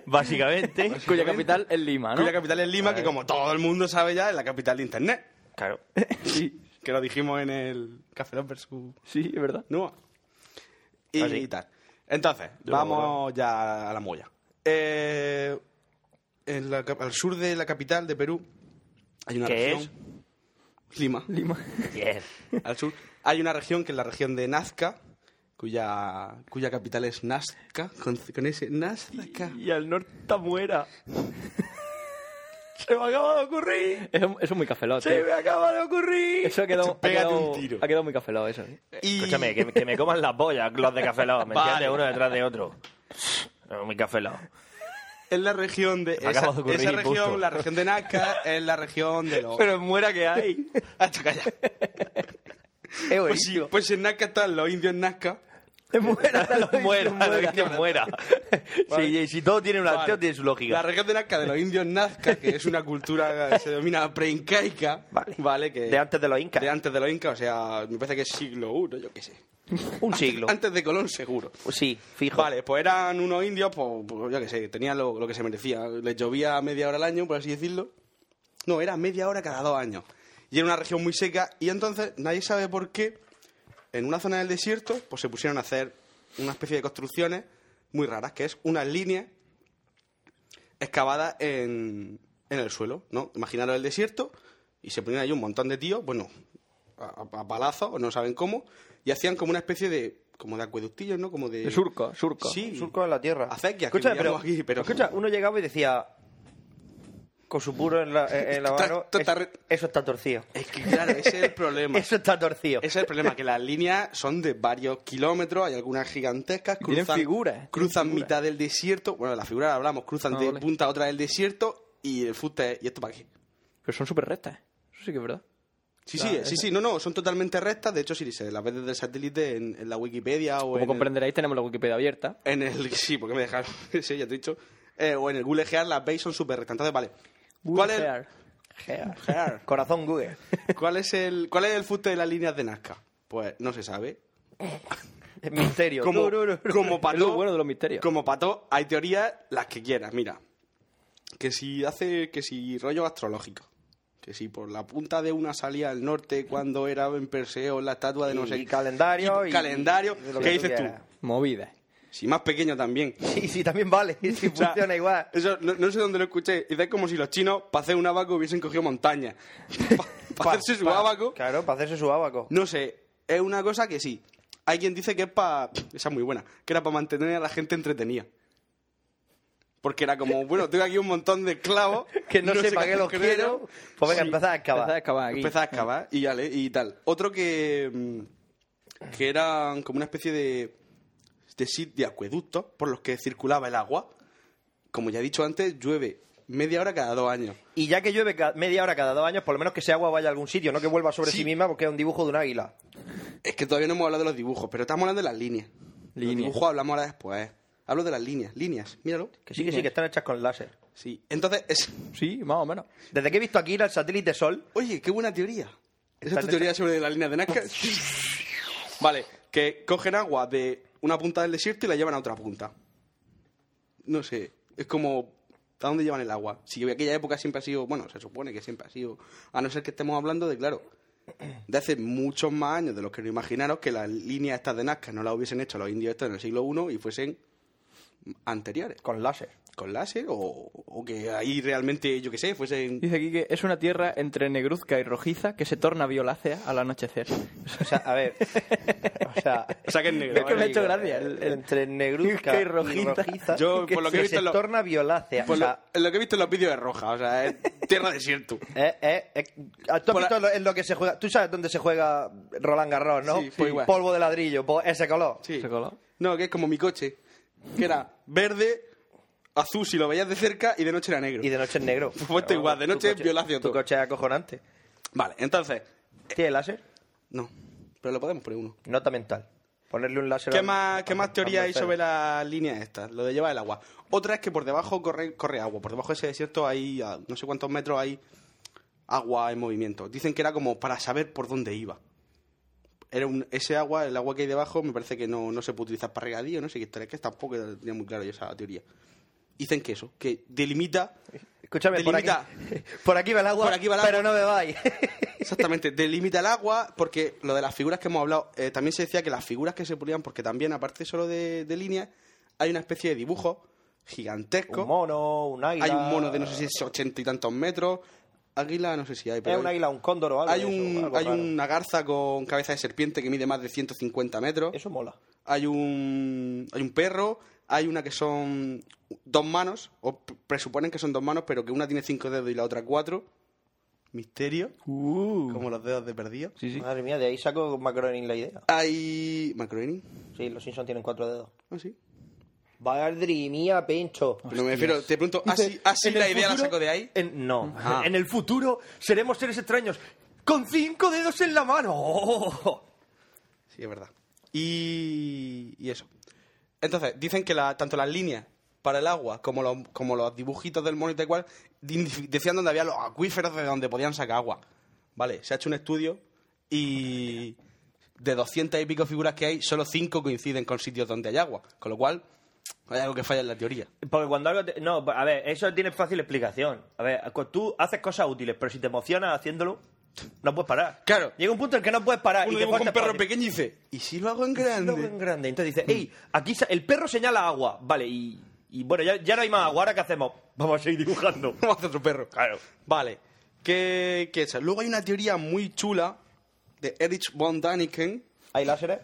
S7: Básicamente.
S6: [LAUGHS] Cuya capital
S7: Ah,
S6: es Lima, ¿no?
S5: Cuya capital es Lima, que como todo el mundo sabe ya, es la capital de Internet.
S7: claro.
S5: Sí. Que lo dijimos en el Café Lock versus
S6: Sí, es verdad.
S5: Nua. Y
S7: Ah, sí.
S5: tal. Entonces,
S7: Yo me acuerdo.
S5: vamos ya a la molla. Eh, en la cap- al sur de la capital de Perú hay una
S7: ¿Qué
S5: región. Lima.
S6: Lima.
S7: Yes.
S5: [LAUGHS] al sur. Hay una región que es la región de Nazca, cuya, cuya capital es Nazca, con, con ese Nazca.
S6: Y al norte muera.
S5: Se me acaba de ocurrir.
S6: Eso, eso es muy cafelado,
S5: Se
S6: tío.
S5: me acaba de ocurrir.
S6: Eso ha quedado, ha
S7: Pégate
S6: quedado-
S7: un tiro.
S6: ha quedado muy cafelado eso. ¿eh?
S7: Escúchame, que, que me coman las pollas los de Café Lock, ¿me entiendes? Uno detrás de otro. No, Mi Café
S5: [LAUGHS]
S7: Lock.
S5: Es la región de.
S7: Me acaba
S5: Esa,
S7: de ocurrir,
S5: esa región,
S7: justo.
S5: la región de Nazca, es la región
S7: [LAUGHS]
S5: de los.
S6: Pero en muera que hay. [LAUGHS]
S5: Hasta calla. pues, sí, pues en Nazca están los indios Nazca.
S6: [LAUGHS] [LAUGHS] muera,
S7: [LAUGHS] Muera, lo [LAUGHS] que muera. Sí, y si todo tiene una
S5: [LAUGHS] Vale.
S7: todo tiene su
S5: La
S7: lógica.
S5: región de Nazca de los indios Nazca, que es una cultura
S7: [LAUGHS]
S5: que se denomina preincaica, vale. que
S7: De antes de los incas.
S5: de antes de los incas, o sea, me parece que es siglo I, yo qué sé.
S7: Un siglo.
S5: Antes de Colón, seguro.
S7: Sí, fijo.
S5: Vale, pues eran unos indios, pues, pues, yo qué sé, tenían lo, lo que se merecía. Les llovía media hora al año, por así decirlo. No, era media hora cada dos años. Y era una región muy seca, y entonces nadie sabe por qué, en una zona del desierto, pues se pusieron a hacer una especie de construcciones muy raras, que es unas líneas excavadas en, en el suelo, ¿no? Imaginaros el desierto, y se ponían ahí un montón de tíos, bueno, a, a- a palazos, o no saben cómo, y hacían como una especie de como de acueductillos, ¿no? Como de...
S6: De surco, surco.
S5: Sí,
S7: Surco de la tierra.
S5: Acequias, que
S7: Escucha, pero,
S5: vivíamos aquí, pero-
S7: escucha, uno llegaba y decía con su puro en la, en la
S5: Está-
S7: mano,
S5: esto está
S7: "Es-
S5: re-
S7: eso está torcido.
S5: Es que claro, ese es el
S6: [LAUGHS]
S5: problema.
S7: Eso está torcido.
S5: Ese es el problema, que las líneas son de varios kilómetros, hay algunas gigantescas,
S6: Tienen
S5: cruzan,
S6: figuras, tienen
S5: cruzan
S6: figuras.
S5: mitad del desierto, bueno, la figura la hablamos, cruzan
S6: Ah,
S5: de
S6: vale.
S5: punta a otra del desierto y el fuste es, ¿y esto para qué?
S6: Pero son súper rectas. ¿eh? Eso sí que es verdad.
S5: Sí,
S6: Claro,
S5: sí,
S6: esa.
S5: sí, sí, no, no, son totalmente rectas, de hecho, si se las ves desde el satélite en, en la Wikipedia
S7: Pues,
S5: o
S6: Como
S5: en el-
S6: comprenderéis, tenemos la Wikipedia abierta.
S5: En el. [LAUGHS] Sí, porque me dejaron. sí, ya te he dicho. Eh, o en el Google Gear las veis son súper rectas. Entonces,
S6: [LAUGHS]
S5: vale. ¿Cuál es, Gear.
S7: Corazón Google. [LAUGHS]
S5: ¿Cuál es el cuál es el fuste de las líneas de Nazca? Pues no se sabe.
S7: Misterio.
S5: Como,
S7: No, no, no, no.
S5: como
S6: Es lo
S5: pato.
S6: bueno de los misterios.
S5: Como pato, hay teorías las que quieras, mira. Que si hace. Que si rollo astrológico. Que si por la punta de una salía al norte cuando era en Perseo la estatua de no
S7: Y
S5: sé qué.
S7: calendario
S5: y
S7: y-
S5: calendario.
S7: y de lo
S5: ¿Qué
S7: que tú
S5: dices tú?
S7: quieras.
S6: Movidas.
S5: Si más pequeño también.
S7: Sí, sí, también
S5: [LAUGHS]
S7: vale. [LAUGHS] Sí,
S5: O sea,
S7: funciona igual.
S5: Eso, no, no sé dónde lo escuché. Dice como si los chinos, para hacer un abaco, hubiesen cogido montaña. [LAUGHS] Para
S7: Pa-
S5: hacerse su
S7: pa-
S5: abaco.
S7: Claro, para hacerse su abaco.
S5: No sé, es una cosa que sí. Hay quien dice que es para. Esa es muy buena. Que era para mantener a la gente entretenida. Porque era como, bueno, tengo aquí un montón de clavos.
S7: [LAUGHS] Que no,
S5: sé
S7: sepa que los
S5: hacer con
S7: quiero.
S5: ellos.
S7: Pues venga,
S5: Sí.
S7: empezad a excavar.
S6: Empezad a excavar aquí.
S5: Empezaba a excavar Eh, y, ale- y tal. Otro que, mm, que eran como una especie de, de, sit- de acueductos por los que circulaba el agua. Como ya he dicho antes, llueve media hora cada dos años.
S7: Y ya que llueve ca- media hora cada dos años, por lo menos que ese agua vaya a algún sitio, no que vuelva sobre sí, misma porque es un dibujo de un águila.
S5: Es que todavía no hemos hablado de los dibujos, pero estamos hablando de las líneas. De Los
S6: Líneas.
S5: dibujos hablamos ahora después. ¿eh? Hablo de las líneas, líneas, míralo.
S7: Que sí, que sí, que están hechas con láser.
S5: Sí, entonces es...
S6: Sí, más o menos.
S7: Desde que he visto aquí el satélite Sol,
S5: Oye, qué buena teoría. ¿Esa es
S7: Están
S5: tu teoría sobre las líneas de Nazca? vale, que cogen agua de una punta del desierto y la llevan a otra punta. No sé, es como... ¿A dónde llevan el agua? Si en aquella época siempre ha sido... Bueno, se supone que siempre ha sido... A no ser que estemos hablando de, claro, de hace muchos más años de los que no imaginaros que las líneas estas de Nazca no las hubiesen hecho los indios estos en el siglo I y fuesen anteriores.
S7: con láser.
S5: Con láser o, o que ahí realmente, yo qué sé, fuesen...
S6: Dice aquí que es una tierra entre negruzca y rojiza que se torna violácea al anochecer.
S7: O sea, a
S6: [LAUGHS]
S7: ver. O sea,
S5: [LAUGHS] O sea,
S7: [LAUGHS]
S5: que es negro.
S6: Es que me ha hecho
S7: digo,
S6: gracia el- el-
S7: entre negruzca
S6: que
S7: y
S6: es rojita.
S7: rojiza.
S5: Yo,
S7: [LAUGHS] que
S5: por lo que he visto
S7: se
S5: en lo-
S7: torna violácea.
S5: Por
S7: o
S5: Pues lo-
S7: sea,
S5: en lo que he visto en los vídeos es roja, o sea, es
S7: [LAUGHS]
S5: tierra desierto.
S7: eh, eh, eh, ¿tú has
S5: Por
S7: visto
S5: la-
S7: lo- en lo que se juega? Tú sabes dónde se juega Roland Garros, ¿no?
S5: Sí, pues igual.
S7: Polvo de ladrillo, po- ese color.
S5: Sí.
S6: ¿Se coló?
S5: No, que es como mi coche, que era verde, azul si lo veías de cerca y de noche era negro.
S7: Y de noche es negro.
S5: Pues está igual, de
S7: tu
S5: noche es
S7: coche-
S5: violáceo
S7: Tu
S5: todo.
S7: coche es acojonante.
S5: Vale, entonces,
S7: ¿Tiene láser?
S5: no, pero lo podemos poner uno.
S7: Nota mental. Ponerle un láser.
S5: ¿Qué
S7: al-
S5: más, ¿qué
S7: al-
S5: más
S7: al
S5: teoría hay
S7: Mercedes.
S5: sobre las líneas estas? Lo de llevar el agua. Otra es que por debajo corre, corre agua. Por debajo de ese desierto hay, a no sé cuántos metros, hay agua en movimiento. Dicen que era como para saber por dónde iba. Era un- ese agua, el agua que hay debajo, me parece que no, no se puede utilizar para regadío, no sé qué historia, es que tampoco tenía muy claro yo esa teoría. Dicen que eso, que delimita,
S7: Escúchame, por aquí,
S5: Delimita.
S7: [LAUGHS] por aquí va el agua,
S5: Por aquí va el agua.
S7: pero no
S5: [LAUGHS]
S7: bebáis.
S5: exactamente, delimita el agua, porque lo de las figuras que hemos hablado, eh, también se decía que las figuras que se ponían, porque también, aparte solo de, de líneas, hay una especie de dibujo
S7: un
S5: gigantesco.
S7: mono, un águila.
S5: Hay un mono de no sé si es ochenta y tantos metros. Águila, no sé si hay, pero.
S6: Es un
S5: hay-
S6: águila, un cóndor o algo.
S5: Hay,
S6: de eso,
S5: un,
S6: algo
S5: hay
S6: raro.
S5: una garza con cabeza de serpiente que mide más de 150 metros.
S6: Eso mola.
S5: Hay un, hay un perro, hay una que son dos manos, o p- presuponen que son dos manos, pero que una tiene cinco dedos y la otra cuatro. Misterio. Como los dedos de perdido.
S6: Madre mía, de ahí saco Macronin la idea.
S5: Hay. ¿Macronin?
S6: Sí, los Simpsons tienen cuatro dedos.
S5: Ah, sí.
S6: Madre mía, Pencho.
S5: Pero me refiero, te pregunto, ¿así, así
S6: En el
S5: la idea la
S6: futuro-
S5: saco de ahí?
S6: En- no.
S5: Ah.
S6: En el futuro seremos seres extraños con cinco dedos en la mano. ¡Oh!
S5: Sí, es verdad. Y, y eso. Entonces, dicen que la- tanto las líneas para el agua como los, como los dibujitos del monito y tal cual din- decían dónde había los acuíferos de donde podían sacar agua. Vale, se ha hecho un estudio y de 200 y pico figuras que hay, solo 5 coinciden con sitios donde hay agua. Con lo cual, hay algo que falla en la teoría.
S6: [LAUGHS] Porque cuando algo... te- No, a ver, eso tiene fácil explicación. A ver, cu- tú haces cosas útiles, pero si te emocionas haciéndolo, no puedes parar.
S5: Claro.
S6: Llega un punto en que no puedes parar.
S5: Uno
S6: y te
S5: dibuja un
S6: cuesta
S5: perro
S6: espacio.
S5: pequeño y dice, ¿y si lo hago en
S6: No, en
S5: grande? Mm.
S6: grande. Entonces dice, hey, aquí sa- el perro señala agua. Vale, y, y bueno, ya, ya no hay más agua. ¿Ahora qué hacemos? Vamos a seguir dibujando.
S5: [LAUGHS] Vamos a hacer otro perro.
S6: Claro.
S5: Vale. ¿Qué, qué es? Luego hay una teoría muy chula de Erich von Däniken.
S6: ¿Hay láseres?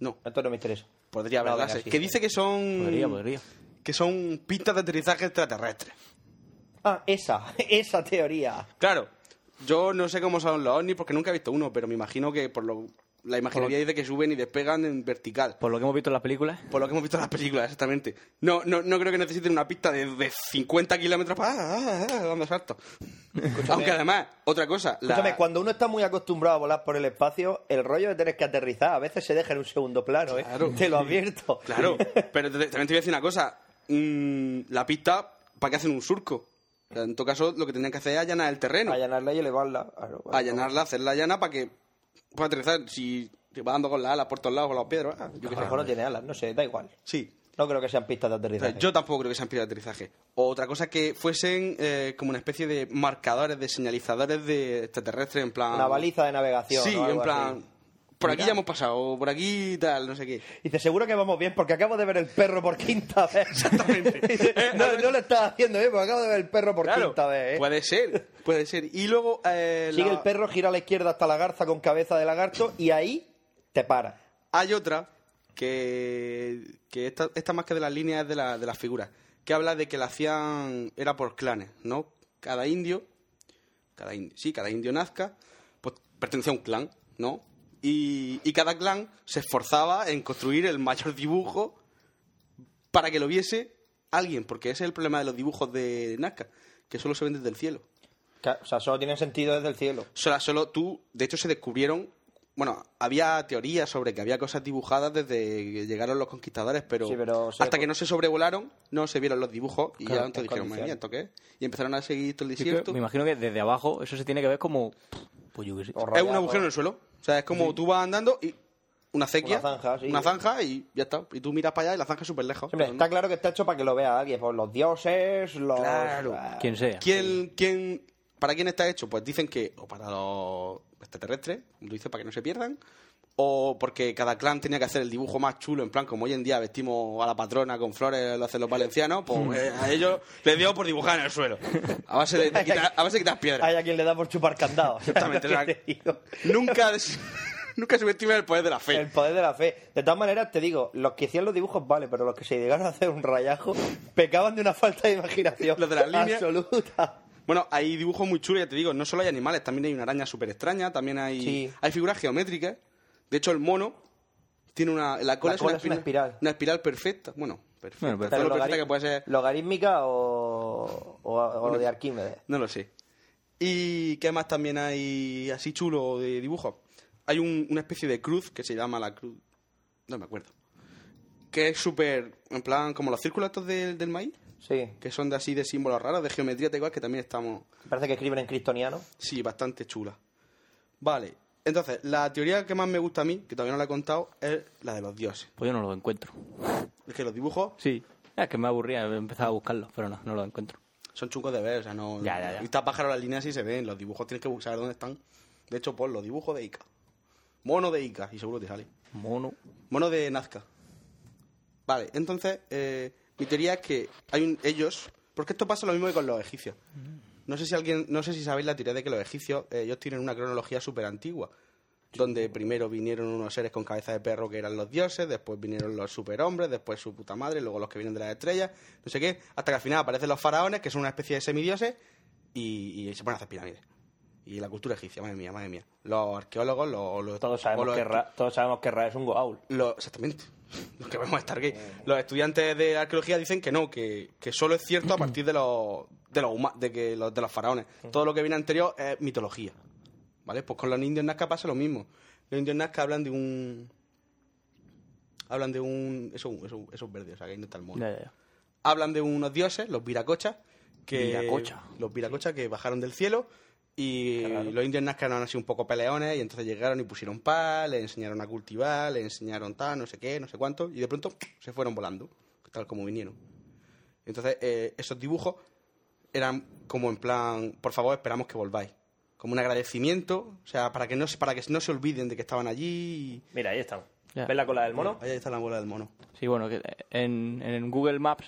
S5: No,
S6: Esto no me interesa.
S5: podría haber
S6: No, venga,
S5: láser.
S6: sí,
S5: que
S6: sí.
S5: dice que son.
S7: Podría, podría.
S5: Que son pistas de aterrizaje extraterrestre.
S6: Ah, esa, [LAUGHS] esa teoría.
S5: Claro, yo no sé cómo son los ovnis porque nunca he visto uno, pero me imagino que por lo. La imaginería dice que suben y despegan en vertical.
S7: Por lo que hemos visto en las películas.
S5: Por lo que hemos visto en las películas, exactamente. No, no, no creo que necesiten una pista de, de 50 kilómetros para. ah, ah, ah, dando
S7: [LAUGHS]
S5: saltos. Aunque además, otra cosa. la-
S6: Escúchame, cuando uno está muy acostumbrado a volar por el espacio, el rollo de tener que aterrizar a veces se deja en un segundo plano, ¿eh?
S5: Claro.
S6: Te lo advierto.
S5: Claro,
S6: [LAUGHS]
S5: pero te- también te voy a decir una cosa. Mm, la pista, ¿para qué hacen un surco? O sea, En todo caso, lo que tendrían que hacer es allanar el terreno.
S6: Allanarla y elevarla. Claro, claro.
S5: Allanarla, hacerla llana para que pueda aterrizar. Si te va dando con la ala por todos lados, con las piedras. ah, yo
S6: A
S5: qué
S6: lo
S5: sé.
S6: mejor no tiene alas, no sé, da igual.
S5: Sí.
S6: No creo que sean pistas de
S5: O sea,
S6: aterrizaje.
S5: yo tampoco creo que sean pistas de aterrizaje. O otra cosa que fuesen eh, como una especie de marcadores, de señalizadores de extraterrestres, en plan.
S6: Una baliza de navegación.
S5: Sí,
S6: o algo
S5: en plan.
S6: así.
S5: Por aquí
S6: Mira.
S5: ya hemos pasado, o por aquí tal, no sé qué.
S6: Y te seguro que vamos bien porque acabo de ver el perro por quinta vez. [LAUGHS]
S5: Exactamente. Eh,
S6: no, no lo estás haciendo bien porque acabo de ver el perro por
S5: Claro,
S6: quinta vez. ¿eh?
S5: puede ser, puede ser. Y luego. eh,
S6: Sigue
S5: la-
S6: el perro, gira a la izquierda hasta la garza con cabeza de lagarto y ahí te paras.
S5: Hay otra que, que esta, esta más que de las líneas es de, la- de las figuras, que habla de que la hacían, era por clanes, ¿no? Cada indio, cada indio, sí, cada indio nazca, pues pertenecía a un clan, ¿no? Y, y cada clan se esforzaba en construir el mayor dibujo para que lo viese alguien, porque ese es el problema de los dibujos de Nazca, que solo se ven desde el cielo.
S6: Ca- O sea, solo tienen sentido desde el cielo.
S5: Solo, solo tú, de hecho, se descubrieron. Bueno, había teorías sobre que había cosas dibujadas desde que llegaron los conquistadores, pero,
S6: Sí, pero se-
S5: hasta que no se sobrevolaron, no se vieron los dibujos y
S6: Claro,
S5: ya entonces
S6: en
S5: dijeron, madre mía,
S6: condiciones".
S5: ¿esto qué es?". Y empezaron a seguir todo el
S7: Sí, es que
S5: desierto.
S7: me imagino que desde abajo eso se tiene que ver como. Pues yo qué sé.
S6: O
S5: Es
S6: rayado.
S5: un agujero en el suelo. O sea, es como tú vas andando y una acequia,
S6: Una zanja, sí.
S5: una zanja y ya está. Y tú miras para allá y la zanja es súper lejos.
S6: Hombre,
S5: Pero no-
S6: está claro que está hecho para que lo vea alguien. Pues los dioses, los.
S5: Claro.
S6: Ah,
S7: Quien sea.
S5: ¿Quién, quién, ¿Para quién está hecho? Pues dicen que o para los extraterrestres, como tú dices, para que no se pierdan, o porque cada clan tenía que hacer el dibujo más chulo, en plan, como hoy en día vestimos a la patrona con flores, lo hacen los valencianos, pues eh, a ellos les dio por dibujar en el suelo. A base de, de quitar, a base de quitar
S6: Hay [LAUGHS]
S5: piedras.
S6: a quien le da por chupar
S5: [LAUGHS]
S6: candado. [LAUGHS]
S5: Exactamente,
S6: Lo que
S5: o sea,
S6: te digo.
S5: Nunca, des- [LAUGHS] nunca subestimen el poder de la fe.
S6: El poder de la fe. De todas maneras, te digo, los que hacían los dibujos, vale, pero los que se llegaron a hacer un rayajo, [LAUGHS] pecaban de una falta de imaginación.
S5: Los de las líneas.
S6: Absoluta.
S5: Bueno, hay dibujos muy chulos, ya te digo, no solo hay animales, también hay una araña súper extraña, también hay,
S6: Sí.
S5: hay figuras geométricas. De hecho, el mono tiene una... La cola,
S6: cola es una espiral.
S5: Una espiral perfecta. Bueno, perfecta.
S7: Bueno, pero
S5: todo lo
S6: Pero
S5: perfecta
S6: logari-
S5: que puede ser...
S6: ¿Logarítmica o, o, o lo de Arquímedes?
S5: No lo sé. ¿Y qué más también hay así chulo de dibujos? Hay un- una especie de cruz que se llama la cruz... No me acuerdo. Que es súper... En plan, como los círculos estos del, del maíz,
S6: Sí.
S5: que son de así de símbolos raros, de geometría, tal igual, que también estamos...
S6: Parece que escriben en cristoniano.
S5: Sí, bastante chula. Vale. Entonces, la teoría que más me gusta a mí, que todavía no la he contado, es la de los dioses.
S7: Pues yo no lo encuentro.
S5: Es que los dibujos
S7: Sí. Ah, Es que me aburría, he empezado a buscarlo, pero no, no lo encuentro.
S5: son chungos de ver, o sea, no...
S7: Ya, ya, ya.
S5: Y está pájaro las líneas y se ven, los dibujos tienes que saber dónde están. De hecho, pon los dibujos de Ica. Mono de Ica, y seguro te sale.
S7: Mono.
S5: Mono de Nazca. Vale, entonces, eh, mi teoría es que hay un, ellos... Porque esto pasa lo mismo que con los egipcios. No sé si alguien, no sé si sabéis la teoría de que los egipcios, eh, ellos tienen una cronología súper antigua, donde primero vinieron unos seres con cabeza de perro que eran los dioses, después vinieron los superhombres, después su puta madre, luego los que vienen de las estrellas, no sé qué, hasta que al final aparecen los faraones, que son una especie de semidioses, y, y se ponen a hacer pirámides. Y la cultura egipcia, madre mía, madre mía. Los arqueólogos, los... los-
S7: Todos
S5: o
S7: sabemos,
S5: los
S7: que Ra, todos sabemos que Ra es un Goa'uld.
S5: los- exactamente. Los que vamos a estar gay. Los estudiantes de arqueología dicen que no, que, que solo es cierto a partir de los de los, huma- de que los, de los faraones. Todo lo que viene anterior es mitología. ¿Vale? Pues con los indios nazca pasa lo mismo. Los indios nazca hablan de un. Hablan de un. Eso, eso, eso es verde, o sea, que ahí no está el mono. Hablan de unos dioses, los viracochas. Que,
S6: Viracocha.
S5: Los viracochas que bajaron del cielo. Y los indios nazca eran así un poco peleones. Y entonces llegaron y pusieron paz, le enseñaron a cultivar, le enseñaron tal, no sé qué, no sé cuánto. Y de pronto se fueron volando, tal como vinieron. Entonces, eh, esos dibujos eran como en plan, por favor, esperamos que volváis. Como un agradecimiento, o sea, para que no, se- para que no se olviden de que estaban allí.
S7: Mira, ahí están.
S6: Ya.
S7: ¿Ves la cola del mono?
S5: Ahí está la bola del mono.
S6: Sí, bueno, que en, en Google Maps,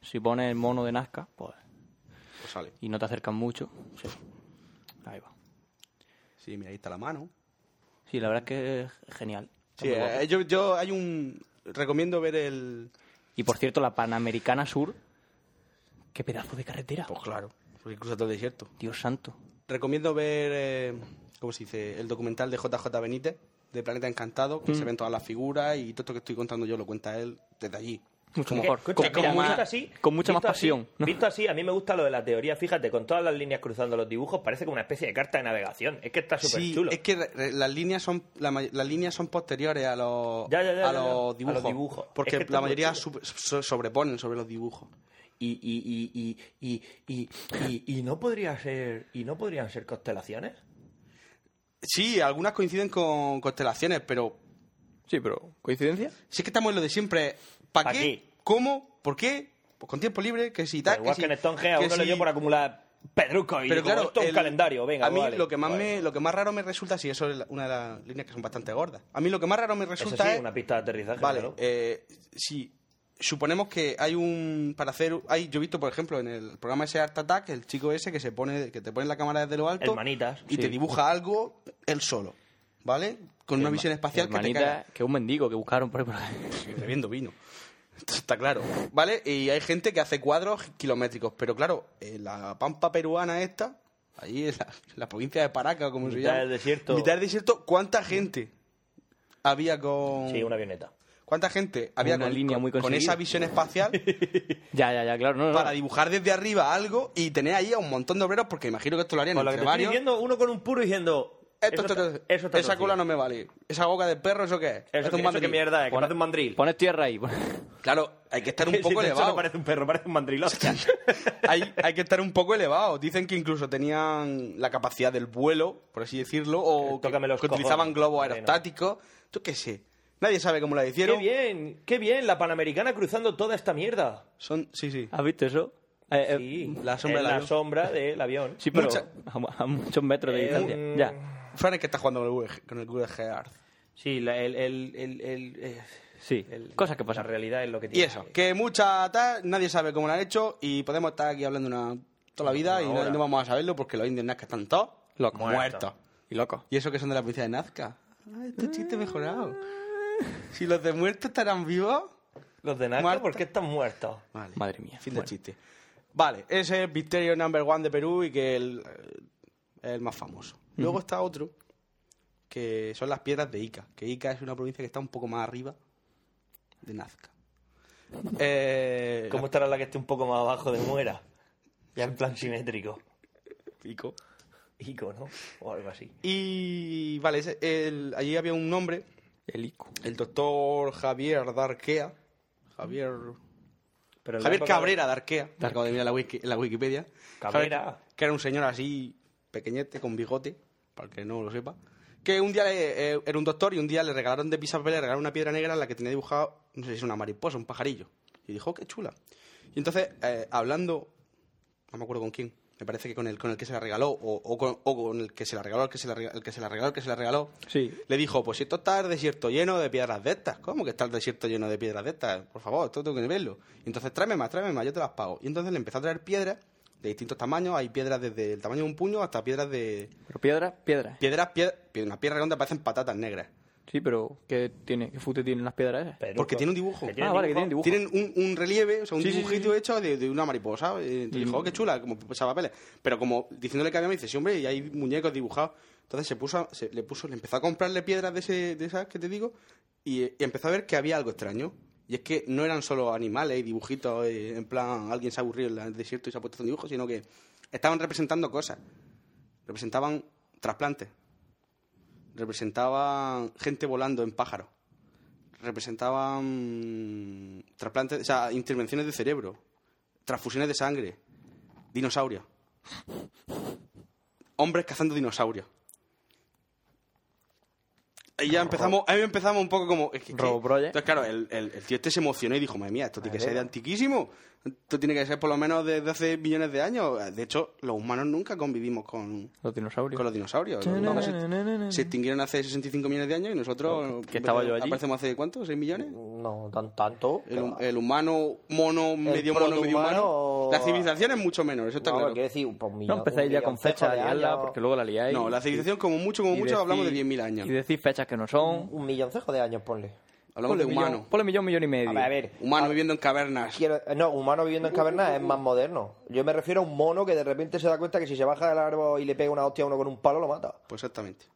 S6: si pones el mono de Nazca, pues,
S5: Pues sale.
S6: y no te acercan mucho, sí. Ahí va.
S5: Sí, mira, ahí está la mano.
S6: Sí, la verdad es que es genial. Está
S5: Sí,
S6: muy guapo.
S5: eh, yo, yo hay un... Recomiendo ver el...
S6: Y por cierto, la Panamericana Sur, qué pedazo de carretera.
S5: Pues claro, porque cruza todo el desierto.
S6: Dios santo.
S5: Recomiendo ver, eh, ¿cómo se dice? El documental de JJ Benítez, de Planeta Encantado, que
S6: Mm.
S5: se ven todas las figuras y todo esto que estoy contando yo lo cuenta él desde allí.
S6: Mucho
S5: Como-
S6: mejor.
S5: que-
S6: Con-
S5: que
S6: mira,
S5: como
S6: mucho
S5: más-
S7: Visto así-
S6: con mucha más
S7: visto así-
S6: pasión, ¿no?
S7: Visto así, a mí me gusta lo de la teoría. Fíjate, con todas las líneas cruzando los dibujos, parece como una especie de carta de navegación. Es que está súper
S5: Sí,
S7: chulo.
S5: es que re- re- las líneas son la may- las líneas son posteriores a los
S7: Ya, ya, ya,
S5: a
S7: ya, ya. A
S5: los
S7: los
S5: dibujos,
S7: dibujos.
S5: porque
S7: Es que está
S5: la
S7: muy
S5: mayoría
S7: chulo.
S5: sub- so- sobreponen sobre los dibujos.
S7: Y, y, y, y, y, y, y, y no podría ser. ¿Y no podrían ser constelaciones?
S5: Sí, algunas coinciden con constelaciones, pero
S6: Sí, pero ¿coincidencia?
S5: sí que estamos en lo de siempre. ¿Para
S7: ¿Pa
S5: qué?
S7: qué?
S5: ¿Cómo? ¿Por qué? Pues con tiempo libre, que si tal,
S7: Igual que,
S5: si-
S7: en Stonehenge a
S5: que
S7: uno le
S5: si-
S7: dio por acumular pedrucos y
S5: Pero
S7: como,
S5: claro,
S7: esto es
S5: el-
S7: un calendario. Venga,
S5: a mí
S7: vale.
S5: lo que más
S7: Vale.
S5: me lo que más raro me resulta, sí, eso es la- una de las líneas que son bastante gordas. A mí lo que más raro me
S7: Eso
S5: resulta
S7: sí,
S5: es
S7: una pista de aterrizaje.
S5: Vale,
S7: claro.
S5: eh, si suponemos que hay un para hacer hay yo he visto por ejemplo en el programa ese Art Attack el chico ese que se pone que te pone la cámara desde lo alto
S7: El manitas,
S5: y
S6: sí.
S5: te dibuja algo él solo, ¿vale? Con una visión espacial que te
S6: Hermanita,
S5: caga.
S6: que un mendigo que buscaron por ahí. por ahí.
S5: bebiendo vino. Esto está claro, ¿vale? Y hay gente que hace cuadros kilométricos, pero claro, en la pampa peruana esta, ahí en la, en la provincia de Paraca, como se
S7: Mitad
S5: llama.
S7: del desierto.
S5: Mitad del desierto, ¿cuánta gente había con
S7: Sí, una avioneta.
S5: ¿Cuánta gente había
S6: Una
S5: con,
S6: línea
S5: con-
S6: muy
S5: con
S6: conseguida.
S5: esa visión espacial
S6: [LAUGHS] Ya, ya, ya, claro. No, no,
S5: para
S6: no.
S5: dibujar desde arriba algo y tener ahí a un montón de obreros? Porque imagino que esto lo harían
S7: Con lo que
S5: entre
S7: te estoy
S5: varios.
S7: diciendo, uno con un puro diciendo.
S5: Esto,
S7: eso
S5: esto,
S7: está-
S5: esto,
S7: eso está
S5: esa
S7: torcido.
S5: cola no me vale. Esa boca de perro, ¿eso qué es?
S7: Eso,
S5: Parece
S7: que,
S5: un
S7: eso que
S5: mandril.
S7: mierda es, que
S6: Pone-
S7: parece un mandril.
S6: Pones tierra ahí.
S5: Claro, hay que estar
S7: [LAUGHS]
S5: un
S7: Sí,
S5: poco
S7: de hecho,
S5: elevado.
S7: no parece un perro, parece un mandrilote.
S5: [LAUGHS] hay, hay que estar un poco elevado. Dicen que incluso tenían la capacidad del vuelo, por así decirlo, o
S7: Eh,
S5: que,
S7: tócame los
S5: que
S7: cojones,
S5: utilizaban globos
S7: bueno.
S5: aerostáticos. Yo qué sé. Nadie sabe cómo la
S7: ¡Qué
S5: hicieron.
S7: bien! ¡Qué bien! La Panamericana cruzando toda esta mierda.
S5: Son, sí, sí.
S6: ¿Has visto eso? Eh, eh,
S7: Sí,
S5: la sombra
S7: en
S5: del
S7: la
S5: avión.
S7: sombra del avión.
S6: Sí, pero
S5: Mucha-
S6: a, a muchos metros de
S7: Eh,
S6: distancia.
S7: un-
S6: Ya.
S5: Fran es que está jugando con el Google, con el Google Earth.
S7: Sí, la- el, el, el, el- eh,
S6: Sí.
S7: el-
S6: Cosas que pasan.
S7: La realidad es lo que
S5: Y
S7: tiene.
S5: eso, que mucha tal, nadie sabe cómo lo han hecho y podemos estar aquí hablando una, toda la vida y no, no vamos a saberlo porque los indios nazca están todos
S6: Locos.
S5: muertos.
S6: Y loco.
S5: Y eso que son de la provincia de Nazca. Ay, este chiste mejorado. Si los de muertos estarán vivos.
S7: Los de Nazca,
S5: Muerto.
S7: ¿por qué están muertos?
S5: Vale.
S6: Madre mía.
S5: Fin
S6: Bueno.
S5: de chiste. Vale, ese es Misterio Number One de Perú y que el, es el más famoso. Luego está otro que son las piedras de Ica, que Ica es una provincia que está un poco más arriba de Nazca. Eh,
S7: ¿Cómo estará la que esté un poco más abajo de Muera? Ya en plan simétrico.
S5: Pico.
S7: Ico, ¿no? O algo así.
S5: Y vale, ese- el- allí había un nombre,
S6: El ICO.
S5: el doctor Javier Darquea. Javier.
S7: Pero en la
S5: Javier
S7: época-
S5: Cabrera Darquea. que Acabo de mirar la, wiki- la Wikipedia.
S7: Cabrera.
S5: Javier- que era un señor así, pequeñete, con bigote, para el que no lo sepa. Que un día le- eh, era un doctor y un día le regalaron de pizza papel, le regalaron una piedra negra en la que tenía dibujado, no sé si es una mariposa, un pajarillo. Y dijo, "Oh, qué chula. Y entonces, eh, hablando no me acuerdo con quién. Me parece que con el, con el que se la regaló, o, o con, o con el que se la regaló, el que se la, rega- el que se la regaló, el que se la regaló.
S6: Sí.
S5: Le dijo, pues esto está el desierto lleno de piedras de estas. ¿Cómo que está el desierto lleno de piedras de estas? Por favor, esto tengo que verlo. Y entonces tráeme más, tráeme más, yo te las pago. Y entonces le empezó a traer piedras de distintos tamaños. Hay piedras desde el tamaño de un puño hasta piedras de...
S6: Pero piedras, piedras.
S5: Piedras, piedras... Una piedra redonda parecen patatas negras.
S6: Sí, pero ¿qué, tiene, qué fute tienen las piedras esas?
S5: Porque tiene un dibujo.
S6: Ah, vale, que tienen dibujo.
S5: Tienen un, un relieve, o sea, un
S6: Sí, sí,
S5: dibujito hecho de, de una mariposa. Eh, te dijo, "Oh, qué chula, como papeles. Pero como diciéndole que había, me dice, sí, hombre, y hay muñecos dibujados. Entonces se puso, se- le puso, le empezó a comprarle piedras de, ese, de esas que te digo y, eh, y empezó a ver que había algo extraño. Y es que no eran solo animales y dibujitos, eh, en plan, alguien se ha aburrido en el desierto y se ha puesto un dibujo, sino que estaban representando cosas. Representaban trasplantes. Representaban gente volando en pájaros representaban mm, trasplantes, o sea, intervenciones de cerebro, transfusiones de sangre, dinosaurios. Hombres cazando dinosaurios. Y ya empezamos, ahí empezamos un poco como... es que-
S6: Robo
S5: que- Entonces, claro, el, el- el tío este se emocionó y dijo, madre mía, esto tiene que
S6: Madre
S5: ser de
S6: mía.
S5: antiquísimo. Esto tiene que ser por lo menos desde hace millones de años. De hecho, los humanos nunca convivimos con,
S6: Los dinosaurios.
S5: con los dinosaurios. Los humanos se, se extinguieron hace 65 millones de años y nosotros...
S6: que estaba yo allí.
S5: Aparecemos hace, ¿cuánto? ¿6 millones?
S14: No, tan, tanto.
S5: El, hum- el humano, mono, medio mono, medio humano.
S14: protohumano-
S5: La civilización es mucho menos, eso está
S14: No,
S5: claro.
S14: quiero decir, un poco
S6: No empecéis ya con fechas a liarla, porque luego la liáis.
S5: No, la civilización como mucho, como
S6: Y
S5: mucho hablamos de
S6: decís-
S5: 10.000 años.
S6: Y decís fechas que no
S7: [LAUGHS]
S6: son.
S14: Un milloncejo de años, ponle.
S5: Hablamos de
S14: millón,
S5: humano.
S6: Ponle millón, millón y medio.
S14: A ver, a ver.
S5: Humano viviendo en cavernas.
S14: Quiero- no, humano viviendo en cavernas es más moderno. Yo me refiero a un mono que de repente se da cuenta que si se baja del árbol y le pega una hostia a uno con un palo, lo mata.
S5: Pues exactamente.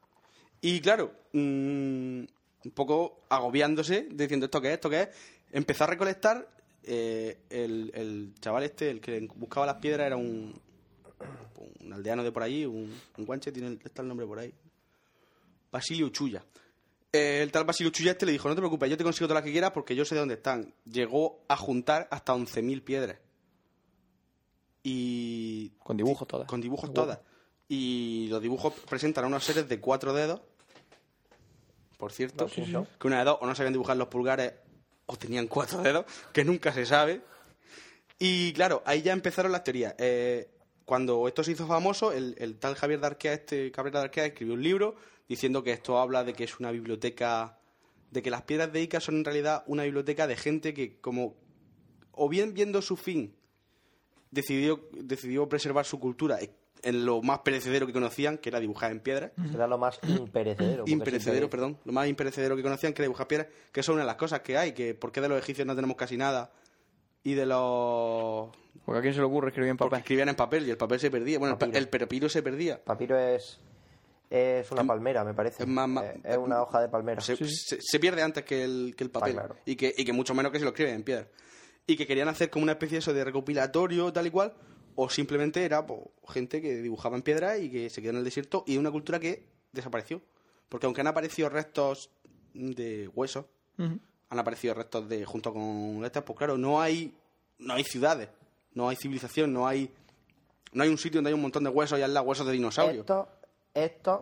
S5: Y claro, mm, un poco agobiándose, diciendo esto qué es, esto qué es, empezó a recolectar. eh, el, el chaval este, el que buscaba las piedras, era un, un aldeano de por allí, un, un guanche, tiene, el- está el nombre por ahí. Basilio Chuya. Eh, el tal Basilio Chuya este le dijo, no te preocupes, yo te consigo todas las que quieras porque yo sé de dónde están. Llegó a juntar hasta 11.000 piedras. Y...
S6: Con dibujos todas.
S5: Con dibujos
S6: Guau.
S5: todas. Y los dibujos presentan a unos seres de cuatro dedos, por cierto,
S14: No, sí, sí.
S5: que una de dos o no sabían dibujar los pulgares o tenían cuatro dedos, que nunca se sabe. Y claro, ahí ya empezaron las teorías. Eh, cuando esto se hizo famoso, el, el tal Javier de Arquea, este Cabrera de Arquea, escribió un libro diciendo que esto habla de que es una biblioteca, de que las piedras de Ica son en realidad una biblioteca de gente que como, o bien viendo su fin, decidió, decidió preservar su cultura en lo más perecedero que conocían, que era dibujar en piedra.
S14: Será lo más imperecedero. porque
S5: Imperecedero,
S14: siempre-
S5: perdón. Lo más imperecedero que conocían, que era dibujar piedras, que eso es una de las cosas que hay, que por qué de los egipcios no tenemos casi nada y de los
S6: Porque a quién se le ocurre escribir en papel.
S5: escribían en papel y el papel se perdía. Bueno, el pa-
S14: Papiro.
S5: el papiro se perdía.
S14: Papiro es, es una palmera, me parece.
S5: es más- más-
S14: Eh, es una hoja de palmera.
S5: Se, se- se pierde antes que el, que el papel.
S14: claro.
S5: y, que, y que mucho menos que se lo escriben en piedra. Y que querían hacer como una especie de eso de recopilatorio, tal y cual, o simplemente era pues, gente que dibujaba en piedra y que se quedó en el desierto y una cultura que desapareció. Porque aunque han aparecido restos de huesos,
S6: Ujú.
S5: han aparecido restos de junto con estas, pues claro, no hay no hay ciudades, no hay civilización, no hay no hay un sitio donde hay un montón de huesos y al lado huesos de dinosaurios.
S14: Estos, estos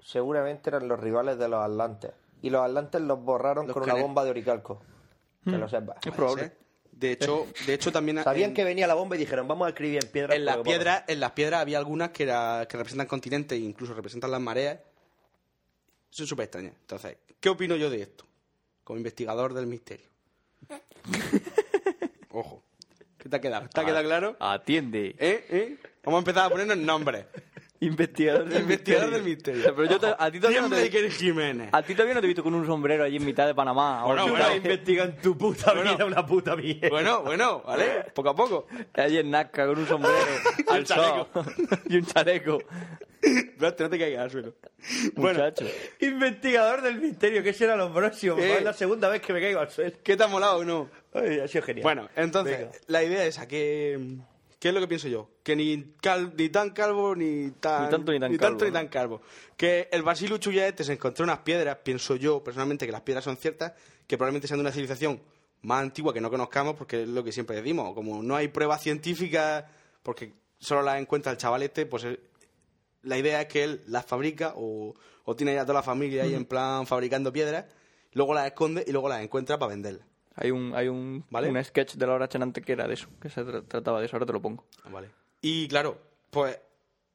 S14: seguramente eran los rivales de los atlantes. Y los atlantes los borraron
S5: Los
S14: con una
S5: canes.
S14: bomba de oricalco. Que lo sepas.
S6: Mm.
S5: Puede ser. De hecho, de hecho
S14: [LAUGHS]
S5: también
S14: Sabían
S5: en-
S14: que venía la bomba y dijeron, vamos a escribir en piedra.
S5: En las
S14: porque, bueno,
S5: piedras, en las piedras había algunas que, era- que representan continentes e incluso representan las mareas. Son súper extrañas. Entonces, ¿qué opino yo de esto? Como investigador del
S6: [LAUGHS]
S5: misterio. Ojo. ¿Qué te ha quedado? ¿Te ha quedado claro?
S6: Ah, Atiende.
S5: ¿Eh? ¿Eh? Vamos a empezar a ponernos
S6: [LAUGHS]
S5: nombres.
S6: Investigador del
S5: Investigador
S6: misterio.
S5: del misterio.
S6: O sea, Pero yo te- a ti todavía no te
S5: Diembeker Jiménez.
S6: A ti todavía no te he visto con un sombrero allí en mitad de Panamá.
S5: Bueno,
S6: o en
S5: bueno.
S6: mitad de-
S14: Investigan tu puta
S5: Bueno.
S14: vida, una puta mierda.
S5: Bueno, bueno, ¿vale?
S6: [LAUGHS]
S5: Poco a poco.
S6: Allí en Nazca con un
S5: [LAUGHS]
S6: sombrero
S5: un
S6: al sol [LAUGHS] y un chaleco. este
S5: Espérate, no te caigas al suelo.
S6: Muchacho.
S14: Investigador del misterio, ¿qué será lo próximo?
S5: Eh.
S14: Es la segunda vez que me caigo al suelo.
S5: ¿Qué te ha molado o no?
S14: Ay, ha sido genial.
S5: Bueno, entonces,
S14: Venga.
S5: la idea es a que... ¿Qué es lo que pienso yo? Que ni, cal- ni tan calvo, ni tan...
S6: Ni tanto, ni tan calvo,
S5: ni
S6: ¿no?
S5: tan calvo. Que el Basilio Chuya este se encontró unas piedras, pienso yo personalmente que las piedras son ciertas, que probablemente sean de una civilización más antigua que no conozcamos, porque es lo que siempre decimos. Como no hay pruebas científicas, porque solo las encuentra el chaval este, pues eh, la idea es que él las fabrica o, o tiene ya toda la familia ahí en plan fabricando piedras, luego las esconde y luego las encuentra para venderlas.
S6: Hay un, hay un,
S5: Vale.
S6: un sketch de Laura Chanante que era de eso, que se tra- trataba de eso, ahora te lo pongo.
S5: Vale. Y claro, pues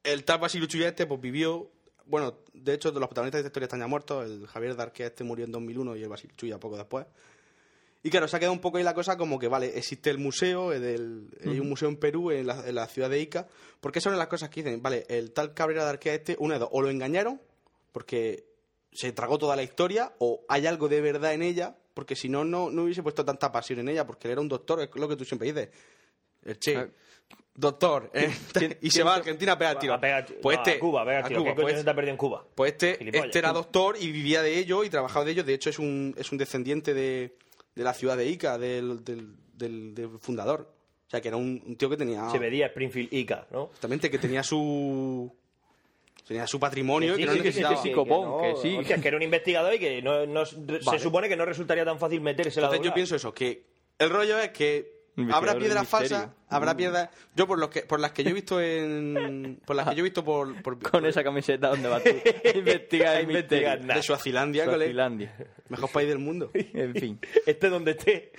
S5: el tal Basilio Chuya este pues vivió, bueno, de hecho los protagonistas de esta historia están ya muertos, el Javier Darquea este murió en 2001 y el Basilio Chuya poco después. Y claro, se ha quedado un poco ahí la cosa como que, vale, existe el museo, el del- hay un
S15: Ujú.
S5: museo en Perú, en la, en la ciudad de Ica, porque son las cosas que dicen, vale, el tal Cabrera de Arquea este, una de dos, o lo engañaron, porque se tragó toda la historia, o hay algo de verdad en ella, porque si no, no, no hubiese puesto tanta pasión en ella, porque él era un doctor, es lo que tú siempre dices, el che,
S7: Ah.
S5: doctor, eh, [LAUGHS] y se va a Argentina a pegar tiro. Pues
S7: no,
S5: este,
S7: a Cuba, a pegar tiro. ¿Qué coño
S5: pues-
S7: se te ha perdido en Cuba?
S5: pues este,
S7: Gilipollas.
S5: este era doctor y vivía de ello y trabajaba de ello. De hecho, es un, es un descendiente de, de la ciudad de Ica, del, del- del- del fundador. O sea, que era un, un tío que tenía...
S7: Ah. Se vería Springfield Ica, ¿no?
S5: Exactamente, que tenía su... Tenía su patrimonio
S7: Sí,
S5: que no
S7: sí, sí,
S5: necesitaba.
S7: sí, sí, que no, hostia, es que era un investigador y que no, no- se
S5: Vale.
S7: supone que no resultaría tan fácil meterse la
S5: Entonces yo pienso eso, que el rollo es que
S7: Investigador
S5: habrá
S7: del
S5: piedras
S7: misterio.
S5: falsas, habrá
S7: Mm.
S5: piedras... Yo por, los que, por las que yo he visto en... Por las que yo he visto
S7: [LAUGHS]
S5: por... por-
S6: Con esa camiseta, ¿dónde vas tú? Investiga, investiga.
S5: De Suazilandia, colega. Mejor país
S7: [LAUGHS]
S5: del mundo.
S6: en fin.
S7: Este donde esté.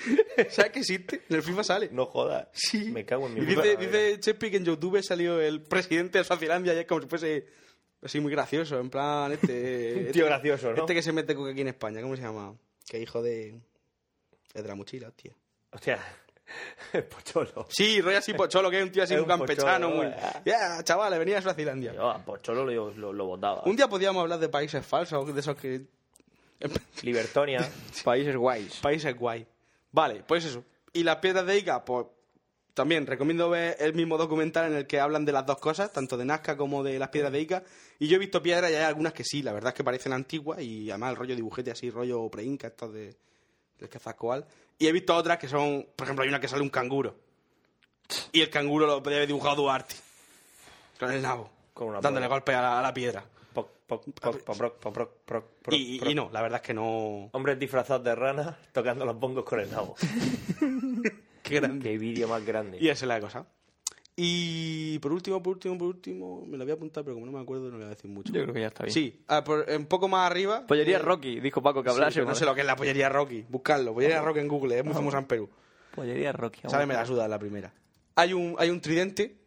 S5: ¿Sabes que existe? En el FIFA sale.
S7: No jodas.
S5: Sí.
S7: Me cago en mi puta
S5: Dice,
S7: madre.
S5: dice Chespi que en YouTube salió el presidente de Suazilandia y es como si fuese así muy gracioso, en plan
S7: [LAUGHS]
S5: este...
S7: Un
S5: este-
S7: tío gracioso, ¿no?
S5: Este que se mete coca aquí en España, ¿cómo se llama? Que hijo de... Es de la mochila, hostia.
S7: Hostia, [LAUGHS] pocholo.
S5: Sí, rollo así pocholo, que es un tío así
S7: Es
S5: un
S7: un pocholo, eh.
S5: campechano,
S7: ¿no?
S5: muy... Ya, chavales, venía a Suazilandia.
S7: Yo a Pocholo lo, lo, lo votaba.
S5: Un día podíamos hablar de países falsos, de esos que...
S7: Libertonia.
S6: países guays.
S5: Países guay. Vale, pues eso. Y las piedras de Ica, pues también recomiendo ver el mismo documental en el que hablan de las dos cosas, tanto de Nazca como de las piedras de Ica. Y yo he visto piedras y hay algunas que sí, la verdad es que parecen antiguas y además el rollo dibujete así, rollo pre-inca, estos de, del Cazacoal. Y he visto otras que son, por ejemplo, hay una que sale un canguro. Y el canguro lo podría haber dibujado Duarte. Con el nabo. dándole golpe a la, a la piedra. Y- y no, la verdad es que no.
S7: Hombres disfrazados de rana tocando los bongos con el nabo.
S5: Qué
S7: [LAUGHS]
S5: grande.
S7: Qué vídeo más grande.
S5: Y esa es la cosa. Y por último, por último, por último, me la voy a apuntar, pero como no me acuerdo, no le voy a decir mucho.
S6: Yo creo que ya está bien.
S5: Sí, ah, por- un poco más arriba.
S6: Pollería
S5: eh,
S6: Rocky, dijo Paco que
S5: sí,
S6: hablase.
S5: pero no sé lo que es la pollería Rocky. Buscarlo, pollería
S6: Ojo.
S5: Rocky en Google, eh, es muy famosa en Perú.
S6: Pollería Rocky.
S5: Sabe, me la suda la primera. Hay un, hay un tridente.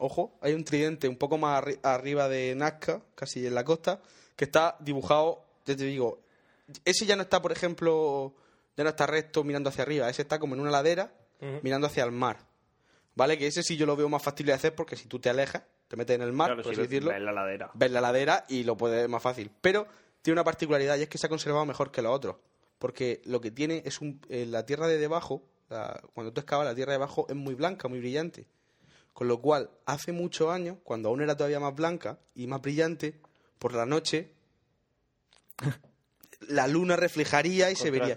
S5: Ojo, hay un tridente un poco más arri- arriba de Nazca, casi en la costa, que está dibujado, ya te digo, ese ya no está, por ejemplo, ya no está recto mirando hacia arriba, ese está como en una ladera
S7: Ujú.
S5: mirando hacia el mar. ¿Vale? Que ese sí yo lo veo más fácil de hacer porque si tú te alejas, te metes en el mar,
S7: Claro,
S5: por
S7: sí,
S5: así decirlo,
S7: ves la ladera.
S5: ves la ladera y lo puedes más fácil. Pero tiene una particularidad y es que se ha conservado mejor que los otros. Porque lo que tiene es un, eh, la tierra de debajo, la- cuando tú excavas, la tierra de debajo es muy blanca, muy brillante. Con lo cual, hace muchos años, cuando aún era todavía más blanca y más brillante, por la noche [LAUGHS] la luna reflejaría y se vería.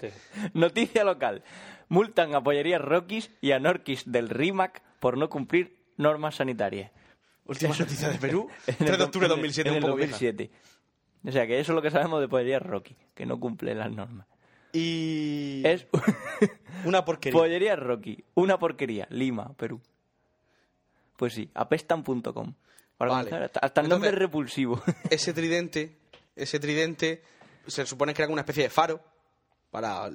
S6: Noticia local. Multan a pollerías Rockies y a Norquis del RIMAC por no cumplir normas sanitarias.
S5: Última noticia de Perú.
S6: [LAUGHS] En el
S5: 3 de
S6: do-
S5: octubre de
S6: en el-
S5: 2007,
S6: en
S5: un
S6: el
S5: poco vieja.
S6: 2007. O sea, que eso es lo que sabemos de pollerías Rocky, que no cumple las normas.
S5: Y...
S6: Es
S5: una porquería.
S6: Pollerías Rocky, una porquería, Lima, Perú. Pues sí, apestan.com. Para
S5: Vale.
S6: comenzar, hasta, hasta el nombre
S5: Entonces-
S6: es repulsivo.
S5: ese tridente, ese tridente se supone que era como una especie de faro para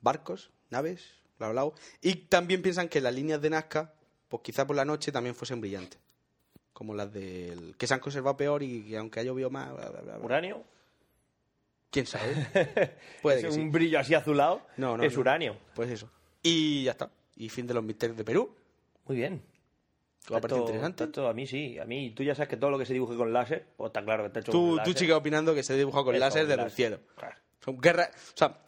S5: barcos, naves, bla, bla, bla. Y también piensan que las líneas de Nazca, pues quizá por la noche también fuesen brillantes. Como las del... que se han conservado peor y que aunque haya llovido más... bla, bla, bla, bla.
S6: [LAUGHS]
S7: ¿Uranio?
S5: ¿Quién
S7: [LAUGHS]
S5: sabe? Puede
S7: Es
S5: que
S7: un
S5: sí.
S7: brillo así azulado.
S5: No, no,
S7: es
S5: no.
S7: uranio.
S5: Pues eso. Y ya está. Y fin de los misterios de Perú.
S7: Muy bien.
S5: ¿Te va a parecer interesante?
S7: esto a mí sí. A mí, tú ya sabes que todo lo que se dibuje con láser, pues está claro que está hecho
S5: Tú,
S7: con
S5: tú
S7: láser.
S5: sigues opinando que se ha dibujado con
S7: Eso,
S5: láser
S7: con
S5: desde el
S7: láser.
S5: cielo.
S7: Claro.
S5: Son guerras. O sea,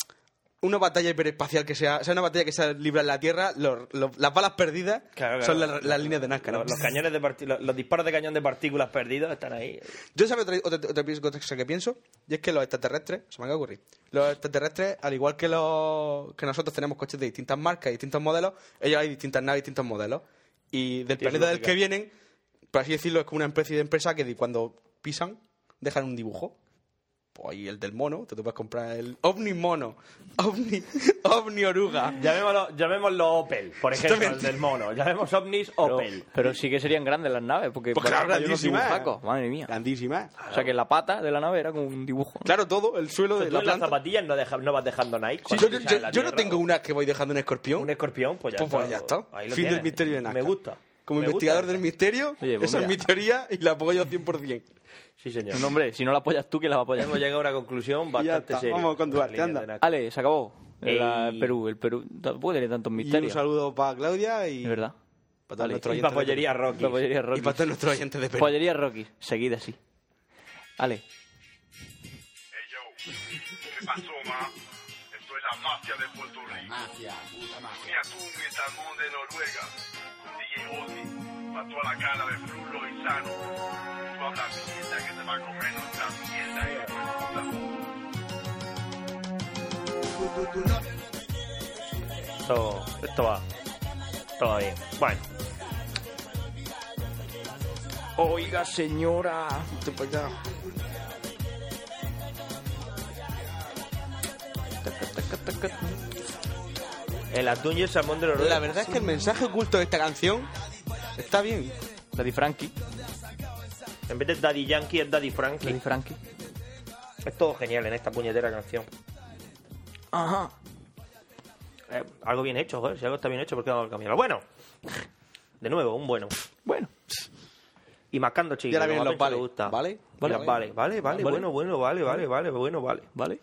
S5: una batalla hiperespacial que sea. O sea, una batalla que sea libre en la Tierra, los- los- las balas perdidas
S7: Claro, claro.
S5: son las, las líneas de Nazca. ¿no?
S7: Los, los cañones de parti- los, los disparos de cañón de partículas perdidos están ahí.
S5: Yo sabía otra, otra- otra cosa que pienso, y es que los extraterrestres, se me acaba de ocurrir, los extraterrestres, al igual que los que nosotros tenemos coches de distintas marcas y distintos modelos, ellos hay distintas naves, distintos modelos. Y del
S7: Tiene
S5: planeta del
S7: lógica.
S5: que vienen, por así decirlo, es como una especie de empresa que di- cuando pisan, dejan un dibujo. Pues ahí el del mono, te, te puedes comprar el ovni mono, ovni, [LAUGHS] ovni oruga.
S7: Llamémoslo, llamémoslo Opel, por ejemplo, el
S5: Exactamente.
S7: del mono. Llamemos ovnis
S6: Pero,
S7: Opel.
S6: pero sí que serían grandes las naves, porque
S5: Pues
S6: por
S5: claro,
S6: ejemplo, hay unos
S5: grandísimas.
S6: dibujacos, madre mía.
S5: Grandísima.
S6: O sea, que la pata de la nave era como un dibujo.
S5: Claro, todo, el suelo
S7: Tú
S5: de
S7: en
S5: la
S7: las
S5: planta.
S7: zapatillas no, deja- no vas dejando Nike.
S5: Sí, yo,
S7: cuando
S5: yo-
S7: pisas la
S5: yo no
S7: tierra.
S5: tengo una que voy dejando un escorpión.
S7: un escorpión, pues ya
S5: Pues,
S7: está.
S5: pues ya está.
S7: Ahí
S5: Fin
S7: lo
S5: del
S7: tienes.
S5: misterio de Nazca.
S7: Me gusta.
S5: Como
S7: Me
S5: investigador
S7: gusta.
S5: del misterio,
S6: Oye, pues
S5: esa es
S6: mira.
S5: mi teoría y la apoyo
S6: [LAUGHS]
S5: 100%.
S7: Sí, señor.
S6: No, hombre, si no la apoyas tú, ¿quién la va a apoyar?
S7: Hemos llegado a una conclusión
S5: ya
S7: bastante
S5: está.
S7: seria.
S5: Vamos con Duarte,
S7: Líneas de
S5: anda.
S7: Nazca.
S6: Ale, se acabó.
S7: La-
S16: Ey.
S7: Perú, el Perú. Tampoco tiene tantos
S5: Y un
S7: misterios.
S5: saludo para Claudia y.
S7: Es verdad.
S5: Para todos
S7: Vale.
S5: nuestros
S7: Y
S5: oyentes
S7: pa' Pollería
S5: de Perú.
S7: Rockies. Pa' Pollería
S5: Y para todos
S7: Rockies.
S5: nuestros oyentes de Perú.
S7: Pollería Rocky, seguida así. Ale,
S17: ¿Qué pasó, ma? Esto es la mafia de Puerto Rico. mafia, puta mafia. y Salmón de Noruega. Con DJ Ozzy. Pa' toda la cara de Frulo y Sano. Tú hablas mierda que te va a comer nuestra mierda eh. y
S6: Esto, esto va. Esto va bien. Bueno.
S16: Oiga, señora.
S6: El atún y el salmón de Noruega.
S5: La verdad es que el mensaje oculto de esta canción está bien.
S7: Daddy Frankie.
S6: En vez de Daddy Yankee es Daddy Frankie. Daddy
S7: Frankie.
S6: Es todo genial en esta puñetera canción.
S7: Ajá.
S6: Eh, algo bien hecho, joder. Si algo está bien hecho, ¿por qué no el camino? Bueno. De nuevo, un bueno.
S7: Bueno.
S6: Y marcando chicos.
S5: Y ahora vienen los vale,
S6: ¿Vale?
S5: Vale,
S6: Vale, vale, vale,
S5: Vale.
S6: Bueno, bueno, vale, vale, vale, bueno, vale.
S7: Vale.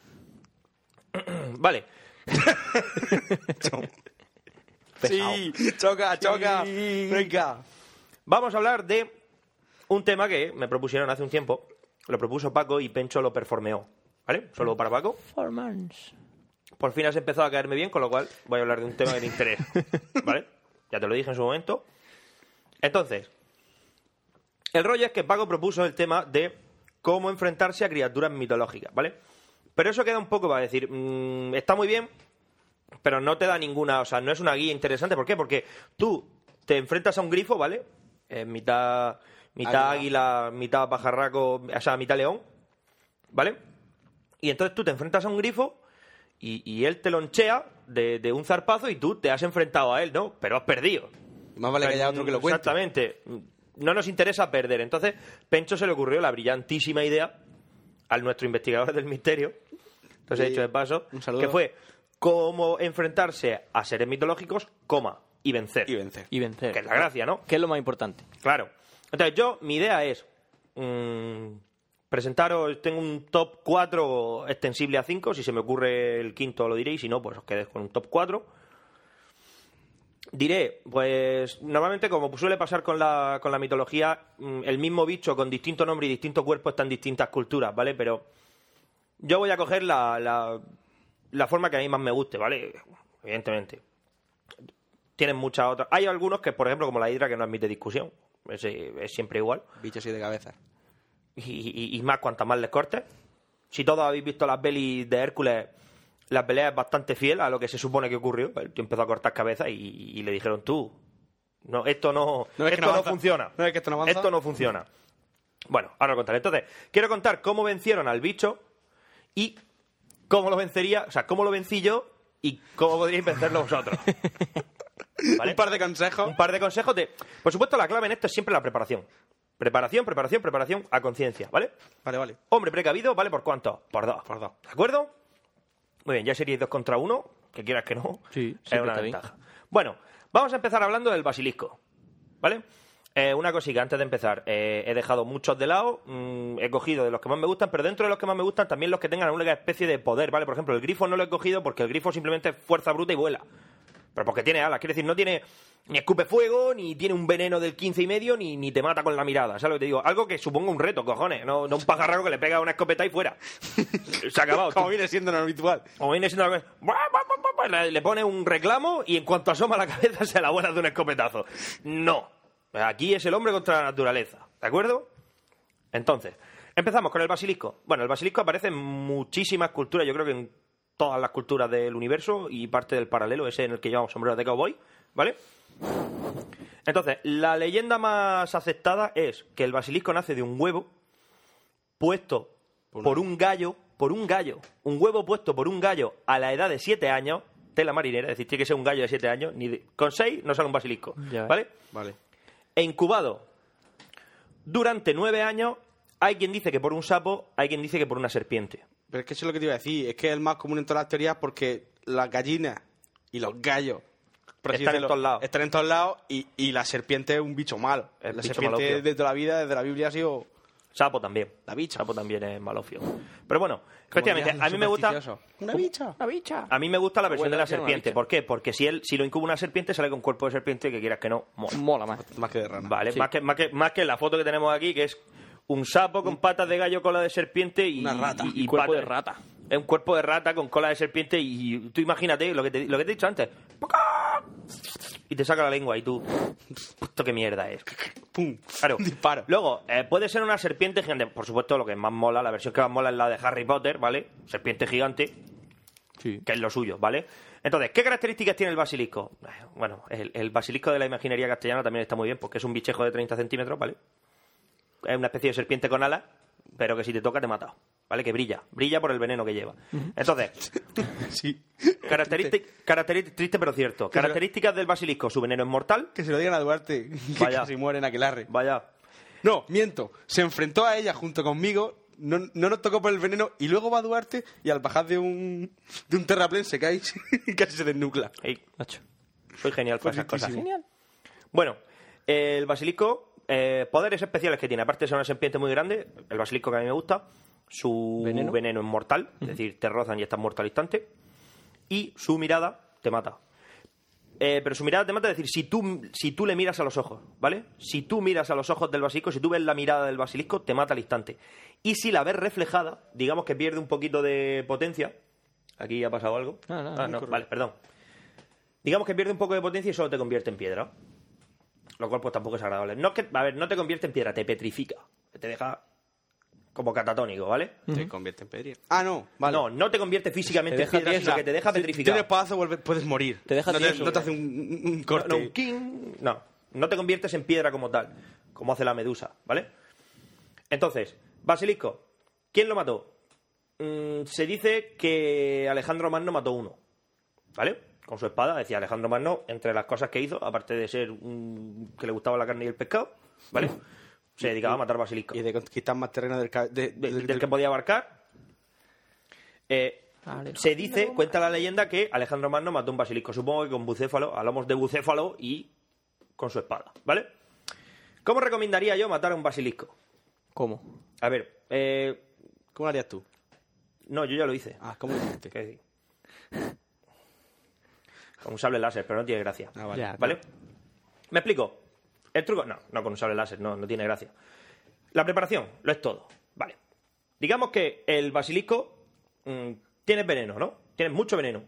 S6: [CLEARS THROAT] vale.
S5: Sí, choca, choca. Venga.
S6: Vamos a hablar de un tema que me propusieron hace un tiempo. Lo propuso Paco y Pencho lo performeó. ¿Vale? Solo para Paco.
S7: Performance.
S6: Por fin has empezado a caerme bien, con lo cual voy a hablar de un tema que te interesa. ¿Vale? Ya te lo dije en su momento. Entonces, el rollo es que Paco propuso el tema de cómo enfrentarse a criaturas mitológicas, ¿vale? Pero eso queda un poco para decir, mm, está muy bien, pero no te da ninguna, o sea, no es una guía interesante. ¿Por qué? Porque tú te enfrentas a un grifo, ¿vale? Eh, mitad, mitad águila, mitad pajarraco, o sea, mitad león, ¿vale? Y entonces tú te enfrentas a un grifo y, y él te lonchea de, de un zarpazo y tú te has enfrentado a él, ¿no? Pero has perdido.
S5: Más vale que haya otro que lo cuente.
S6: Exactamente. No nos interesa perder. Entonces, Pencho se le ocurrió la brillantísima idea al nuestro investigador del misterio. Entonces,
S5: Sí.
S6: dicho de paso,
S5: Un saludo.
S6: que fue cómo enfrentarse a seres mitológicos, coma, y vencer.
S5: Y vencer.
S7: Y vencer.
S6: Que es la gracia, ¿no?
S7: ¿Qué es lo más importante?
S6: Claro. Entonces, yo, mi idea es mm, presentaros, tengo un top 4 extensible a 5, si se me ocurre el quinto lo diré, y si no, pues os quedéis con un top 4. Diré, pues normalmente como suele pasar con la, con la mitología, mm, el mismo bicho con distinto nombre y distinto cuerpo está en distintas culturas, ¿vale? Pero yo voy a coger la, la, la forma que a mí más me guste, ¿vale? Evidentemente. Tienen muchas otras. Hay algunos que, por ejemplo, como la hidra, que no admite discusión. Ese Es, siempre igual.
S5: Bichos y de cabeza.
S6: Y, y- y más cuantas más les cortes. Si todos habéis visto las pelis de Hércules, la pelea es bastante fiel a lo que se supone que ocurrió. El tío empezó a cortar cabezas y, y le dijeron tú. No, esto no,
S5: No ves que
S6: esto
S5: no
S6: no,
S5: avanza.
S6: funciona.
S5: No ves que esto no avanza.
S6: Esto no funciona. Bueno, ahora lo contaré. Entonces, quiero contar cómo vencieron al bicho y cómo lo vencería, o sea, cómo lo vencí yo y cómo podríais vencerlo
S5: [LAUGHS]
S6: vosotros.
S5: Un par de consejos.
S6: Un par de consejos de. Por supuesto, la clave en esto es siempre la preparación. Preparación, preparación, preparación a conciencia, ¿vale?
S5: Vale, vale.
S6: Hombre precavido, ¿vale? ¿Por cuánto? Por dos. Por dos. ¿De acuerdo? Muy bien, ya seríais dos contra uno, que quieras que no.
S7: Sí,
S6: es
S7: siempre
S6: una
S7: está bien.
S6: ventaja. Bueno, vamos a empezar hablando del basilisco, ¿vale? Eh, una cosita antes de empezar. Eh, he dejado muchos de lado, mm, he cogido de los que más me gustan, pero dentro de los que más me gustan también los que tengan alguna especie de poder, ¿vale? Por ejemplo, el grifo no lo he cogido porque el grifo simplemente es fuerza bruta y vuela. Pero porque tiene alas, quiere decir, no tiene ni escupe fuego, ni tiene un veneno del 15 y medio, ni, ni te mata con la mirada, ¿sabes lo que te digo? Algo que suponga un reto, cojones, no, no un pajarraco que le pega una escopeta y fuera. Se ha acabado.
S5: Como viene siendo lo habitual.
S6: O viene siendo algo- ¡Buah, buah, buah, buah! Le- Le pone un reclamo y en cuanto asoma la cabeza se la vuela de un escopetazo. No. Aquí es el hombre contra la naturaleza. ¿De acuerdo? Entonces, empezamos con el basilisco. Bueno, el basilisco aparece en muchísimas culturas, yo creo que en todas las culturas del universo y parte del paralelo, ese en el que llevamos sombreros de cowboy, ¿vale? Entonces, la leyenda más aceptada es que el basilisco nace de un huevo puesto por un gallo, por un gallo, un huevo puesto por un gallo a la edad de 7 años, tela marinera, es decir, tiene que ser un gallo de 7 años, ni de- con 6 no sale un basilisco,
S7: Ya ves.
S6: ¿vale?
S5: Vale.
S6: e incubado durante nueve años. Hay quien dice que por un sapo, hay quien dice que por una serpiente.
S5: Pero es que eso es lo que te iba a decir. Es que es el más común en todas las teorías porque las gallinas y los gallos por así
S6: Están en
S5: decirlo,
S6: todos lados.
S5: Están en todos lados y, y la serpiente es un bicho malo.
S6: Es
S5: la
S6: bicho
S5: serpiente
S6: malopio.
S5: de toda la vida, desde la Biblia, ha sido
S6: Sapo también. La bicha. Sapo también es malofio. Pero bueno, efectivamente,
S5: dirían los
S6: a mí me gusta.
S5: supersticiosos. Una bicha.
S10: Una bicha.
S6: A mí me gusta la versión
S10: Abuela,
S6: de la
S10: tiene una
S6: serpiente.
S10: bicha.
S6: ¿Por qué? Porque si él, si lo incuba una serpiente, sale con cuerpo de serpiente que quieras que no, mola.
S10: más.
S5: [LAUGHS] Más que de rana.
S6: Vale,
S5: Sí.
S6: más, que, más, que, más que la foto que tenemos aquí, que es un sapo con patas de gallo, cola de serpiente y.
S10: Una rata.
S6: Y,
S10: Y cuerpo de
S6: rata. Es un cuerpo de rata con cola de serpiente y, y tú imagínate lo que, te, lo que te he dicho antes. ¡Poca! Y te saca la lengua y tú. ¿Esto qué mierda es? ¡Pum! Claro. Disparo. Luego, eh, puede ser una serpiente gigante. Por supuesto, lo que más mola, la versión que más mola es la de Harry Potter, ¿vale? Serpiente gigante. Que es lo suyo, ¿vale? Entonces, ¿qué características tiene el basilisco? Bueno, el, el basilisco de la imaginería castellana también está muy bien porque es un bichejo de 30 centímetros, ¿vale? Es una especie de serpiente con alas, pero que si te toca te mata, ¿vale? Que brilla, brilla por el veneno que lleva. Entonces,
S5: sí.
S6: características, triste pero cierto.
S5: Que se lo-
S6: Características del basilisco, su veneno es mortal.
S5: Que se lo digan a Duarte, [LAUGHS] que
S6: Vaya.
S5: casi muere en Aquelarre.
S6: Vaya.
S5: No, miento. Se enfrentó a ella junto conmigo, no, no nos tocó por el veneno, y luego va Duarte y al bajar de un, de un terraplén se cae [LAUGHS] y casi se desnucla.
S6: Ey, soy genial para esas cosas.
S5: Perfectísimo.
S6: Bueno, eh, el basilisco, eh, poderes especiales que tiene. Aparte de ser una serpiente muy grande, el basilisco que a mí me gusta, su veneno,
S10: Veneno.
S6: es mortal, es decir, te rozan y estás muerto al instante. Y su mirada te mata. Eh, pero su mirada te mata, es decir, si tú, si tú le miras a los ojos, ¿vale? Si tú miras a los ojos del basilisco, si tú ves la mirada del basilisco, te mata al instante. Y si la ves reflejada, digamos que pierde un poquito de potencia. Aquí ha pasado algo.
S10: Ah, nada,
S6: ah,
S10: muy
S6: no,
S10: correcto.
S6: vale, perdón. Digamos que pierde un poco de potencia y solo te convierte en piedra. Lo cual pues tampoco es agradable. No es que, a ver, no te convierte en piedra, te petrifica. Te deja como catatónico, ¿vale?
S5: Te convierte en pedría. Ah, no, vale.
S6: No, no te convierte físicamente
S5: Te
S6: en
S5: deja
S6: piedra,
S5: tiesa.
S6: sino que te deja
S5: Si
S6: petrificado.
S5: tienes pedazo, vuelve- puedes morir.
S10: Te deja
S5: no te,
S10: tieso,
S5: no te
S10: ya.
S5: hace un, un- un corte.
S6: No, no, un king, no, no te conviertes en piedra como tal, como hace la medusa, ¿vale? Entonces, Basilisco, ¿quién lo mató? Mm, se dice que Alejandro Magno mató uno, ¿vale? Con su espada, decía Alejandro Magno, entre las cosas que hizo, aparte de ser un que le gustaba la carne y el pescado, ¿vale? Se dedicaba a matar Basilisco.
S5: Y de conquistar más terreno del, ca- de-
S6: de-
S5: del-
S6: del que podía abarcar. Eh, se dice, cuenta la leyenda, que Alejandro Magno mató un basilisco, supongo que con bucéfalo, a lomos de bucéfalo y con su espada, ¿vale? ¿Cómo recomendaría yo matar a un basilisco?
S10: ¿Cómo?
S6: A ver, eh,
S5: ¿Cómo lo harías tú?
S6: no, yo ya lo hice.
S5: Ah, ¿cómo lo hiciste?
S6: ¿Qué decir? Con un sable láser, pero no tiene gracia.
S5: Ah, vale. Ya,
S6: ¿Vale? ¿Me explico? El truco. No, no con un sable láser, no, no tiene gracia. La preparación, lo es todo. Vale. Digamos que el basilisco mm, tiene veneno, ¿no? Tiene mucho veneno.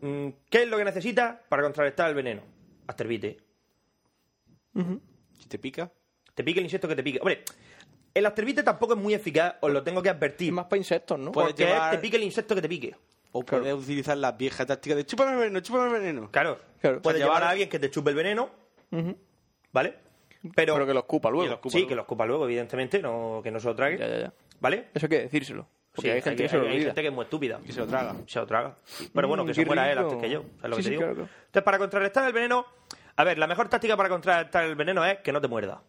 S6: Mm, ¿Qué es lo que necesita para contrarrestar el veneno? Asterbite.
S5: Si te pica,
S6: Te pica el insecto que te pique. Hombre, el asterbite tampoco es muy eficaz, os lo tengo que advertir.
S10: Más para insectos, ¿no?
S5: Puede
S6: Porque
S5: llevar-
S6: te pique el insecto que te pique.
S5: o puedes utilizar la vieja táctica de chúpame el veneno, chúpame el veneno.
S6: Claro.
S10: Claro.
S5: Para
S6: Puedes llevar a
S5: llevar-
S6: alguien que te chupe el veneno, ¿vale? Pero,
S10: Pero, que lo ocupa
S6: que
S10: luego.
S6: lo ocupa sí, que lo ocupa luego, evidentemente, no, que no se lo trague.
S10: Ya, ya, ya.
S6: ¿Vale?
S10: Eso hay que decírselo. Porque
S6: Sí,
S10: hay gente que se lo
S6: hay
S10: olvida.
S6: gente que es muy estúpida.
S5: Y se lo traga.
S6: Se lo traga. Pero bueno, que
S10: Mm,
S6: se
S10: qué
S6: muera él
S10: rico.
S6: antes que yo. ¿Sabes lo que
S10: Sí,
S6: te
S10: sí,
S6: digo?
S10: claro, claro.
S6: Entonces, para contrarrestar el veneno, a ver, la mejor táctica para contrarrestar el veneno es que no te
S10: [LAUGHS]
S6: muerda.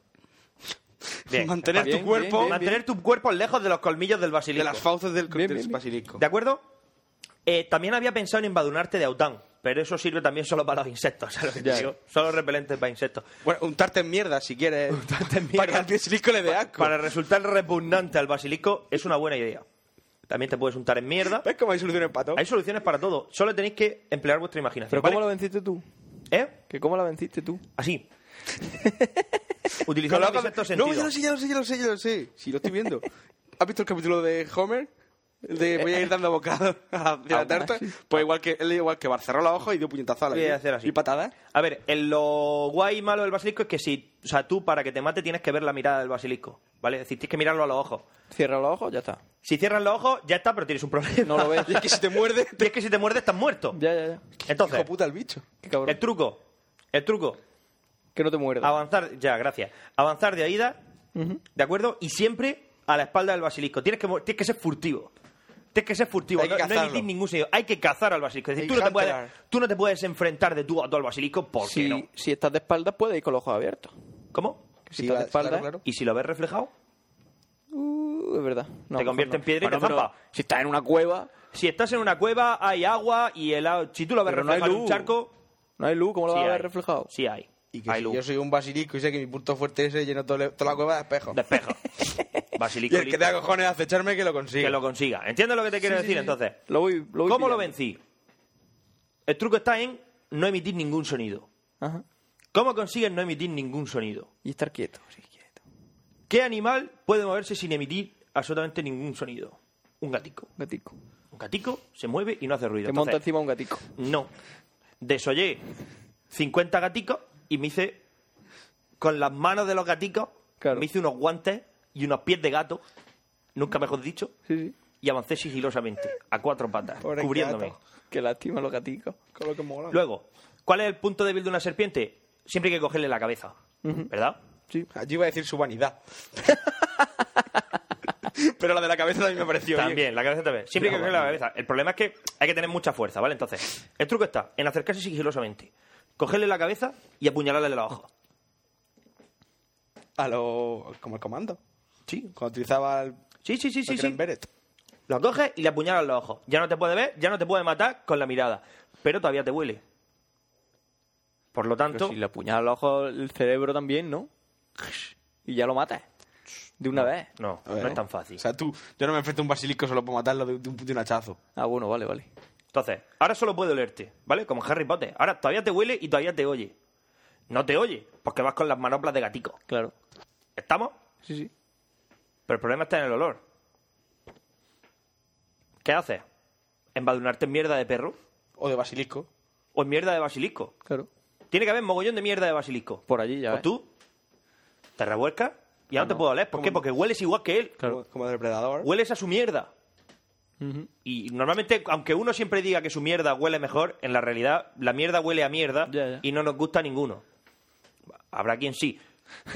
S6: Bien.
S5: Mantener tu
S10: Bien,
S5: cuerpo
S10: bien, bien, bien.
S6: Mantener tu cuerpo lejos de los colmillos del basilisco.
S5: de las fauces del,
S10: Bien,
S5: del
S10: bien, bien.
S5: basilisco.
S6: ¿De acuerdo? Eh, también había pensado en embadurnarte de aután, pero eso sirve también solo para los insectos, [LAUGHS] ¿sabes lo que te
S10: Ya.
S6: digo? Solo repelentes para insectos.
S5: Bueno, untarte en mierda si quieres. [LAUGHS] Para que
S6: mierda.
S5: al basilisco le dé asco.
S6: Para resultar repugnante al basilisco es una buena idea. También te puedes untar en mierda.
S5: ¿Ves cómo hay soluciones para todo?
S6: Hay soluciones para todo. Solo tenéis que emplear vuestra imaginación.
S10: Pero
S6: ¿vale?
S10: ¿cómo lo venciste tú?
S6: ¿Eh?
S10: ¿Que ¿Cómo la venciste tú? [LAUGHS]
S6: Así.
S5: Con
S6: Utilizando
S5: la
S6: mis
S5: hoja
S6: sexto
S5: de-
S6: sentido.
S5: No, ya lo sé, ya lo sé, ya lo sé, ya lo sé. Sí, lo estoy viendo. [LAUGHS] ¿Has visto el capítulo de Homer? El de
S6: Eh,
S5: voy [LAUGHS] a ir dando bocados de la tarta. Pues igual que él igual que Bar cerró los ojos y dio puñetazo a la
S6: Voy a
S5: vida.
S6: hacer así.
S5: Y patadas.
S6: A ver, el- lo guay y malo del basilisco es que si... O sea, tú para que te mate tienes que ver la mirada del basilisco, ¿vale? Es decir, tienes que mirarlo a los ojos.
S10: Cierra los ojos, ya está.
S6: Si cierras los ojos, ya está, pero tienes un problema.
S10: No lo ves.
S5: [LAUGHS] Y es que si te muerde,
S6: [LAUGHS] Y es que si te muerde estás muerto.
S10: Ya, ya, ya.
S6: Entonces,
S5: hijo puta el bicho.
S10: Qué cabrón.
S6: el truco, el truco,
S10: Que no te muerda.
S6: avanzar, ya, gracias, avanzar de oída, ¿de acuerdo? Y siempre a la espalda del basilisco. Tienes que, mo- tienes que ser furtivo. Tienes que ser furtivo,
S5: Hay que
S6: no, no
S5: cazarlo.
S6: emitir ningún sonido. Hay que cazar al basilisco. Es decir,
S5: Hay
S6: tú no, te
S5: que
S6: puedes,
S5: huntear.
S6: tú no te puedes enfrentar de tú a tú al basilisco porque
S10: si,
S6: no.
S10: si estás de espaldas, puedes ir con los ojos abiertos.
S6: ¿Cómo?
S10: Que Si
S5: Sí,
S10: estás
S5: va-
S10: de espaldas,
S5: claro, claro.
S6: ¿Y si lo ves reflejado?
S10: uh, es verdad. No,
S6: Te
S10: mejor
S6: convierte
S10: no.
S6: en piedra y te
S10: pero
S6: zampa.
S10: Si estás en una cueva,
S6: Si estás en una cueva, hay agua y el, a- si tú lo ves
S10: Pero no hay
S6: reflejado en un
S10: luz.
S6: charco...
S10: no hay luz, ¿cómo lo
S6: sí
S10: vas a
S6: hay.
S10: ver reflejado?
S6: Sí hay.
S5: Y que
S6: Ay,
S5: si
S6: Lu.
S5: yo soy un basilisco y sé que mi punto fuerte es ese, lleno todo le- toda la cueva de espejos. De [LAUGHS]
S6: espejos. Basilico.
S5: Y el que tenga cojones de acecharme, que lo consiga.
S6: Que lo consiga. ¿Entiendes lo que te quiero
S5: Sí, sí,
S6: decir
S5: sí.
S6: entonces? ¿Cómo lo vencí? El truco está en no emitir ningún sonido. ¿Cómo consigues no emitir ningún sonido?
S7: Y estar quieto.
S6: ¿Qué animal puede moverse sin emitir absolutamente ningún sonido? Un gatico. Un
S7: gatico.
S6: Un gatico se mueve y no hace ruido.
S7: Te monta
S6: Entonces,
S7: encima un gatico.
S6: No. Desollé 50 gaticos y me hice, con las manos de los gaticos, me hice unos guantes y unos pies de gato, nunca mejor dicho, y avancé sigilosamente, a cuatro patas,
S7: Pobre
S6: cubriéndome.
S7: gato. Qué lástima los gaticos. Con lo que mola.
S6: Luego, ¿cuál es el punto débil de una serpiente? Siempre hay que cogerle la cabeza, ¿verdad?
S7: Sí.
S5: Yo iba a decir su vanidad. [LAUGHS] Pero la de la cabeza también me pareció bien.
S6: También, la cabeza también. Siempre hay que cogerle la cabeza. El problema es que hay que tener mucha fuerza, ¿vale? Entonces, el truco está en acercarse sigilosamente, cogerle la cabeza y apuñalarle los ojos.
S5: A lo... Como el comando.
S6: Sí.
S5: Cuando utilizaba el...
S6: Sí, sí, sí, sí.
S5: Gran
S6: sí.
S5: Beret.
S6: Lo coges y le apuñalas los ojos. Ya no te puede ver, ya no te puede matar con la mirada. Pero todavía te huele. Por lo tanto.
S7: Pero si le apuñalas los ojos, el cerebro también, ¿no? Y ya lo matas. De una vez.
S6: No,
S5: A ver,
S6: no es tan fácil.
S5: O sea, tú... Yo no me enfrento a un basilisco solo por matarlo de, de un, de un hachazo.
S7: Ah, bueno, vale, vale.
S6: Entonces, ahora solo puede olerte, ¿vale? Como Harry Potter. Ahora todavía te huele y todavía te oye. No te oye, porque vas con las manoplas de gatico.
S7: Claro.
S6: ¿Estamos?
S7: Sí, sí.
S6: Pero el problema está en el olor. ¿Qué haces? ¿Embadurnarte en mierda de perro?
S5: O de basilisco.
S6: O en mierda de basilisco.
S7: Claro.
S6: Tiene que haber mogollón de mierda de basilisco.
S7: Por allí ya.
S6: O tú te revuelcas y ya no, te puedo oler. ¿Por qué? Porque hueles igual que él.
S5: Como, como el depredador.
S6: Hueles a su mierda. Y normalmente, aunque uno siempre diga que su mierda huele mejor, en la realidad la mierda huele a mierda y no nos gusta a ninguno. Habrá
S7: [LAUGHS]
S6: quien sí.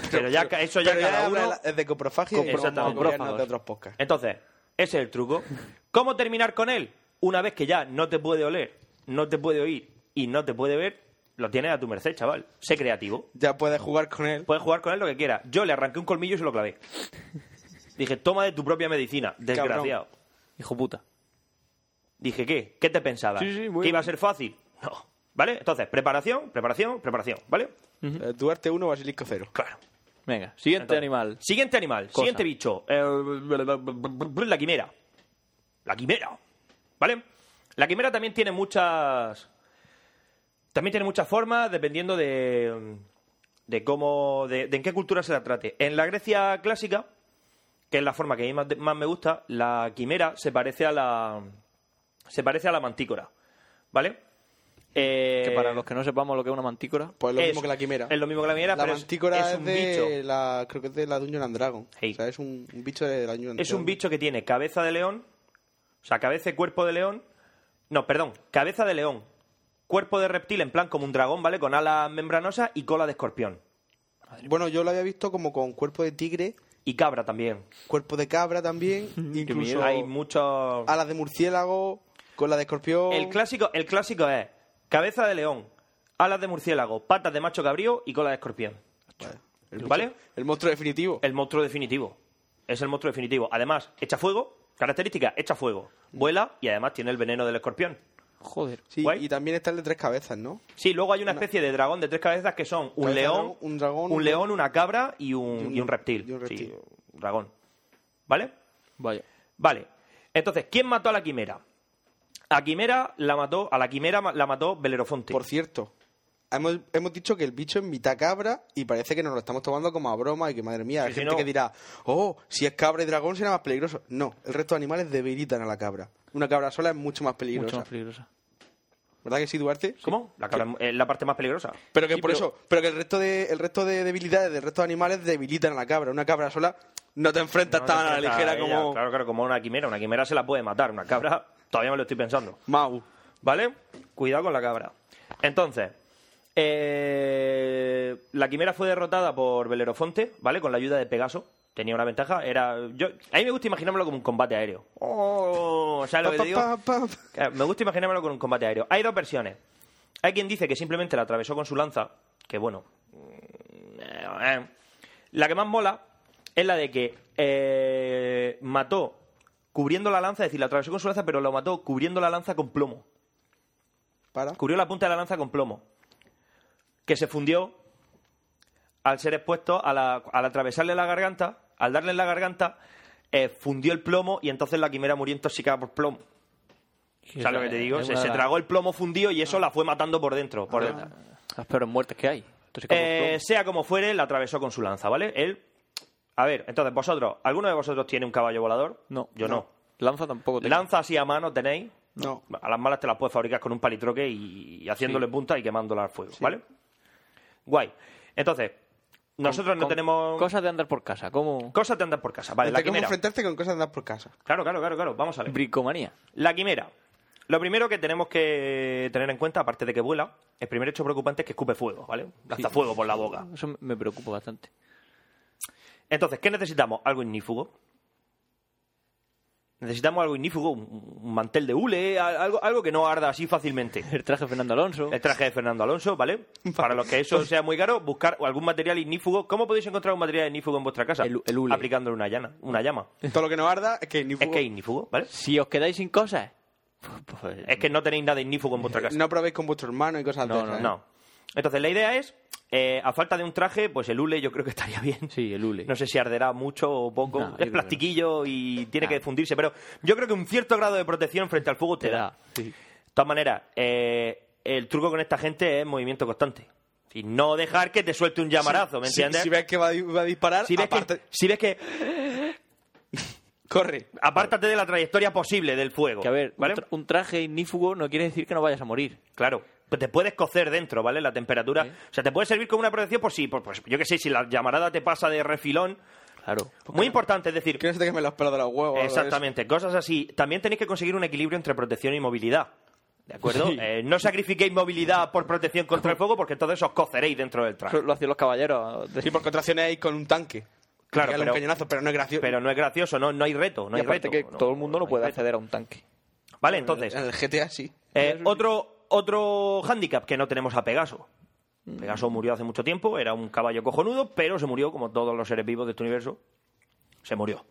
S6: Pero ya ca- eso ya
S5: Pero
S6: cada
S5: habla de
S6: uno.
S5: la- Es de coprofagia y
S6: Exactamente.
S5: coprofagia de otros podcasts.
S6: Entonces, ese es el truco. ¿Cómo terminar con él? Una vez que ya no te puede oler, no te puede oír y no te puede ver, lo tienes a tu merced, chaval. Sé creativo.
S5: Ya puedes jugar con él.
S6: Puedes jugar con él lo que quieras. Yo le arranqué un colmillo y se lo clavé. Dije, toma de tu propia medicina, desgraciado.
S7: Hijo puta.
S6: Dije, ¿qué? ¿Qué te pensabas?
S7: Sí, sí, muy
S6: ¿Que iba a
S7: bien.
S6: ser fácil? No. ¿Vale? Entonces, preparación, preparación, preparación. ¿Vale?
S5: Eh, Duarte 1, basilisco 0.
S6: Claro.
S7: Venga, siguiente
S6: Entonces,
S7: animal.
S6: Siguiente animal,
S7: Cosa.
S6: siguiente bicho. Eh, la quimera. La quimera. ¿Vale? La quimera también tiene muchas. También tiene muchas formas dependiendo de. de cómo. de, de en qué cultura se la trate. En la Grecia clásica, que es la forma que a mí más, más me gusta, la quimera se parece a la. se parece a la mantícora. ¿Vale? Eh,
S7: Que para los que no sepamos lo que es una mantícora.
S5: Pues lo mismo que la quimera.
S6: Es lo mismo que la quimera,
S5: La
S6: pero es-
S5: mantícora
S6: es,
S5: es,
S6: un bicho.
S5: de la, creo que es de la Dungeon and Dragon. O sea, es un, un bicho de la Dungeon and
S6: Es un
S5: Dragon.
S6: bicho que tiene cabeza de león, o sea, cabeza y cuerpo de león. No, perdón, cabeza de león, cuerpo de reptil en plan como un dragón, ¿vale? Con alas membranosas y cola de escorpión.
S5: Bueno, yo lo había visto como con cuerpo de tigre,
S6: Y cabra también.
S5: cuerpo de cabra
S6: [LAUGHS]
S5: también, incluso
S6: Hay muchos.
S5: alas de murciélago, cola de escorpión.
S6: El clásico, el clásico es cabeza de león, alas de murciélago, patas de macho cabrío y cola de escorpión.
S5: el
S6: ¿Vale?
S5: bicho- El monstruo definitivo.
S6: El monstruo definitivo. Es el monstruo definitivo. Además, echa fuego. Característica, echa fuego. Vuela y además tiene el veneno del escorpión.
S7: Joder.
S5: Sí,
S6: Guay.
S5: y también está el de tres cabezas, ¿no?
S6: Sí, luego hay una especie de dragón de tres cabezas que son un
S5: Cabeza de
S6: león,
S5: dragón, un dragón, un-
S6: león, una cabra y un,
S5: y un-
S6: y un reptil.
S5: y un reptil.
S6: Sí, un dragón. ¿Vale?
S7: Vaya.
S6: Vale. Entonces, ¿quién mató a la quimera? A quimera la mató, a la quimera ma- la mató Belerofonte.
S5: Por cierto, hemos, hemos dicho que el bicho es mitad cabra y parece que nos lo estamos tomando como a broma y que, madre mía, hay
S6: Sí, sí,
S5: gente
S6: no.
S5: que dirá, oh, si es cabra y dragón será más peligroso. No, el resto de animales debilitan a la cabra. Una cabra sola es mucho más peligrosa.
S7: Mucho más peligrosa.
S5: ¿Verdad que sí, Duarte?
S6: ¿Cómo? La cabra es la parte más peligrosa.
S5: Pero que
S6: Sí,
S5: por
S6: pero-
S5: eso, pero que el resto de el resto de debilidades del resto de animales debilitan a la cabra. Una cabra sola no te enfrentas
S6: No,
S5: tan a
S6: no
S5: la
S6: sienta
S5: ligera
S6: ella,
S5: como
S6: Claro, claro, como una quimera. Una quimera se la puede matar. Una cabra, todavía me lo estoy pensando.
S5: Mau.
S6: ¿Vale? Cuidado con la cabra. Entonces, eh, la quimera fue derrotada por Belerofonte, ¿vale? Con la ayuda de Pegaso. Tenía una ventaja. Era, yo, a mí me gusta imaginármelo como un combate aéreo. Oh, ¿sabes lo que te digo?
S5: Pa, pa, pa, pa.
S6: Claro, Me gusta imaginármelo con un combate aéreo. Hay dos versiones. Hay quien dice que simplemente la atravesó con su lanza, que bueno. mm, eh, eh. La que más mola es la de que eh, mató cubriendo la lanza, es decir, la atravesó con su lanza, pero lo mató cubriendo la lanza con plomo.
S5: Para.
S6: Cubrió la punta de la lanza con plomo. Que se fundió al ser expuesto, al, a- al atravesarle la garganta, al darle en la garganta, eh, fundió el plomo y entonces la quimera murió intoxicada por plomo. ¿Sabes lo que te digo?
S7: Es
S6: Se,
S7: una
S6: se
S7: de las- Ah.
S6: tragó el plomo fundido y eso la fue matando por dentro. Por dentro.
S7: Las peores muertes que hay.
S6: Eh, sea como fuere, la atravesó con su lanza, ¿vale? Él. A ver, entonces, vosotros, ¿alguno de vosotros tiene un caballo volador?
S7: No.
S6: Yo no.
S7: Lanza tampoco tengo.
S6: ¿Lanza así a mano tenéis?
S7: No.
S6: A las malas te las puedes fabricar con un palitroque y, y haciéndole
S7: Sí.
S6: punta y quemándola al fuego, ¿vale? Guay. Entonces, nosotros no
S7: con
S6: tenemos.
S7: Cosas de andar por casa, como.
S6: Cosas de andar por casa, vale.
S7: Este,
S6: La
S7: ¿cómo
S6: quimera.
S7: enfrentar-
S5: Enfrentarte con cosas de andar por casa.
S6: Claro, claro, claro, claro. Vamos a ver.
S7: Bricomanía.
S6: La quimera. Lo primero que tenemos que tener en cuenta, aparte de que vuela, el primer hecho preocupante es que escupe fuego, ¿vale? Gasta
S7: Sí.
S6: fuego por la boca.
S7: Eso me- me preocupa bastante.
S6: Entonces, ¿qué necesitamos? Algo ignífugo. Necesitamos algo ignífugo, un un mantel de hule, a- algo, algo que no arda así fácilmente.
S7: [LAUGHS] El traje de Fernando Alonso.
S6: El traje de Fernando Alonso,
S7: [LAUGHS]
S6: ¿vale? Para los que eso sea muy caro, buscar algún material ignífugo. ¿Cómo podéis encontrar un material ignífugo en vuestra casa? El, hule. Aplicándole una, llana, una llama.
S5: [LAUGHS] Todo lo que no arda es que es ignífugo.
S6: Es que es ignífugo, ¿vale?
S7: Si os quedáis sin cosas. pues, Eh,
S6: Es que no tenéis nada ignífugo en vuestra casa.
S5: No probéis con vuestro hermano y cosas de
S6: No, no,
S5: esas, ¿eh?
S6: no. Entonces, la idea es, eh, a falta de un traje, pues el hule yo creo que estaría bien.
S7: Sí, el hule.
S6: No sé si arderá mucho o poco.
S7: No, yo creo
S6: es
S7: que
S6: plastiquillo y tiene que fundirse, pero yo creo que un cierto grado de protección frente al fuego te, da. De todas maneras, eh, el truco con esta gente es movimiento constante. Y no dejar que te suelte un llamarazo, ¿me
S5: Si-
S6: entiendes?
S5: Si, ves que va a, di- va a disparar,
S6: Si ves que-
S5: aparte-
S6: si ves que
S5: corre.
S6: apártate de la trayectoria posible del fuego.
S7: Que a ver, un
S6: ¿vale?
S7: tra- un traje ignífugo no quiere decir que no vayas a morir.
S6: Claro. Pues te puedes cocer dentro, ¿vale? La temperatura. O sea, te puede servir como una protección, pues sí, pues, pues yo qué sé, si la llamarada te pasa de refilón.
S7: Claro.
S6: Muy importante, es decir.
S5: Que no se te quemen los pelos de los huevos.
S6: Exactamente, cosas así. También tenéis que conseguir un equilibrio entre protección y movilidad. ¿De acuerdo?
S7: Sí.
S6: Eh, no sacrifiquéis movilidad por protección contra el fuego, porque entonces os coceréis dentro del traje.
S7: Eso Lo hacían los caballeros. de-
S5: Y por contracciones ahí con un tanque.
S6: Claro,
S5: Pégale
S6: pero-
S5: un cañonazo, pero no es gracioso.
S6: Pero no es gracioso, no, no hay reto. No
S7: y
S6: hay
S7: aparte
S6: reto.
S7: que
S6: no.
S7: todo el mundo no puede acceder a un tanque.
S6: Vale, entonces.
S5: En el GTA sí.
S6: Eh, otro, otro hándicap que no tenemos a Pegaso.
S7: Mm.
S6: Pegaso murió hace mucho tiempo, era un caballo cojonudo, pero se murió como todos los seres vivos de este universo. Se murió.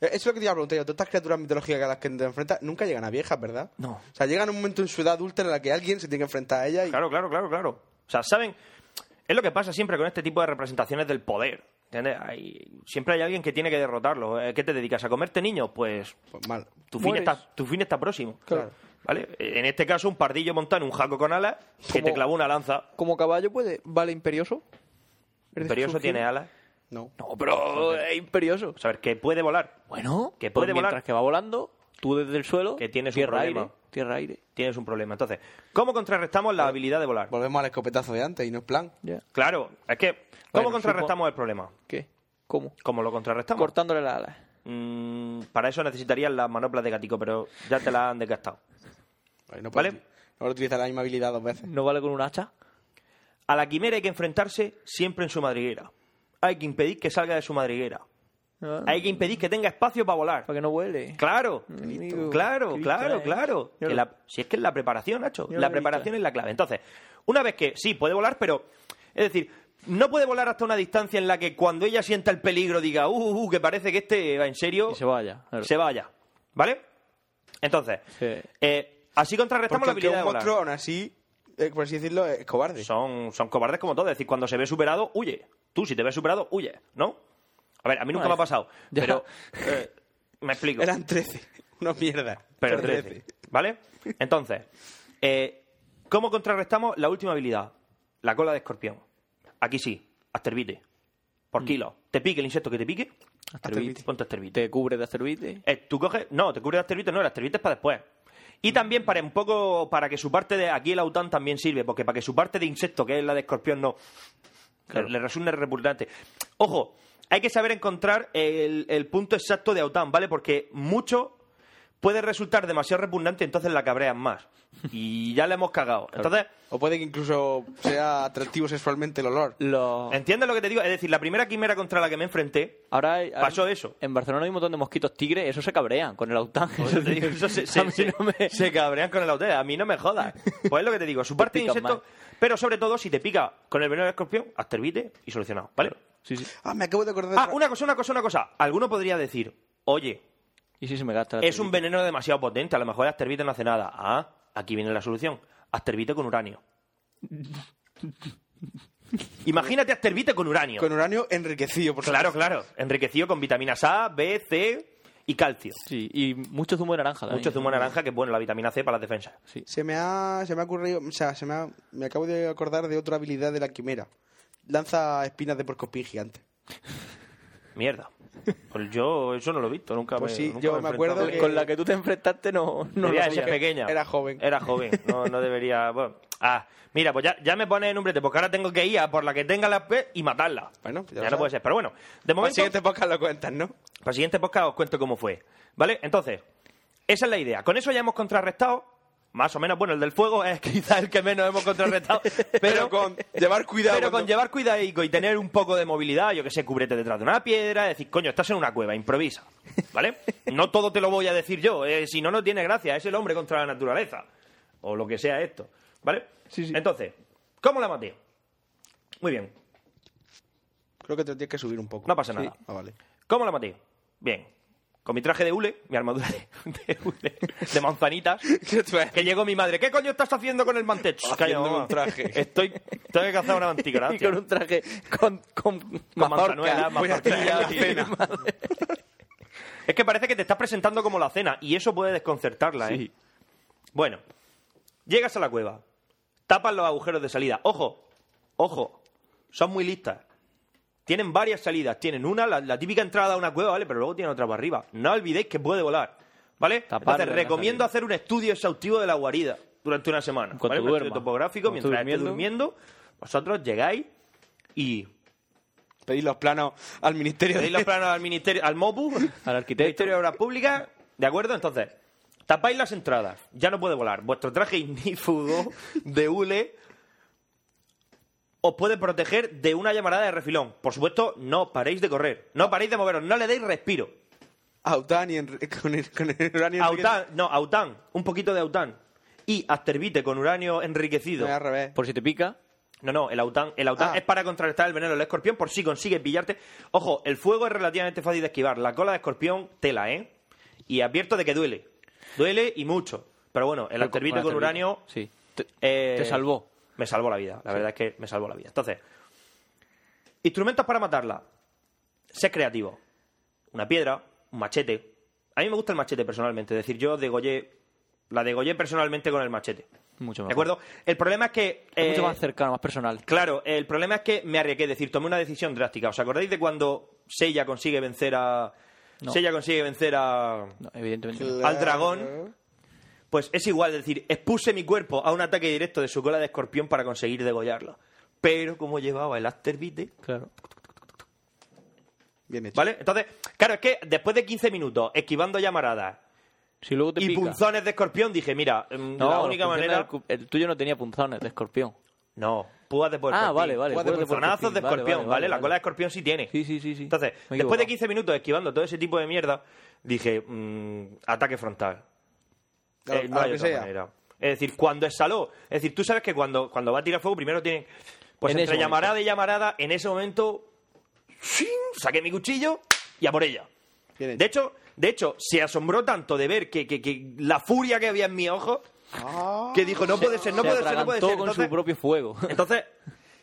S5: Eh, Eso es lo que te iba a preguntar yo. Todas estas criaturas mitológicas a las que te enfrentas nunca llegan a viejas, ¿verdad?
S6: No.
S5: O sea, llegan a un momento en su edad adulta en la que alguien se tiene que enfrentar a ella y...
S6: Claro, claro, claro, claro. O sea, ¿saben? Es lo que pasa siempre con este tipo de representaciones del poder. ¿Entiendes? Hay- siempre hay alguien que tiene que derrotarlo. Eh, ¿Qué te dedicas? ¿A comerte niño? Pues
S5: Pues mal.
S6: tu fin,
S5: Mueres.
S6: está, tu fin está próximo.
S5: Claro.
S6: ¿Vale? En este caso, un pardillo montano, un jaco con alas, que te
S7: Como-
S6: clavó una lanza.
S7: Como caballo puede. ¿Vale imperioso?
S6: Imperioso tiene alas.
S5: No.
S7: No, pero es imperioso.
S6: eh, O sea, a ver, que puede volar.
S7: Bueno,
S6: Que
S7: pues
S6: puede
S7: mientras
S6: volar.
S7: que va volando, tú desde el suelo,
S6: Que tienes un
S7: tierra
S6: problema.
S7: aire, tierra aire. Pues,
S6: Tienes un problema. Entonces, ¿cómo contrarrestamos la habilidad de volar?
S5: Volvemos al escopetazo de antes y no es plan.
S7: Ya.
S6: Claro, es que, ¿cómo
S7: Bueno,
S6: contrarrestamos el problema?
S7: ¿Qué? ¿Cómo?
S6: ¿Cómo lo contrarrestamos?
S7: Cortándole las alas.
S6: Mm, para eso necesitarías las manoplas de gatico, pero ya te las han desgastado.
S5: Ahí no
S6: Vale.
S5: puedes- No puedes utilizar la misma habilidad dos veces.
S7: ¿No vale con un hacha?
S6: A la quimera hay que enfrentarse siempre en su madriguera. Hay que impedir que salga de su madriguera.
S7: Ah,
S6: Hay que impedir que tenga espacio para volar.
S7: Para que no huele.
S6: Claro,
S7: Amigo,
S6: claro,
S7: qué
S6: claro,
S7: vista
S6: claro.
S7: es. Yo
S6: Que
S7: lo-
S6: la- si es que es la preparación, Nacho.
S7: Yo
S6: La
S7: lo he
S6: preparación
S7: dicho.
S6: es la clave. Entonces, una vez que sí, puede volar, pero. Es decir, no puede volar hasta una distancia en la que cuando ella sienta el peligro diga, uh, uh, uh, que parece que este va en serio,
S7: Y se vaya. Claro.
S6: se vaya. ¿Vale? Entonces,
S7: Sí.
S6: eh, así contrarrestamos
S5: Porque
S6: la
S5: aunque un
S6: habilidad de volar.
S5: monstruo, aún así, eh, por así decirlo, es cobarde.
S6: Son, son cobardes como todos. Es decir, cuando se ve superado, huye. Tú, si te ves superado, huye, ¿no? A ver, a mí nunca
S7: Bueno,
S6: me ha pasado.
S7: [LAUGHS] ya.
S6: Pero. eh, me explico.
S5: Eran 13. [LAUGHS] Una mierda.
S6: pero
S5: Son
S6: 13. ¿Vale? Entonces, eh, ¿cómo contrarrestamos la última habilidad? La cola de escorpión. Aquí sí, asterbite. Por kilo. ¿Te pique el insecto que te pique?
S7: Mm. Asterbite.
S6: Ponte asterbite.
S7: Te cubre de asteroides.
S6: Eh, tú coges. No, te cubre de asteroides, no, el asteroides es para después. Y también para un poco. Para que su parte de. Aquí el aután también sirve, porque para que su parte de insecto, que es la de escorpión, no. Le, le resulta repugnante. Ojo, hay que saber encontrar el, el punto exacto de aután, ¿vale? Porque mucho puede resultar demasiado repugnante, entonces la cabrean más. Y ya la hemos cagado. Entonces.
S5: O puede que incluso sea atractivo sexualmente el olor.
S7: Los...
S6: ¿Entiendes lo que te digo? Es decir, la primera quimera contra la que me enfrenté.
S7: Ahora hay-
S6: Pasó
S7: hay-
S6: eso.
S7: En Barcelona hay un montón de mosquitos tigres, eso se cabrean con el aután. [LAUGHS]
S6: Pues te digo, eso se, se-
S7: A mí
S6: se-
S7: no me-
S6: se cabrean con el hotel. A mí no me jodas. Pues es lo que te
S7: [LAUGHS]
S6: digo. Su parte de
S7: pican
S6: insecto. Pero sobre todo, si te pica con el veneno del escorpión, asterbite y solucionado. ¿Vale?
S7: Sí, sí.
S5: Ah, me acabo de acordar. de
S6: Ah,
S5: otra-
S6: una cosa, una cosa, una cosa. Alguno podría decir, oye,
S7: Y sí se me gasta la
S6: es un
S7: asteroide.
S6: veneno demasiado potente. A lo mejor el asterbite no hace nada.
S7: [LAUGHS]
S6: Ah, aquí viene la solución. Asterbite con uranio. Imagínate Asterbite con uranio.
S5: Con uranio enriquecido, por
S6: Claro,
S5: supuesto.
S6: claro. Enriquecido con vitaminas A, B, C y calcio.
S7: Sí, y mucho zumo de naranja.
S6: Mucho zumo de naranja, que es bueno la vitamina C para las defensas.
S5: Se me ha, se me ha ocurrido, o sea, se me, ha- me acabo de acordar de otra habilidad de la quimera. Lanza espinas de porcopín gigante.
S6: Mierda. Pues yo eso no lo he visto, nunca
S5: Pues
S6: me
S5: sí,
S6: nunca
S5: yo
S6: he
S5: me
S6: enfrentado.
S5: acuerdo que-
S7: Con la que tú te enfrentaste no, no
S6: Debía
S7: lo
S6: de ser
S7: sabía.
S6: pequeña.
S5: Era joven.
S6: Era joven. No, no debería... Bueno. Ah, mira, pues ya, ya me pone en un brete, porque ahora tengo que ir a por la que tenga la P y matarla.
S5: Bueno, pues ya lo
S6: ya, no
S5: sabes.
S6: puede ser. Pero bueno, de
S5: Al
S6: momento...
S5: siguiente podcast lo cuentas, ¿no?
S6: Para el siguiente podcast os cuento cómo fue. ¿Vale? Entonces, esa es la idea. Con eso ya hemos contrarrestado, más o menos, bueno, el del fuego es [LAUGHS] quizás el que menos hemos contrarrestado, [LAUGHS] pero,
S5: con llevar cuidado
S6: Pero con
S5: cuando-
S6: [LAUGHS] llevar cuidado y y tener un poco de movilidad, yo que sé, cúbrete detrás de una piedra, decir, coño, estás en una cueva, improvisa.
S5: [LAUGHS]
S6: ¿Vale? No todo te lo voy a decir yo, eh, si no, no tiene gracia, es el hombre contra la naturaleza. O lo que sea esto. ¿Vale? Entonces, ¿cómo la maté? Muy bien,
S5: Creo que te tienes que subir un poco.
S6: No pasa
S5: Sí.
S6: nada.
S5: Ah,
S6: [LAUGHS]
S5: vale.
S6: ¿Cómo la maté? Bien. Con mi traje de hule, mi armadura de, de hule, de manzanitas, que llegó mi madre. ¿Qué coño estás haciendo con el mantech?
S5: Haciéndome un traje.
S6: Estoy, tengo que cazar
S5: [LAUGHS]
S6: una mantícora,
S7: Y
S6: tío.
S7: con un traje con, con, mazorca.
S6: manzanuela,
S7: Voy a
S6: mazorca.
S7: traer la
S6: Sí.
S7: cena.
S6: [LAUGHS] Es que parece que te estás presentando como la cena y eso puede desconcertarla, ¿eh? Bueno, llegas a la cueva, tapas los agujeros de salida. Ojo, ojo, son muy listas. Tienen varias salidas. Tienen una, la, la típica entrada a una cueva, ¿vale? Pero luego tienen otra para arriba. No olvidéis que puede volar, ¿vale?
S7: Taparle
S6: Entonces,
S7: la
S6: recomiendo hacer un estudio exhaustivo de la guarida durante una semana.
S7: Cuando
S6: ¿vale? Un
S7: duerma.
S6: estudio topográfico,
S7: Cuando
S6: mientras
S7: esté
S6: esté durmiendo, vosotros llegáis y
S5: Pedir los planos al ministerio.
S6: pedís
S5: de- [LAUGHS]
S6: los planos al ministerio, al MOPU,
S7: Al
S6: del
S7: arquitecto.
S6: Ministerio de Obras Públicas, ¿de acuerdo? Entonces, tapáis las entradas, ya no puede volar. Vuestro traje ignífugo de hule os puede proteger de una llamarada de refilón. Por supuesto, no paréis de correr, no paréis de moveros, no le deis respiro.
S5: Autan y Enri- con, el, con el uranio. enriquecido.
S6: Aután, no, aután, un poquito de aután. Y asterbite con uranio enriquecido.
S5: No, al revés.
S7: Por si te pica.
S6: No, no, el aután, el aután
S5: Ah.
S6: es para contrarrestar el veneno del escorpión por si consigue pillarte. Ojo, el fuego es relativamente fácil de esquivar. La cola de escorpión, tela, ¿eh? Y advierto de que duele. Duele y mucho. Pero bueno, el asterbite con
S7: acerbito.
S6: uranio...
S7: Sí. Te,
S6: eh,
S7: te salvó.
S6: Me salvó la vida. La verdad es que me salvó la vida. Entonces, instrumentos para matarla. Ser creativo. Una piedra, un machete. A mí me gusta el machete personalmente. Es decir, yo degollé... La degollé personalmente con el machete.
S7: Mucho
S6: ¿De
S7: mejor.
S6: acuerdo? El problema es que...
S7: Es
S6: eh,
S7: mucho más cercano, más personal.
S6: Claro, el problema es que me arriesgué, es decir, tomé una decisión drástica. ¿Os acordáis de cuando Sella consigue vencer a.
S7: No.
S6: Sella consigue vencer a.
S7: No, evidentemente. no.
S6: al dragón? Pues es igual, es decir, expuse mi cuerpo a un ataque directo de su cola de escorpión para conseguir degollarla. Pero como llevaba el afterbite,
S7: Claro.
S5: Bien hecho.
S6: ¿vale? Entonces, claro, es que después de 15 minutos esquivando llamaradas
S7: Si luego te
S6: y
S7: pica.
S6: punzones de escorpión, dije, mira, mm,
S7: No,
S6: la
S7: los
S6: única
S7: punzones
S6: manera.
S7: del cu- El tuyo no tenía punzones de escorpión.
S6: No, púas de puerco.
S7: Ah, vale, vale,
S6: de
S7: púas de
S6: punzonazos
S7: puercoespín,
S6: de
S7: vale,
S6: escorpión, ¿vale?
S7: vale, vale,
S6: La
S7: vale.
S6: cola de escorpión sí tiene.
S7: Sí, sí, sí. sí.
S6: Entonces,
S7: Me he
S6: después de
S7: equivocado.
S6: 15 minutos esquivando todo ese tipo de mierda, dije, mm, ataque frontal.
S5: A lo-
S6: Eh, no
S5: a lo
S6: hay
S5: que
S6: otra
S5: sea.
S6: manera. Es decir, cuando exhaló, es decir, tú sabes que cuando, cuando va a tirar fuego primero tienen... Pues
S7: En
S6: entre
S7: ese momento.
S6: llamarada y llamarada, en ese momento, ¡shing! saqué mi cuchillo y a por ella.
S5: Bien hecho.
S6: De hecho, de hecho, se asombró tanto de ver que, que- que la furia que había en mi ojo,
S5: Ah.
S6: que dijo, no puede ser, no
S7: Se
S6: puede ser, no puede
S7: atragantó
S6: ser.
S7: con
S6: Entonces,
S7: su propio fuego.
S6: entonces,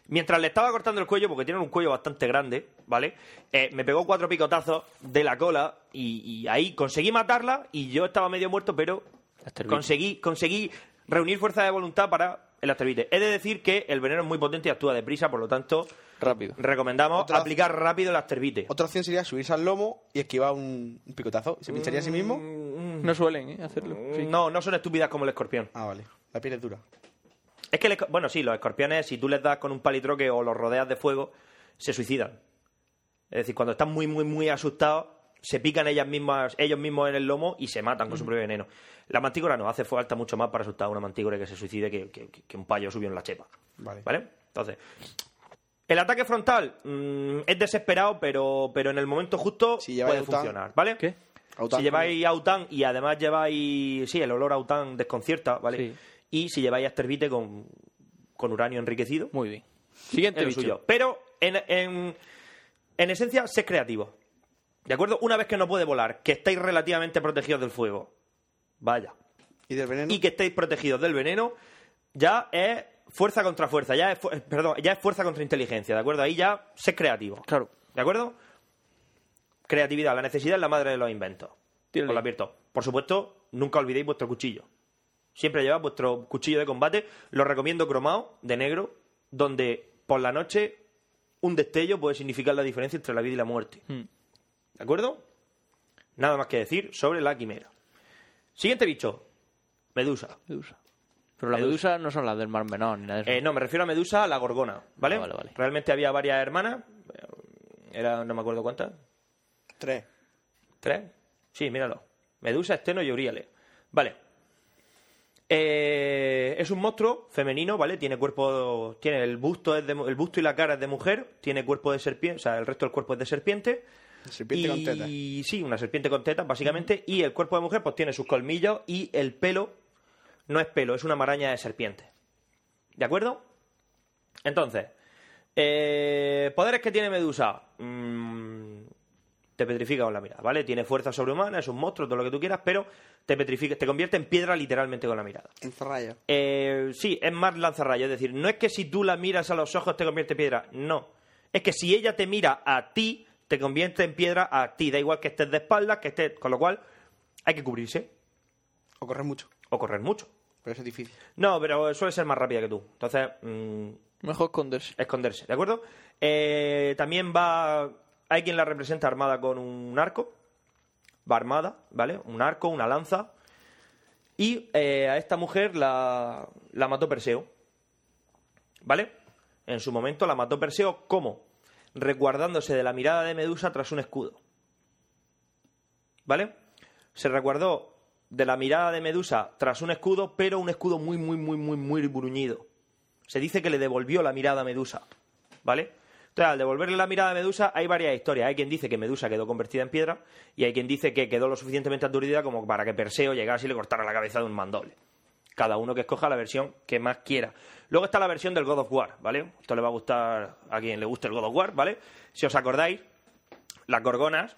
S6: mientras le estaba cortando el cuello, porque tiene un cuello bastante grande, ¿vale? Eh, me pegó cuatro picotazos de la cola y, y ahí conseguí matarla y yo estaba medio muerto, pero
S7: Asterbite.
S6: conseguí, conseguí reunir fuerza de voluntad para el asterbite. Es de decir que el veneno es muy potente y actúa deprisa, por lo tanto,
S7: Rápido.
S6: recomendamos
S5: Otra-
S6: aplicar rápido el asterbite.
S5: Otra opción sería subirse al lomo y esquivar un, un picotazo. ¿Se pincharía a sí mismo?
S6: Mm.
S7: No suelen ¿eh? hacerlo. Sí.
S6: No, no son estúpidas como el escorpión.
S5: Ah, vale. La piel es dura.
S6: Es que, el esco- bueno, sí, los escorpiones, si tú les das con un palitroque o los rodeas de fuego, se suicidan. Es decir, cuando están muy, muy, muy asustados, se pican ellas mismas, ellos mismos en el lomo y se matan con su propio veneno. La mantícora no, hace falta mucho más para asustar a una mantícora que se suicide que, que- que un payo subió en la chepa.
S5: Vale.
S6: Entonces, el ataque frontal mm, es desesperado, pero, pero en el momento justo
S5: Si lleváis
S6: puede
S5: Autan-
S6: funcionar, ¿vale?
S7: ¿Qué?
S5: Autan,
S6: si lleváis aután y además lleváis... Sí, el olor a aután desconcierta, ¿vale?
S7: Sí.
S6: Y si lleváis asterbite con, con uranio enriquecido,
S7: Muy bien. Siguiente
S6: es lo
S7: bicho.
S6: suyo. Pero en, en, en esencia, ser creativo. ¿De acuerdo? Una vez que no puede volar, que estáis relativamente protegidos del fuego. Vaya.
S5: ¿Y del veneno?
S6: Y que estéis protegidos del veneno, ya es fuerza contra fuerza, ya es, fu- eh, perdón, ya es fuerza contra inteligencia, ¿de acuerdo? Ahí ya sé creativo.
S7: Claro.
S6: ¿De acuerdo? Creatividad, la necesidad es la madre de los inventos. Os lo advierto. Por supuesto, nunca olvidéis vuestro cuchillo. Siempre llevad vuestro cuchillo de combate. Lo recomiendo cromado, de negro, donde por la noche un destello puede significar la diferencia entre la vida y la muerte. ¿De acuerdo? Nada más que decir sobre la quimera. Siguiente bicho. Medusa.
S7: Medusa. Pero las
S6: Medusa.
S7: medusas no son las del mar menor ni nada de eso. Ah,
S6: Eh, no, me refiero a Medusa, a la Gorgona, ¿vale? Realmente había varias hermanas. Era, no me acuerdo cuántas.
S5: Tres.
S6: ¿Tres? Sí, míralo. Medusa, Esteno y Euríale. Vale. Eh, es un monstruo femenino, ¿vale? Tiene cuerpo. Tiene el busto, es de mu- el busto y la cara es de mujer. Tiene cuerpo de serpiente. O sea, el resto del cuerpo es de serpiente.
S5: Serpiente
S6: y,
S5: con tetas.
S6: Sí, una serpiente con tetas, básicamente. Y el cuerpo de mujer, pues tiene sus colmillos y el pelo. No es pelo, es una maraña de serpiente. ¿De acuerdo? Entonces, eh, poderes que tiene Medusa. Mm, te petrifica con la mirada, ¿vale? Tiene fuerza sobrehumana, es un monstruo, todo lo que tú quieras, pero te petrifica, te convierte en piedra literalmente con la mirada.
S5: Encerraya.
S6: Eh, sí, es más lanzarrayos. Es decir, no es que si tú la miras a los ojos te convierte en piedra. No. Es que si ella te mira a ti, te convierte en piedra a ti. Da igual que estés de espaldas, que estés. Con lo cual, hay que cubrirse.
S5: O correr mucho.
S6: O correr mucho.
S5: Pero eso es difícil.
S6: No, pero suele ser más rápida que tú. Entonces. mm, Mejor esconderse. Esconderse, ¿de acuerdo? Eh, también va. Hay quien la representa armada con un arco. Va armada, ¿vale? Un arco, una lanza. Y eh, a esta mujer la, la mató Perseo. ¿Vale? En su momento la mató Perseo, ¿cómo? Recuardándose de la mirada de Medusa tras un escudo. ¿Vale? Se recuardó de la mirada de Medusa tras un escudo, pero un escudo muy, muy, muy, muy, muy bruñido. Se dice que le devolvió la mirada a Medusa. ¿Vale? Entonces, al devolverle la mirada a Medusa, hay varias historias. Hay quien dice que Medusa quedó convertida en piedra, y hay quien dice que quedó lo suficientemente aturdida como para que Perseo llegase y le cortara la cabeza de un mandole. Cada uno que escoja la versión que más quiera. Luego está la versión del God of War, ¿vale? Esto le va a gustar a quien le guste el God of War, ¿vale? Si os acordáis, las gorgonas,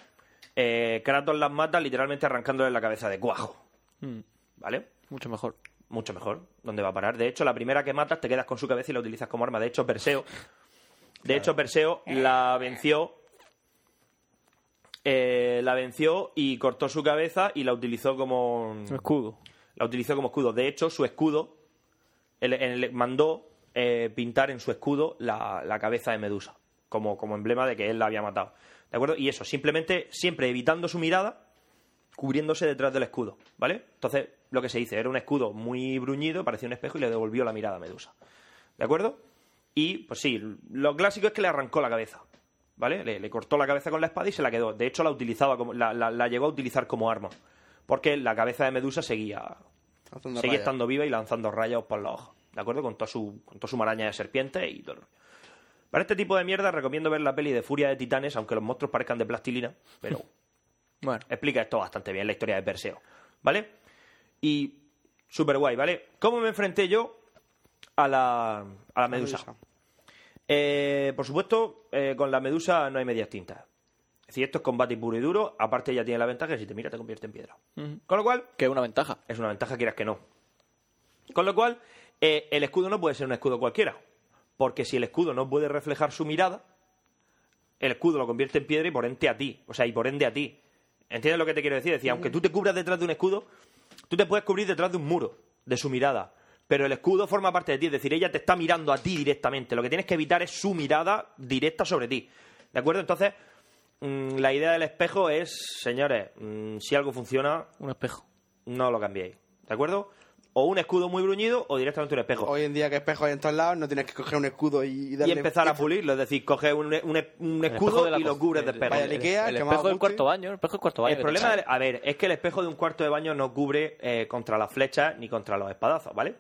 S6: eh, Kratos las mata literalmente arrancándole la cabeza de cuajo,
S7: Mm,
S6: ¿vale?
S7: mucho mejor.
S6: Mucho mejor. ¿Dónde va a parar? De hecho, la primera que matas te quedas con su cabeza y la utilizas como arma. De hecho, Perseo. De hecho, Perseo la venció. eh, la venció y cortó su cabeza y la utilizó como.
S7: escudo.
S6: La utilizó como escudo. De hecho, su escudo. él- él mandó eh, pintar en su escudo la, la cabeza de Medusa. Como, como emblema de que él la había matado. ¿De acuerdo? Y eso, simplemente, siempre evitando su mirada cubriéndose detrás del escudo, ¿vale? Entonces, lo que se dice, era un escudo muy bruñido, parecía un espejo y le devolvió la mirada a Medusa. ¿De acuerdo? Y, pues sí, lo clásico es que le arrancó la cabeza, ¿vale? Le, le cortó la cabeza con la espada y se la quedó. De hecho, la utilizaba como, la, la- la llegó a utilizar como arma, porque la cabeza de Medusa seguía,
S5: Haciendo
S6: seguía
S5: rayas.
S6: estando viva y lanzando rayos por los ojos, ¿de acuerdo? Con toda su, con toda su maraña de serpientes y todo el rollo. Para este tipo de mierda recomiendo ver la peli de Furia de Titanes, aunque los monstruos parezcan de plastilina, pero explica esto bastante bien, la historia de Perseo, ¿vale? Y súper guay, ¿vale? ¿Cómo me enfrenté yo a la, a la medusa?
S5: medusa.
S6: Eh, por supuesto, eh, con la medusa no hay medias tintas. Es decir, esto es combate puro y duro, aparte ya tiene la ventaja que si te mira te convierte en piedra. Con lo cual...
S7: Que es una ventaja.
S6: Es una ventaja, quieras que no. Con lo cual, eh, el escudo no puede ser un escudo cualquiera. Porque si el escudo no puede reflejar su mirada, el escudo lo convierte en piedra y por ende a ti. O sea, y por ende a ti. ¿Entiendes lo que te quiero decir? Es decir, aunque tú te cubras detrás de un escudo, tú te puedes cubrir detrás de un muro, de su mirada. Pero el escudo forma parte de ti, es decir, ella te está mirando a ti directamente. Lo que tienes que evitar es su mirada directa sobre ti. ¿De acuerdo? Entonces, mm, la idea del espejo es, señores, mm, si algo funciona,
S7: Un espejo.
S6: no lo cambiéis. ¿De acuerdo? O un escudo muy bruñido o directamente un espejo.
S5: Hoy en día que espejos hay en todos lados, no tienes que coger un escudo y
S6: Y
S5: darle...
S6: empezar a pulirlo, es decir, coges un, un- un escudo y lo cubres de espejo.
S5: Vaya, el Ikea,
S7: el
S5: que
S7: espejo
S5: más
S7: del cuarto baño, el espejo del cuarto baño.
S6: El
S7: que
S6: problema,
S7: te
S6: del- a ver, es que el espejo de un cuarto de baño no cubre eh, contra las flechas ni contra los espadazos, ¿vale?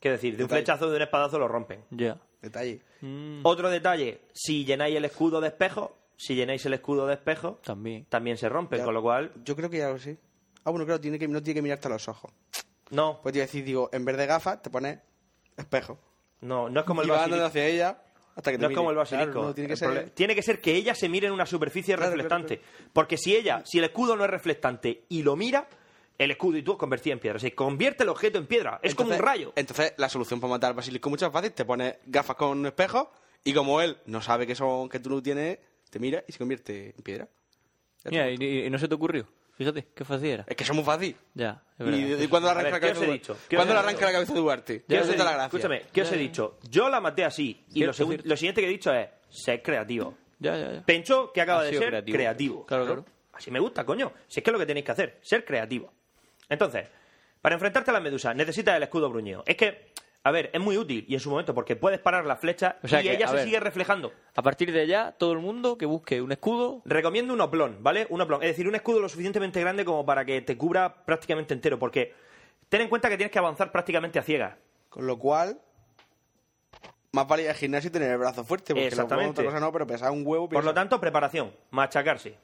S6: Quiero decir, de un
S7: Detalle.
S6: flechazo o de un espadazo lo rompen. Mm.
S7: Ya.
S5: Detalle.
S6: Otro detalle, si llenáis el escudo de espejo, si llenáis el escudo de espejo,
S7: también,
S6: se rompe, con lo cual,
S5: Yo creo que ya lo sé. Ah, bueno, claro, tiene que, no tiene que mirarte a los ojos.
S6: No.
S5: Pues te iba a decir, digo, en vez de gafas, te pones espejo.
S6: no, no es como el
S5: Y va andando
S6: basilisco.
S5: hacia ella hasta que te
S6: no es
S5: mire.
S6: como el basilisco.
S5: Claro, no, tiene que
S6: El
S5: ser...
S6: prole- tiene que ser que ella se mire en una superficie
S5: Claro,
S6: reflectante. Porque si ella, si el escudo no es reflectante y lo mira, el escudo y tú os convertís en piedra. Se convierte el objeto en piedra. Es como un
S5: Entonces-
S6: rayo.
S5: Entonces, la solución para matar al basilisco es muchas veces te pones gafas con espejos y como él no sabe que son que tú no tienes, te mira y se convierte en piedra.
S7: Mira, y, y no se te ocurrió. Fíjate, qué fácil era.
S5: Es que eso es muy fácil.
S7: Ya, es verdad.
S5: Eh, ¿Y, y cuándo le
S6: A ver,
S5: arranca, la
S6: ¿qué
S5: cabeza
S6: os he
S5: Duarte?
S6: dicho? ¿Qué
S5: ¿Cuándo
S6: os
S5: le
S6: he
S5: arranca
S6: dicho?
S5: la cabeza a Duarte?
S6: ¿Qué
S5: Ya
S6: os
S5: se
S6: he-
S5: te la gracia.
S6: Escúchame, ¿qué os he dicho? Yo la maté así y lo, segun- lo siguiente que he dicho es ser creativo.
S7: Ya, ya, ya.
S6: Pencho que acaba
S7: Ha
S6: de
S7: sido
S6: ser
S7: creativo.
S6: creativo.
S7: Claro, claro.
S6: Así me gusta, coño. Si es que es lo que tenéis que hacer, ser creativo. Entonces, para enfrentarte a la medusa necesitas el escudo bruñido. Es que, a ver, es muy útil y en su momento porque puedes parar la flecha
S7: O sea
S6: y
S7: que,
S6: ella
S7: a
S6: se
S7: ver.
S6: sigue reflejando.
S7: A partir de allá, todo el mundo que busque un escudo.
S6: Recomiendo un oplón, ¿vale? Un oplón. Es decir, un escudo lo suficientemente grande como para que te cubra prácticamente entero. Porque ten en cuenta que tienes que avanzar prácticamente a ciegas.
S5: Con lo cual, más vale ir al gimnasio y tener el brazo fuerte, porque Exactamente.
S6: Exactamente.
S5: otra cosa no, pero pesar un huevo...
S6: Por lo tanto, preparación, machacarse.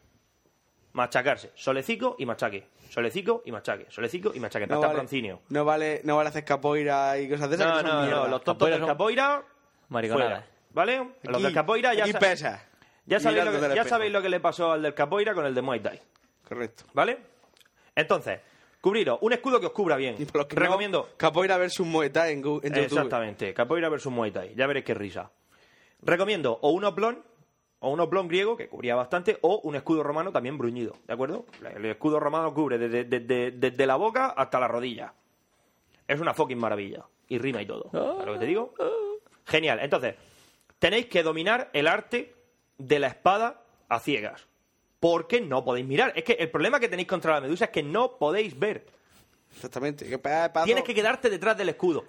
S6: Machacarse. Solecico y machaque. Solecico y machaque. Solecico y machaque. Hasta
S5: vale,
S6: francinio.
S5: no, vale, no vale hacer capoeira y cosas de esas.
S6: No,
S5: que son
S6: no, no,
S5: mierda.
S6: los tontos del capoeira,
S7: Mariconadas.
S6: fuera, ¿vale? los
S5: Aquí-
S6: del capoeira ya,
S5: aquí
S6: sa-
S5: pesa.
S6: ya sabéis lo
S5: Mirándote
S6: que,
S5: al
S6: ya
S5: espejo.
S6: sabéis lo que le pasó al del capoeira con el de Muay Thai,
S5: Correcto. [LAUGHS]
S6: ¿vale? Entonces, cubriros, un escudo que os cubra bien.
S5: Y por los que no,
S6: Recomiendo
S5: capoeira versus Muay Thai en, Gu- en YouTube.
S6: Exactamente, capoeira versus Muay Thai. Ya veréis qué risa. Recomiendo o un oplón, o un oplón griego, que cubría bastante, o un escudo romano también bruñido, ¿de acuerdo? El escudo romano cubre desde, desde- desde la boca hasta la rodilla. Es una fucking maravilla. Y rima y todo. ¿Sabes lo que te digo? Genial. Entonces, tenéis que dominar el arte de la espada a ciegas. Porque no podéis mirar. Es que el problema que tenéis contra la medusa es que no podéis ver.
S5: Exactamente. Que pe- pedazo-
S6: Tienes que quedarte detrás del escudo.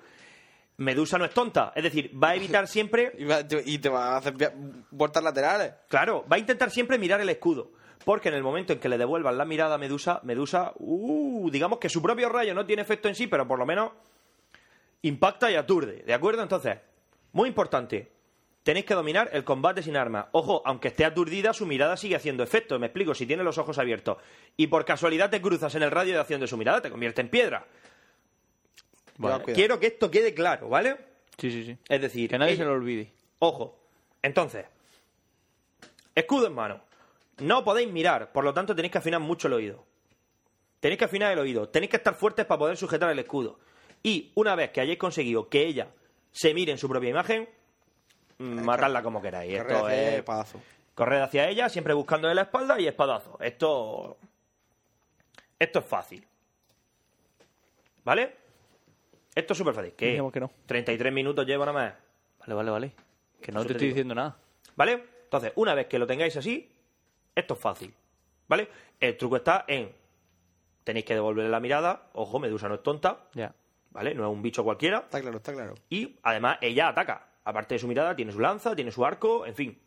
S6: Medusa no es tonta, es decir, va a evitar siempre.
S5: y, va- te- y te va a hacer via- vueltas laterales.
S6: Claro, va a intentar siempre mirar el escudo. Porque en el momento en que le devuelvan la mirada a Medusa, Medusa, uh, digamos que su propio rayo no tiene efecto en sí, pero por lo menos impacta y aturde, ¿de acuerdo? Entonces, muy importante, tenéis que dominar el combate sin armas. Ojo, aunque esté aturdida, su mirada sigue haciendo efecto, me explico, si tiene los ojos abiertos y por casualidad te cruzas en el radio de acción de su mirada, te convierte en piedra.
S7: Vale.
S6: Quiero que esto quede claro, ¿vale?
S7: Sí, sí, sí.
S6: Es decir,
S7: Que nadie
S6: ella-
S7: se lo olvide.
S6: Ojo. Entonces, escudo en mano. No podéis mirar, por lo tanto tenéis que afinar mucho el oído. Tenéis que afinar el oído, tenéis que estar fuertes para poder sujetar el escudo. Y una vez que hayáis conseguido que ella se mire en su propia imagen, mm, matadla como queráis.
S5: Corre,
S6: Esto
S5: hace
S6: es
S5: padazo.
S6: corred hacia ella, siempre buscándole la espalda y espadazo. Esto. Esto es fácil. ¿Vale? Esto es súper fácil. ¿Qué?
S7: Dijimos que no.
S6: 33 minutos llevo nada más.
S7: Vale, vale, vale. Que no
S6: Eso
S7: te
S6: te
S7: estoy
S6: digo.
S7: diciendo nada.
S6: ¿Vale? Entonces, una vez que lo tengáis así, esto es fácil. ¿Vale? El truco está en. Tenéis que devolverle la mirada. Ojo, Medusa no es tonta.
S7: Ya.
S6: ¿Vale? No es un bicho cualquiera.
S5: Está claro, está claro.
S6: Y además, ella ataca. Aparte de su mirada, tiene su lanza, tiene su arco, en fin.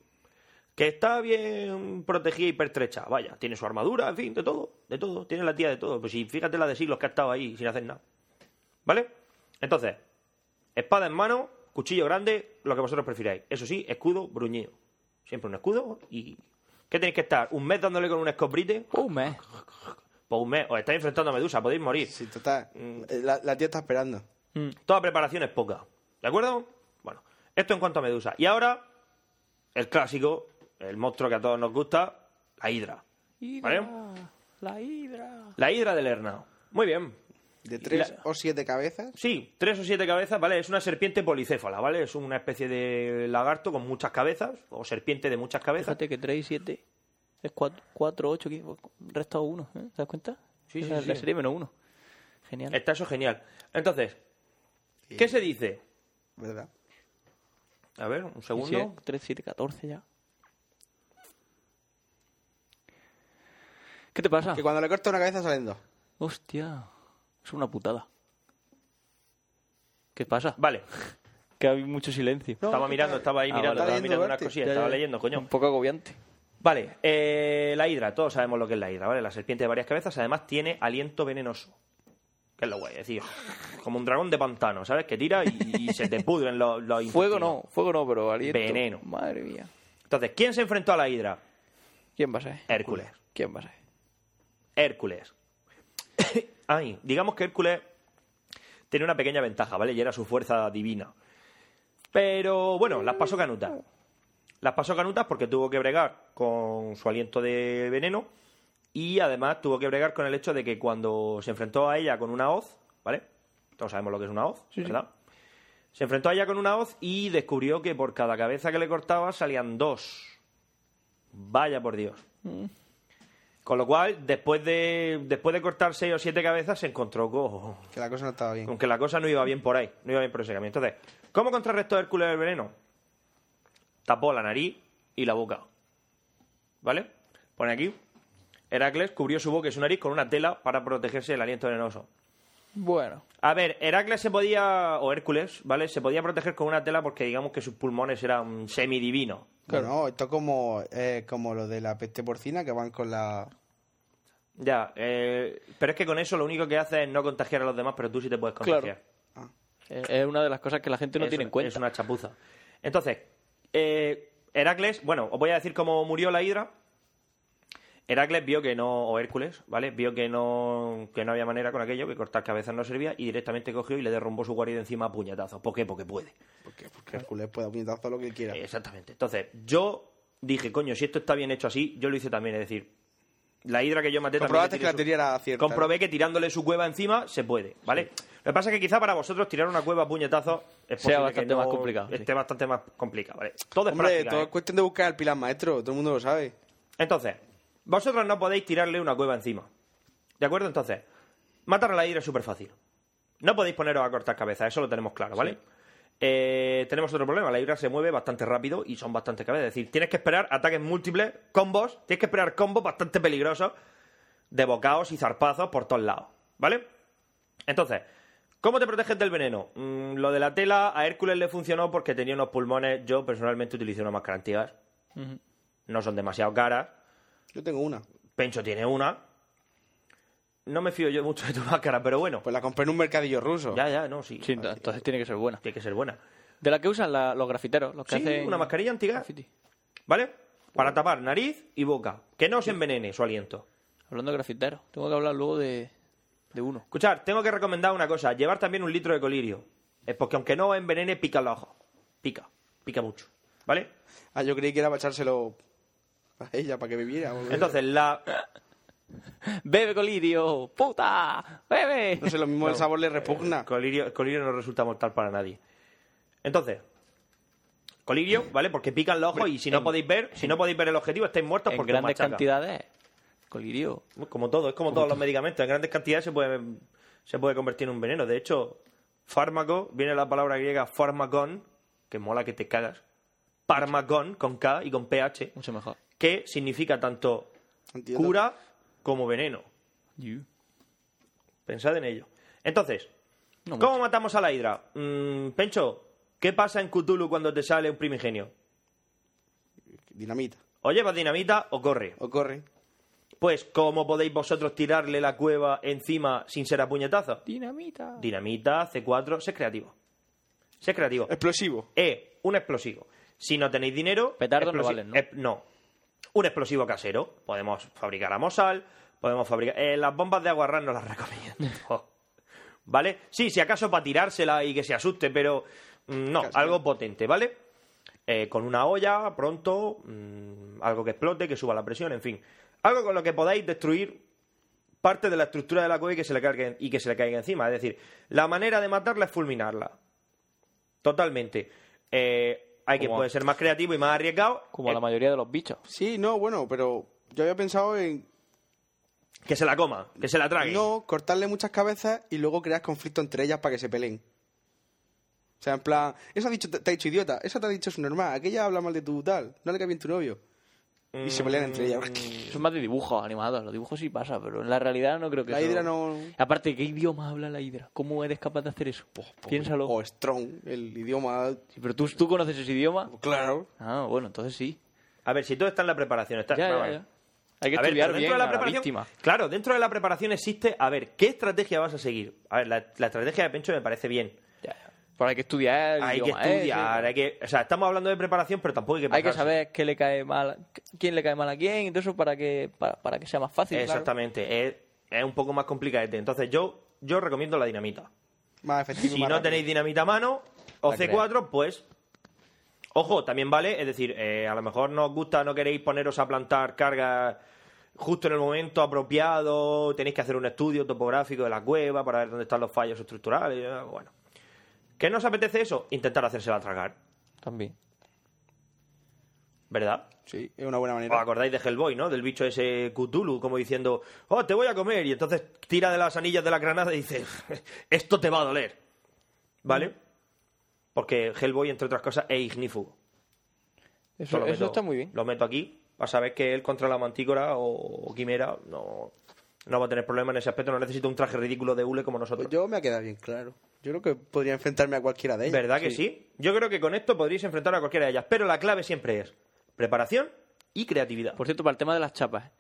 S6: Que está bien protegida y pertrecha. Vaya, tiene su armadura, en fin, de todo. De todo. Tiene la tía de todo. Pues si fíjate la de siglos que ha estado ahí sin hacer nada. ¿Vale? Entonces, espada en mano, cuchillo grande, lo que vosotros prefiráis. Eso sí, escudo bruñido. Siempre un escudo y. ¿Qué tenéis que estar? ¿Un mes dándole con un escobrite?
S7: Un mes.
S6: Pues un mes. Os estáis enfrentando a Medusa, podéis morir.
S5: Sí, total.
S6: Mm.
S5: Eh, La, la tía está esperando.
S6: Toda preparación es poca. ¿De acuerdo? Bueno, esto en cuanto a Medusa. Y ahora, el clásico, el monstruo que a todos nos gusta, la Hidra. ¿Vale?
S7: La hidra.
S6: La Hidra del Hernao. Muy bien.
S5: De tres
S6: La-
S5: o siete cabezas.
S6: Sí, tres o siete cabezas, ¿vale? Es una serpiente policéfala, ¿vale? Es una especie de lagarto con muchas cabezas, o serpiente de muchas cabezas.
S7: Fíjate que 3 y 7 es 4, 8, 15, resta 1. ¿eh? ¿Te das cuenta?
S6: Sí,
S7: Esa
S6: sí,
S7: es La
S6: sí.
S7: serie menos 1. Genial.
S6: Está eso genial. Entonces, ¿qué se dice?
S5: ¿Verdad?
S6: A ver, un segundo.
S7: 3, 7, 14 ya. ¿Qué te
S6: Ah.
S7: pasa?
S5: Que cuando le corta una cabeza salen dos.
S7: Hostia. Es una putada. ¿Qué pasa?
S6: Vale,
S7: [LAUGHS] Que hay mucho silencio.
S6: estaba mirando, estaba ahí
S7: Ah, vale,
S6: mirando, estaba
S7: vale.
S6: mirando unas
S7: Duarte.
S6: cosillas,
S7: Ya, ya,
S6: estaba
S7: ya.
S6: leyendo, coño.
S7: Un poco agobiante.
S6: Vale, eh, la hidra, todos sabemos lo que es la hidra, ¿vale? La serpiente de varias cabezas, además tiene aliento venenoso. Que es lo guay, es decir, como un dragón de pantano, ¿sabes? Que tira y, y se te pudren los, los
S7: Fuego
S6: intestinos.
S7: no, fuego no, pero aliento.
S6: Veneno.
S7: Madre mía.
S6: Entonces, ¿quién se enfrentó a la hidra?
S7: ¿Quién va a ser?
S6: Hércules.
S7: ¿Quién va a ser?
S6: Hércules. [COUGHS] Ay, digamos que Hércules tiene una pequeña ventaja, ¿vale? Y era su fuerza divina. Pero bueno, las pasó canutas. Las pasó canutas porque tuvo que bregar con su aliento de veneno Y además tuvo que bregar con el hecho de que cuando se enfrentó a ella con una hoz, ¿vale? Todos sabemos lo que es una hoz,
S10: Sí, sí.
S6: ¿verdad? Se enfrentó a ella con una hoz y descubrió que por cada cabeza que le cortaba salían dos. Vaya por Dios. Con lo cual, después de, después de cortar seis o siete cabezas, se encontró con,
S5: Que la cosa no estaba bien.
S6: con que la cosa no iba bien por ahí, no iba bien por ese camino. Entonces, ¿cómo contrarrestó Hércules el veneno? Tapó la nariz y la boca. ¿Vale? Pone aquí. Heracles cubrió su boca y su nariz con una tela para protegerse del aliento venenoso.
S10: Bueno.
S6: A ver, Heracles se podía, o Hércules, ¿vale? Se podía proteger con una tela porque digamos que sus pulmones eran semidivinos.
S5: No, esto como, eh, como lo de la peste porcina que van con la...
S6: Ya, eh, pero es que con eso lo único que hace es no contagiar a los demás, pero tú sí te puedes contagiar.
S10: Claro. Eh, Es una de las cosas que la gente no
S6: Es
S10: tiene
S6: una-
S10: en cuenta.
S6: Es una chapuza. Entonces, eh, Heracles, bueno, os voy a decir cómo murió la hidra. Heracles vio que no, o Hércules, ¿vale? Vio que no, que no había manera con aquello, que cortar cabezas no servía, y directamente cogió y le derrumbó su guarida encima a puñetazos. ¿Por qué? Porque puede.
S5: Porque Hércules puede apuñetazo lo que quiera.
S6: Eh, Exactamente. Entonces, yo dije, coño, si esto está bien hecho así, yo lo hice también, es decir, la hidra que yo maté también
S5: Comprobaste
S6: le
S5: que la
S6: tiré su-
S5: teoría era cierta.
S6: Comprobé que tirándole su cueva encima se puede, ¿vale? Lo que pasa es que quizá para vosotros tirar una cueva a puñetazos es posible
S10: Sea bastante
S6: que no-
S10: más complicado, sí.
S6: Esté bastante más complicado, ¿vale? Todo es
S5: Hombre,
S6: práctica,
S5: todo
S6: ¿eh?
S5: es cuestión de buscar el pilar maestro, todo el mundo lo sabe.
S6: Entonces, vosotros no podéis tirarle una cueva encima. ¿De acuerdo? Entonces, matar a la hidra es súper fácil. No podéis poneros a cortar cabezas, eso lo tenemos claro, ¿vale? Eh, tenemos otro problema, la hidra se mueve bastante rápido y son bastante cabezas. Es decir, tienes que esperar ataques múltiples, combos, tienes que esperar combos bastante peligrosos de bocaos y zarpazos por todos lados, ¿vale? Entonces, ¿cómo te proteges del veneno? Mm, lo de la tela a Hércules le funcionó porque tenía unos pulmones, yo personalmente utilicé unas máscaras antiguas, no son demasiado caras,
S5: Yo tengo una.
S6: Pencho tiene una. No me fío yo mucho de tu [LAUGHS] máscara, pero bueno.
S5: Pues la compré en un mercadillo ruso.
S6: Ya, ya, no, sí. Ah,
S10: Sí, ento- entonces tiene que ser buena.
S6: Tiene que ser buena.
S10: De la que usan la- los grafiteros, los que
S6: Sí,
S10: hacen...
S6: una mascarilla antigas. ¿Vale? Para tapar nariz y boca. Que no os envenene su aliento.
S10: Hablando de grafiteros, tengo que hablar luego de, de uno.
S6: Escuchar, tengo que recomendar una cosa. Llevar también un litro de colirio. Es porque aunque no os envenene, pica los ojos. Pica. Pica mucho. ¿Vale?
S5: Ah, yo creí que era para echárselo a ella, para que bebiera. boludo.
S6: Entonces, la...
S10: ¡Bebe colirio! ¡Puta! ¡Bebe!
S5: No sé, lo mismo el
S6: No.
S5: sabor le repugna.
S6: El colirio, el colirio no resulta mortal para nadie. Entonces, colirio, ¿vale? Porque pican los ojos y si no podéis ver, si no podéis ver el objetivo, estáis muertos
S10: en
S6: porque os
S10: grandes
S6: machaca.
S10: cantidades. Colirio.
S6: Como todo, es como todos los medicamentos. En grandes cantidades se puede, se puede convertir en un veneno. De hecho, fármaco, viene la palabra griega fármacon, que mola que te cagas. Parmacon, con K y con PH,
S10: Mucho mejor.
S6: que significa tanto cura como veneno. Pensad en ello. Entonces,
S10: No
S6: ¿cómo matamos a la hidra? Mm, Pencho, ¿qué pasa en Cthulhu cuando te sale un primigenio?
S5: Dinamita.
S6: ¿O llevas dinamita o corre?
S5: O corre.
S6: Pues, ¿cómo podéis vosotros tirarle la cueva encima sin ser a puñetazos?
S10: Dinamita.
S6: Dinamita, C4, sed creativo. Sed creativo.
S5: Explosivo.
S6: Eh, un explosivo. Si no tenéis dinero...
S10: Petardos no
S6: explosi-
S10: valen, ¿no?
S6: eh, no. Un explosivo casero. Podemos fabricar a Mosal, podemos fabricar... eh, las bombas de aguarrán no las [LAUGHS] recomiendo. ¿Vale? Sí, si acaso para tirársela y que se asuste, pero... mm, No, algo potente, ¿vale? Eh, con una olla, pronto, mm, algo que explote, que suba la presión, en fin. Algo con lo que podáis destruir parte de la estructura de la cueva y que se le cargue, y que se le caiga encima. Es decir, la manera de matarla es fulminarla. Totalmente. Eh, hay quien
S10: Como-
S6: puede ser más creativo y más arriesgado.
S10: Como
S6: eh,
S10: la mayoría de los bichos.
S5: Sí, no, bueno, pero yo había pensado en
S6: Que se la coma, que se la trague.
S5: No, cortarle muchas cabezas y luego crear conflicto entre ellas para que se peleen. O sea, en plan, eso ha dicho, te, te ha dicho idiota, eso te ha dicho su normal, aquella habla mal de tu tal, no le cae bien tu novio. Y se pelean entre ellas.
S10: Son más de dibujos animados. Los dibujos sí pasa, pero en la realidad no creo que
S5: La
S10: eso-
S5: hidra no...
S10: Aparte, ¿qué idioma habla la hidra? ¿Cómo eres capaz de hacer eso? Piénsalo.
S5: O Strong, el idioma...
S10: Sí, pero tú, tú conoces ese idioma.
S5: Claro.
S10: Ah, bueno, entonces sí.
S6: A ver, si todo está en la preparación. Está,
S10: Ya,
S6: vamos
S10: ya,
S6: a ver.
S10: ya. Hay que
S6: A ver,
S10: estudiar
S6: pero
S10: bien
S6: dentro de
S10: a
S6: la
S10: la
S6: preparación,
S10: víctima.
S6: Claro, dentro de la preparación existe, a ver, ¿qué estrategia vas a seguir? A ver, la, la estrategia de Pencho me parece bien.
S10: Pero hay que estudiar el
S6: Hay que
S10: idioma, ¿eh?
S6: estudiar,
S10: Sí.
S6: hay que... O sea, estamos hablando de preparación, pero tampoco hay que
S10: Hay que
S6: pasarse.
S10: saber qué le cae mal, quién le cae mal a quién y todo eso para que, para, para que sea más fácil. claro.
S6: Exactamente. Es, es un poco más complicado. Entonces, yo, yo recomiendo la dinamita.
S5: Más efectivo,
S6: Si
S5: más
S6: no
S5: rápido.
S6: tenéis dinamita a mano o
S5: La
S6: C4, pues. Ojo, también vale, es decir, eh, a lo mejor no os gusta, no queréis poneros a plantar cargas justo en el momento apropiado, tenéis que hacer un estudio topográfico de la cueva para ver dónde están los fallos estructurales. eh, Bueno, ¿qué nos apetece eso? Intentar hacérsela tragar,
S10: También.
S6: ¿verdad?
S5: Sí, es una buena
S6: ¿Os
S5: manera.
S6: acordáis de Hellboy, no? Del bicho ese Cthulhu, como diciendo, oh, te voy a comer. Y entonces tira de las anillas de la granada y dice, [LAUGHS] esto te va a doler.
S10: Mm.
S6: ¿Vale? Porque Hellboy, entre otras cosas, es ignífugo.
S10: Eso,
S6: lo
S10: eso
S6: meto-
S10: está muy bien.
S6: Lo meto aquí para saber que él contra la mantícora o, o quimera no, no va a tener problema en ese aspecto. No necesita un traje ridículo de hule como nosotros.
S5: Pues yo me ha quedado bien claro. Yo creo que podría enfrentarme a cualquiera
S10: Eh,
S5: de ellas.
S6: ¿Verdad que sí? Yo creo que con esto podréis enfrentar a cualquiera de ellas. Pero la clave siempre es preparación y creatividad.
S10: Por cierto, para el tema de las chapas, ¿eh?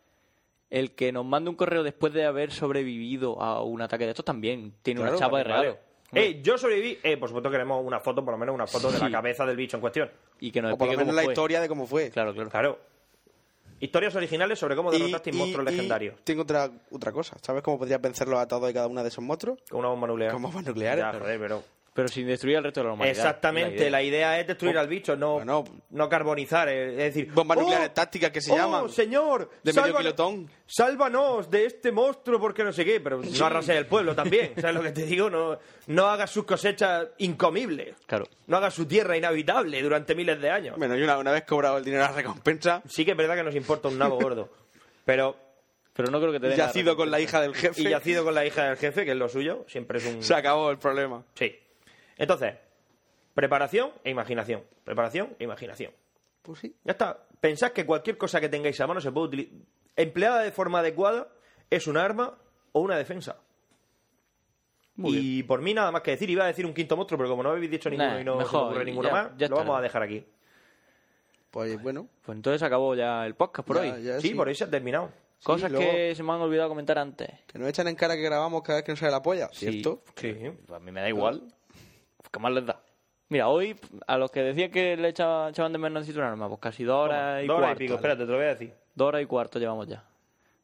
S10: el que nos mande un correo después de haber sobrevivido a un ataque de estos también tiene una chapa de regalo.
S6: Vale. Eh, yo sobreviví. Eh, por supuesto queremos una foto, por lo menos una foto de la
S10: Sí.
S6: cabeza del bicho en cuestión.
S10: Y que nos
S5: O por lo
S10: explique
S5: menos
S10: cómo
S5: la
S10: fue.
S5: historia de cómo fue.
S10: Claro, claro.
S6: Claro. Historias originales sobre cómo derrotaste monstruos legendarios.
S5: tengo otra, otra cosa. ¿Sabes cómo podrías vencerlos a todos y cada una de esos monstruos?
S6: Con una bomba nuclear.
S5: Con bombas nucleares.
S6: Ya, joder, pero...
S10: Pero sin destruir al
S5: Oh
S10: resto de la humanidad.
S6: Exactamente, la idea. es destruir al bicho, no, no carbonizar, eh, es decir...
S5: Bombas
S6: ¡Oh!
S5: nucleares tácticas que se
S6: ¡Oh,
S5: llaman.
S6: señor!
S5: De medio
S6: sálvanos-
S5: kilotón.
S6: Sálvanos de este monstruo porque no sé qué, pero no arrases el
S5: [LAUGHS]
S6: pueblo también, ¿sabes lo que te digo? No, no hagas sus cosechas incomibles.
S10: Claro.
S6: No hagas su tierra inhabitable durante miles de años.
S5: Bueno, y una, una vez cobrado el dinero a la
S10: [LAUGHS]
S5: recompensa,
S6: Sí que es verdad que nos importa un nabo gordo, pero...
S10: Pero no creo que te den la
S5: yacido con la hija del jefe,
S6: Y yacido con la hija del jefe, que es lo suyo, siempre es
S5: [LAUGHS]
S6: un...
S5: se acabó el problema.
S6: Sí. Entonces, preparación e imaginación. Preparación e imaginación.
S5: Pues sí.
S6: Ya está. Pensad que cualquier cosa que tengáis a mano se puede utilizar. Empleada de forma adecuada es un arma o una defensa.
S10: Muy
S6: y por mí nada más que decir. Iba a decir un quinto monstruo, pero como no habéis dicho ninguno
S10: Nah,
S6: y no se me
S10: mejor,
S6: ocurre
S10: y
S6: ninguno
S10: ya-
S6: más,
S10: ya
S6: lo
S10: está.
S6: vamos a dejar aquí.
S5: Pues bueno,
S10: Pues entonces acabó Ah, ya el podcast Pues por
S5: Ya,
S10: hoy.
S5: ya,
S6: Sí, por hoy se ha terminado.
S10: Cosas
S5: Sí, luego-
S10: que se me han olvidado comentar antes.
S5: que nos echan en cara que grabamos cada vez que nos sale la polla,
S10: Sí.
S5: ¿cierto?
S6: Sí.
S10: A mí me da igual. ¿Qué más les da? Mira, hoy ah, a los que decían que le echaban, echaban de menos necesito una arma, pues casi dos horas y
S6: Dos horas y
S10: cuarto.
S6: pico, espérate, te lo voy a decir.
S10: Dos horas y cuarto llevamos ya.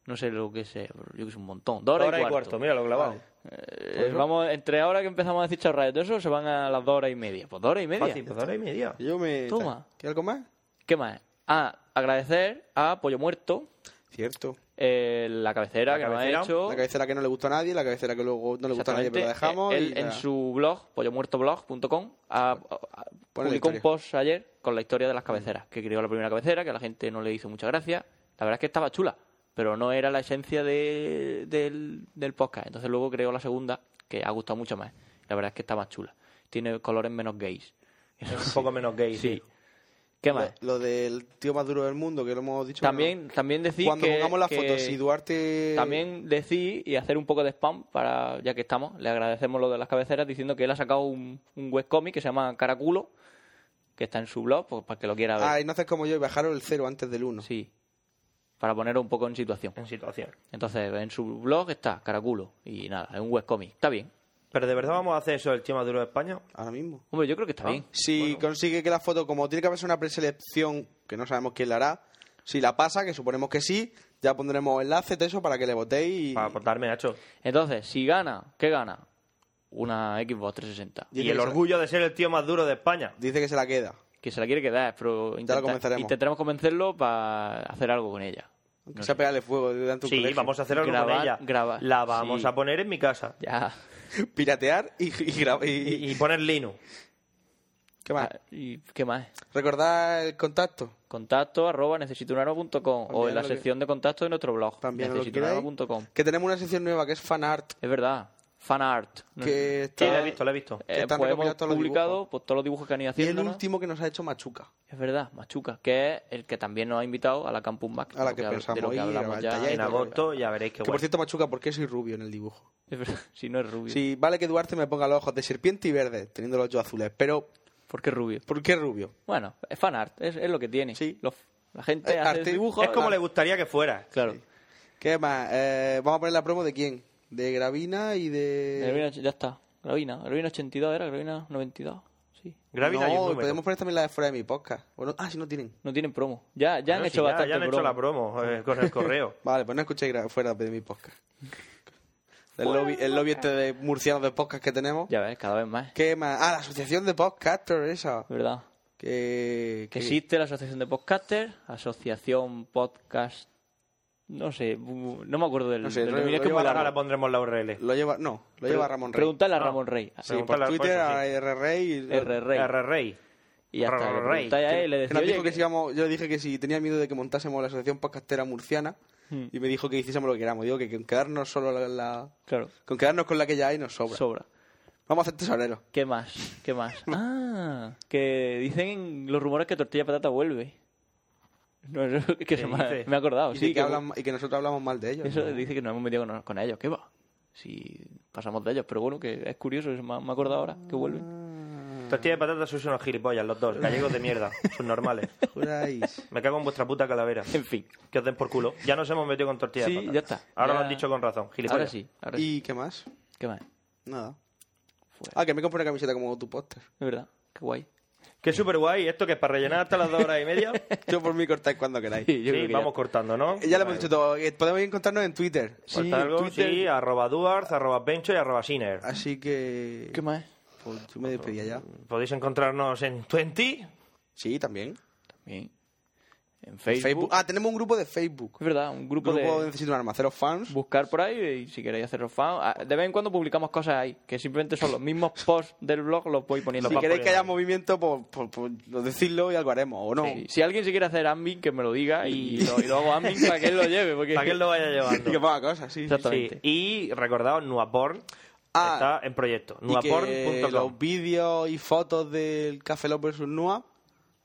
S10: No sé lo que sé, pero yo que sé un montón. Dos
S6: Dos
S10: horas,
S6: horas y cuarto, mira lo clavado.
S10: Eh, vamos, entre ahora que empezamos a decir chorradas y todo eso, se van a las dos horas y media. Pues dos horas y media.
S6: Fácil, pues dos horas y media.
S5: Yo me...
S10: Toma.
S5: ¿Quieres algo más?
S10: ¿Qué más? Ah, agradecer a Pollo Muerto
S5: Cierto.
S10: eh, la cabecera
S6: La
S10: que
S6: cabecera.
S10: nos ha hecho.
S5: La cabecera que no le gustó a nadie, la cabecera que luego no le gusta a nadie, pero la dejamos.
S10: Exactamente. Él
S5: y
S10: en
S5: la-
S10: su blog, pollomuertoblog.com, ha- ha- ha-
S5: Pone la
S10: publicó un
S5: historia. Mm.
S10: post ayer con la historia de las cabeceras, que creó la primera cabecera, que a la gente no le hizo mucha gracia. La verdad es que estaba chula, pero no era la esencia de- del, del podcast. Entonces luego creó la segunda, que ha gustado mucho más. La verdad es que está más chula. Tiene colores menos gays.
S6: Es un poco menos gay, sí.
S10: Sí. ¿Qué más?
S5: Lo del tío más duro del mundo, que lo hemos dicho.
S10: También, también decir
S5: bueno, cuando
S10: que...
S5: pongamos las
S10: que-
S5: fotos, si Duarte...
S10: También decir y hacer un poco de spam para, ya que estamos, le agradecemos lo de las cabeceras diciendo que él ha sacado un, un webcomic que se llama Caraculo, que está en su blog, pues, para que lo quiera ver.
S5: Ah, y no haces como yo y bajaros el cero antes del uno.
S10: Sí. Para ponerlo un poco en situación.
S6: En situación.
S10: Entonces, en su blog está Caraculo y nada, es un webcomic. Está bien.
S6: Pero de verdad vamos a hacer eso el tema duro de España. Ah,
S5: Ahora mismo.
S10: Hombre, yo creo que está bien.
S5: Si consigue que la foto, como tiene que haberse una preselección, que no sabemos quién la hará, si la pasa, que suponemos que sí, ya pondremos enlaces de eso para que le votéis y...
S6: Para aportarme, Nacho.
S10: Entonces, si gana, ¿qué gana? Una Xbox 360.
S5: Dice
S6: Y el
S5: que se-
S6: orgullo Pues de ser el tío más duro de España.
S5: Dice que se la queda.
S10: Que se la quiere quedar, pero intenta-
S5: comenzaremos.
S10: intentaremos convencerlo para hacer algo con ella.
S5: Aunque sea pegarle fuego durante un
S6: Sí,
S5: colegio.
S6: vamos a hacer algo con
S10: Grabar-
S6: ella.
S10: grabar,
S6: La vamos
S10: sí.
S6: a poner en mi casa.
S10: Ya.
S5: Piratear y, y, gra- y-
S6: Y, y poner Linux.
S5: ¿Qué más?
S10: Ah, ¿Y qué más?
S5: Recordad el contacto.
S10: contacto arroba necesitounarma.com o
S5: También
S10: en la
S5: lo que-
S10: sección de contacto de nuestro blog
S5: También lo que queráis.
S10: necesitounarma.com
S5: Que tenemos una sección nueva que es fanart.
S10: es verdad fanart
S5: Que
S6: Sí,
S5: está...
S6: la he visto, la he visto.
S5: que
S10: Eh, Eh,
S5: están
S10: pues
S5: recopilados
S10: hemos
S5: todos los
S10: publicado
S5: dibujos.
S10: pues, todos los dibujos que han ido
S5: Y el
S10: haciendo ¿no?
S5: último que nos ha hecho Machuca.
S10: es verdad Machuca que es el que también nos ha invitado a la Campus Mac
S5: A la
S10: lo
S5: que
S10: hab-
S5: pensamos
S10: de lo que
S5: ir,
S10: hablamos
S5: al
S10: ya
S5: taller.
S6: En agosto ya veréis que
S5: Que por
S6: bueno.
S5: cierto, Machuca, ¿por qué soy rubio en el dibujo?
S10: Es verdad, [LAUGHS] si no es rubio
S5: Sí, vale que Duarte me ponga los ojos de serpiente y verde, teniéndolos yo azules, pero
S10: ¿por qué rubio?
S5: ¿por qué rubio?
S10: bueno es fanart es, es lo que tiene
S5: Sí.
S10: Los- la gente
S5: Eh,
S10: hace
S5: arte-
S10: dibujos
S6: Es como
S5: Ah.
S6: le gustaría que fuera.
S10: claro
S5: ¿Qué más? Eh, vamos a poner la promo de quién? De Gravina y de...
S10: Gravina, ya está Gravina Gravina 82 era Gravina 92 sí
S6: Gravina
S5: no,
S6: y un número.
S5: podemos poner también la de fuera de mi podcast. O no- Ah, si no tienen.
S10: no tienen promo ya, ya han
S6: Bueno, sí,
S10: hecho bastante
S6: ya han hecho
S10: promo.
S6: la promo eh, con el
S10: [LAUGHS]
S6: correo.
S5: Vale, pues no escuchéis gra- fuera de mi podcast. El lobby, el lobby este de murcianos de podcast que tenemos.
S10: ya ves cada vez más
S5: ¿Qué más? Ah, la asociación de podcasters esa.
S10: verdad
S5: Que,
S10: Que existe la Asociación de Podcasters, Asociación Podcast No sé, bu- no me acuerdo del,
S5: No sé,
S10: del
S5: lo-
S10: dominio,
S5: lo
S10: es que es muy
S5: lleva-
S10: largo.
S5: ahora le
S6: pondremos la URL.
S5: Lo lleva, no, lo
S10: Pre-
S5: lleva Ramón Rey.
S6: Ah,
S10: Pregúntale a Ramón Rey.
S5: Sí, por Twitter a R Rey. eh,
S10: R Rey. R Rey. Y ya está, le preguntáis a él, le
S5: Que- que
S10: decís,
S5: nos
S10: "Oye,
S5: dijo que si íbamos- yo le dije que si tenía miedo de que montásemos la asociación podcastera murciana
S10: Hmm.
S5: y me dijo que hiciésemos lo que queramos. Digo que con quedarnos solo la, la-
S10: Claro.
S5: con quedarnos con la que ya hay nos sobra.
S10: Sobra.
S5: Vamos a hacer tesorero.
S10: ¿Qué más? ¿Qué
S5: [LAUGHS]
S10: más? ah, que dicen los rumores que Tortilla Patata vuelve. No, no, [LAUGHS] que se me, ha-
S5: dice?
S10: me he acordado.
S5: Y,
S10: sí,
S5: que hablan- y que nosotros hablamos mal de ellos.
S10: Eso
S5: ¿no?
S10: dice que nos hemos metido con, con ellos. ¿Qué va? Si pasamos de ellos. Pero bueno, que es curioso. eso Me, me he acordado ahora que vuelven.
S6: Tortilla de patatas sois unos gilipollas, los dos. Gallegos de
S10: [LAUGHS]
S6: mierda. Son normales.
S5: Juráis.
S6: Me cago en vuestra puta calavera.
S10: En fin.
S6: Que os den por culo. Ya nos hemos metido con tortilla
S10: Sí,
S6: de patatas.
S10: ya está.
S6: Ahora
S10: Ya-
S6: lo han dicho con razón. Gilipollas.
S10: Ahora sí, [LAUGHS] ahora sí.
S5: ¿Y qué más?
S10: ¿Qué más? Es
S5: Nada. Ah, que me compré una camiseta como tu póster.
S10: verdad. Qué guay.
S6: Qué súper guay. Esto que es para rellenar hasta las dos horas y
S10: [LAUGHS]
S6: media.
S5: Yo por mí cortáis cuando queráis.
S6: Sí, vamos cortando, ¿no?
S5: Eh, Ya lo hemos dicho todo. Eh, Podemos encontrarnos en Twitter.
S6: Sí,
S5: en
S6: algo,
S5: Twitter.
S6: sí, arroba Duarte, arroba Pencho y arroba Siner.
S5: Así que.
S10: ¿Qué más?
S5: Pues yo me despedía ya.
S6: Podéis encontrarnos en Twenty.
S5: Sí, también.
S10: Bien. En Facebook.
S5: Ah, tenemos un grupo de Facebook.
S10: Es verdad, un grupo,
S5: Grupo
S10: de...
S5: Necesito un Arma, cero fans.
S10: Buscar por ahí y si queréis haceros fans. Ah, De vez en cuando publicamos cosas ahí, que simplemente son
S5: [LAUGHS]
S10: los mismos posts del blog, los voy poniendo.
S5: si
S10: Los
S5: queréis
S10: vas
S5: que haya
S10: poniendo.
S5: movimiento, pues, pues- pues lo decirlo y algo haremos, ¿o no?
S10: Sí. Si alguien se quiere hacer admin, que me lo diga y, lo, y lo hago admin para que él lo lleve. Porque...
S6: Para que él lo vaya llevando.
S5: Y [LAUGHS] que ponga cosas, sí.
S10: Exactamente.
S6: Sí, Y recordaos, Nuaporn
S5: Ah.
S6: está en proyecto.
S5: Y que
S6: Nuaporn.com.
S5: los vídeos y fotos del Café López vs. Nua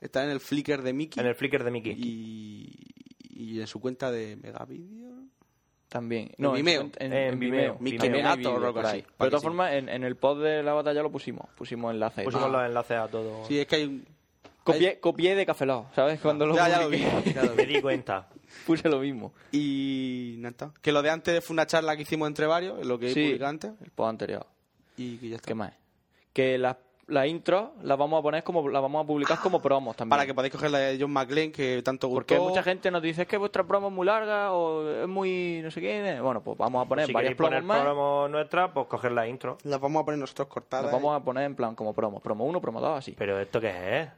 S5: están en el Flickr de Mickey
S6: En el Flickr de Mickey.
S5: y, y en su cuenta de Megavideo.
S10: [LAUGHS] También.
S5: En Vimeo. En
S10: En, en
S5: Vimeo.
S10: Vimeo.
S5: Mickey
S10: También hay
S5: Menato o
S10: vídeo
S5: algo
S10: por
S5: así,
S10: ahí.
S5: para
S10: Pero
S5: que
S10: de todas
S5: sí.
S10: formas, en, en el pod de la batalla lo pusimos. Pusimos enlaces.
S6: Pusimos
S10: Ah.
S6: los enlaces a todo.
S5: Sí, es que hay un...
S10: Copié, copié de Café Lock, ¿sabes? Cuando lo
S5: Ya, ya lo vi.
S10: publiqué,
S5: ya lo
S6: Me
S5: vi.
S6: di
S10: [LAUGHS]
S6: cuenta.
S10: puse lo mismo.
S5: Y nada, está. que lo de antes fue una charla que hicimos entre varios, lo que
S10: Sí.
S5: publicé antes.
S10: El pod anterior.
S5: Y que ya está.
S10: ¿Qué más? Que las la intro las vamos a poner como las vamos a publicar como promos también.
S5: Para que podáis coger la de John McLean, que tanto gustó.
S10: Porque mucha gente nos dice "Es que vuestra promo es muy larga o es muy no sé qué. Bueno, pues vamos a poner
S6: si
S10: varias
S6: queréis
S10: promos
S6: poner
S10: más.
S6: promos nuestras, pues coger la intro.
S5: Las vamos a poner nosotros
S10: Las
S5: cortadas. ¿eh?
S10: vamos a poner en plan como promo, promo 1, promo 2, así.
S6: Pero esto qué es? ¿eh?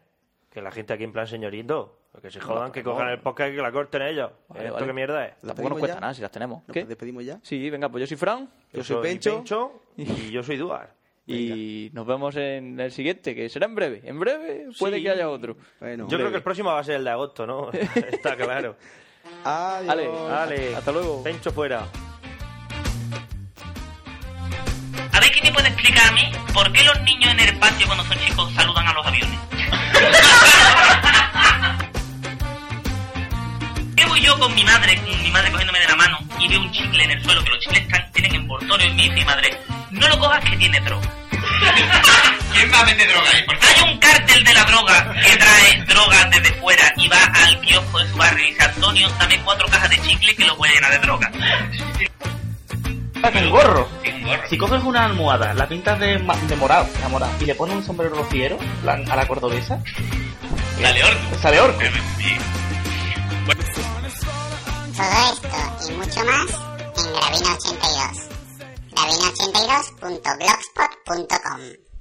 S6: Que la gente aquí en plan señorito, que se jodan,
S10: No,
S6: que
S10: no.
S6: cojan el podcast y que la corten ellos.
S10: Vale,
S6: ¿Esto
S10: vale.
S6: qué mierda
S10: [LAUGHS]
S6: es?
S10: Tampoco nos
S5: pedimos
S10: cuesta
S5: ya?
S10: nada si las tenemos.
S5: Nos
S10: ¿Qué?
S5: despedimos ya.
S10: Sí, venga, pues yo soy Fran
S5: Yo soy Pencho.
S6: y yo soy Duar.
S10: y nos vemos en el siguiente, que será en breve. En breve puede que haya otro.
S5: Bueno,
S6: Yo creo que el próximo va a ser el de agosto, ¿no? [LAUGHS] Está claro.
S5: Adiós.
S10: Ale,
S6: Vale.
S10: [LAUGHS] hasta luego.
S6: Pencho fuera.
S18: A ver quién me puede explicar a mí por qué los niños en el patio cuando son chicos saludan a los [LAUGHS] aviones. ¿Qué voy yo con mi madre, con mi madre cogiéndome de la mano y veo un chicle en el suelo que los chicles están- tienen envoltorio y me dice mi madre, no lo cojas que tiene droga? [LAUGHS] ¿Quién va a vender droga ahí? Hay un cártel de la droga que trae drogas desde fuera y va al kiosco de su barrio y dice, Antonio, dame cuatro cajas de chicle que lo voy a llenar de droga.
S19: Sin gorro. Si coges una almohada, la pintas de, ma- de morado, de morado, y le pones un sombrero rociero la- a la cordobesa. Sale orco. Sale orco.
S20: Todo esto y mucho más en Gravina82. Gravina82.blogspot.com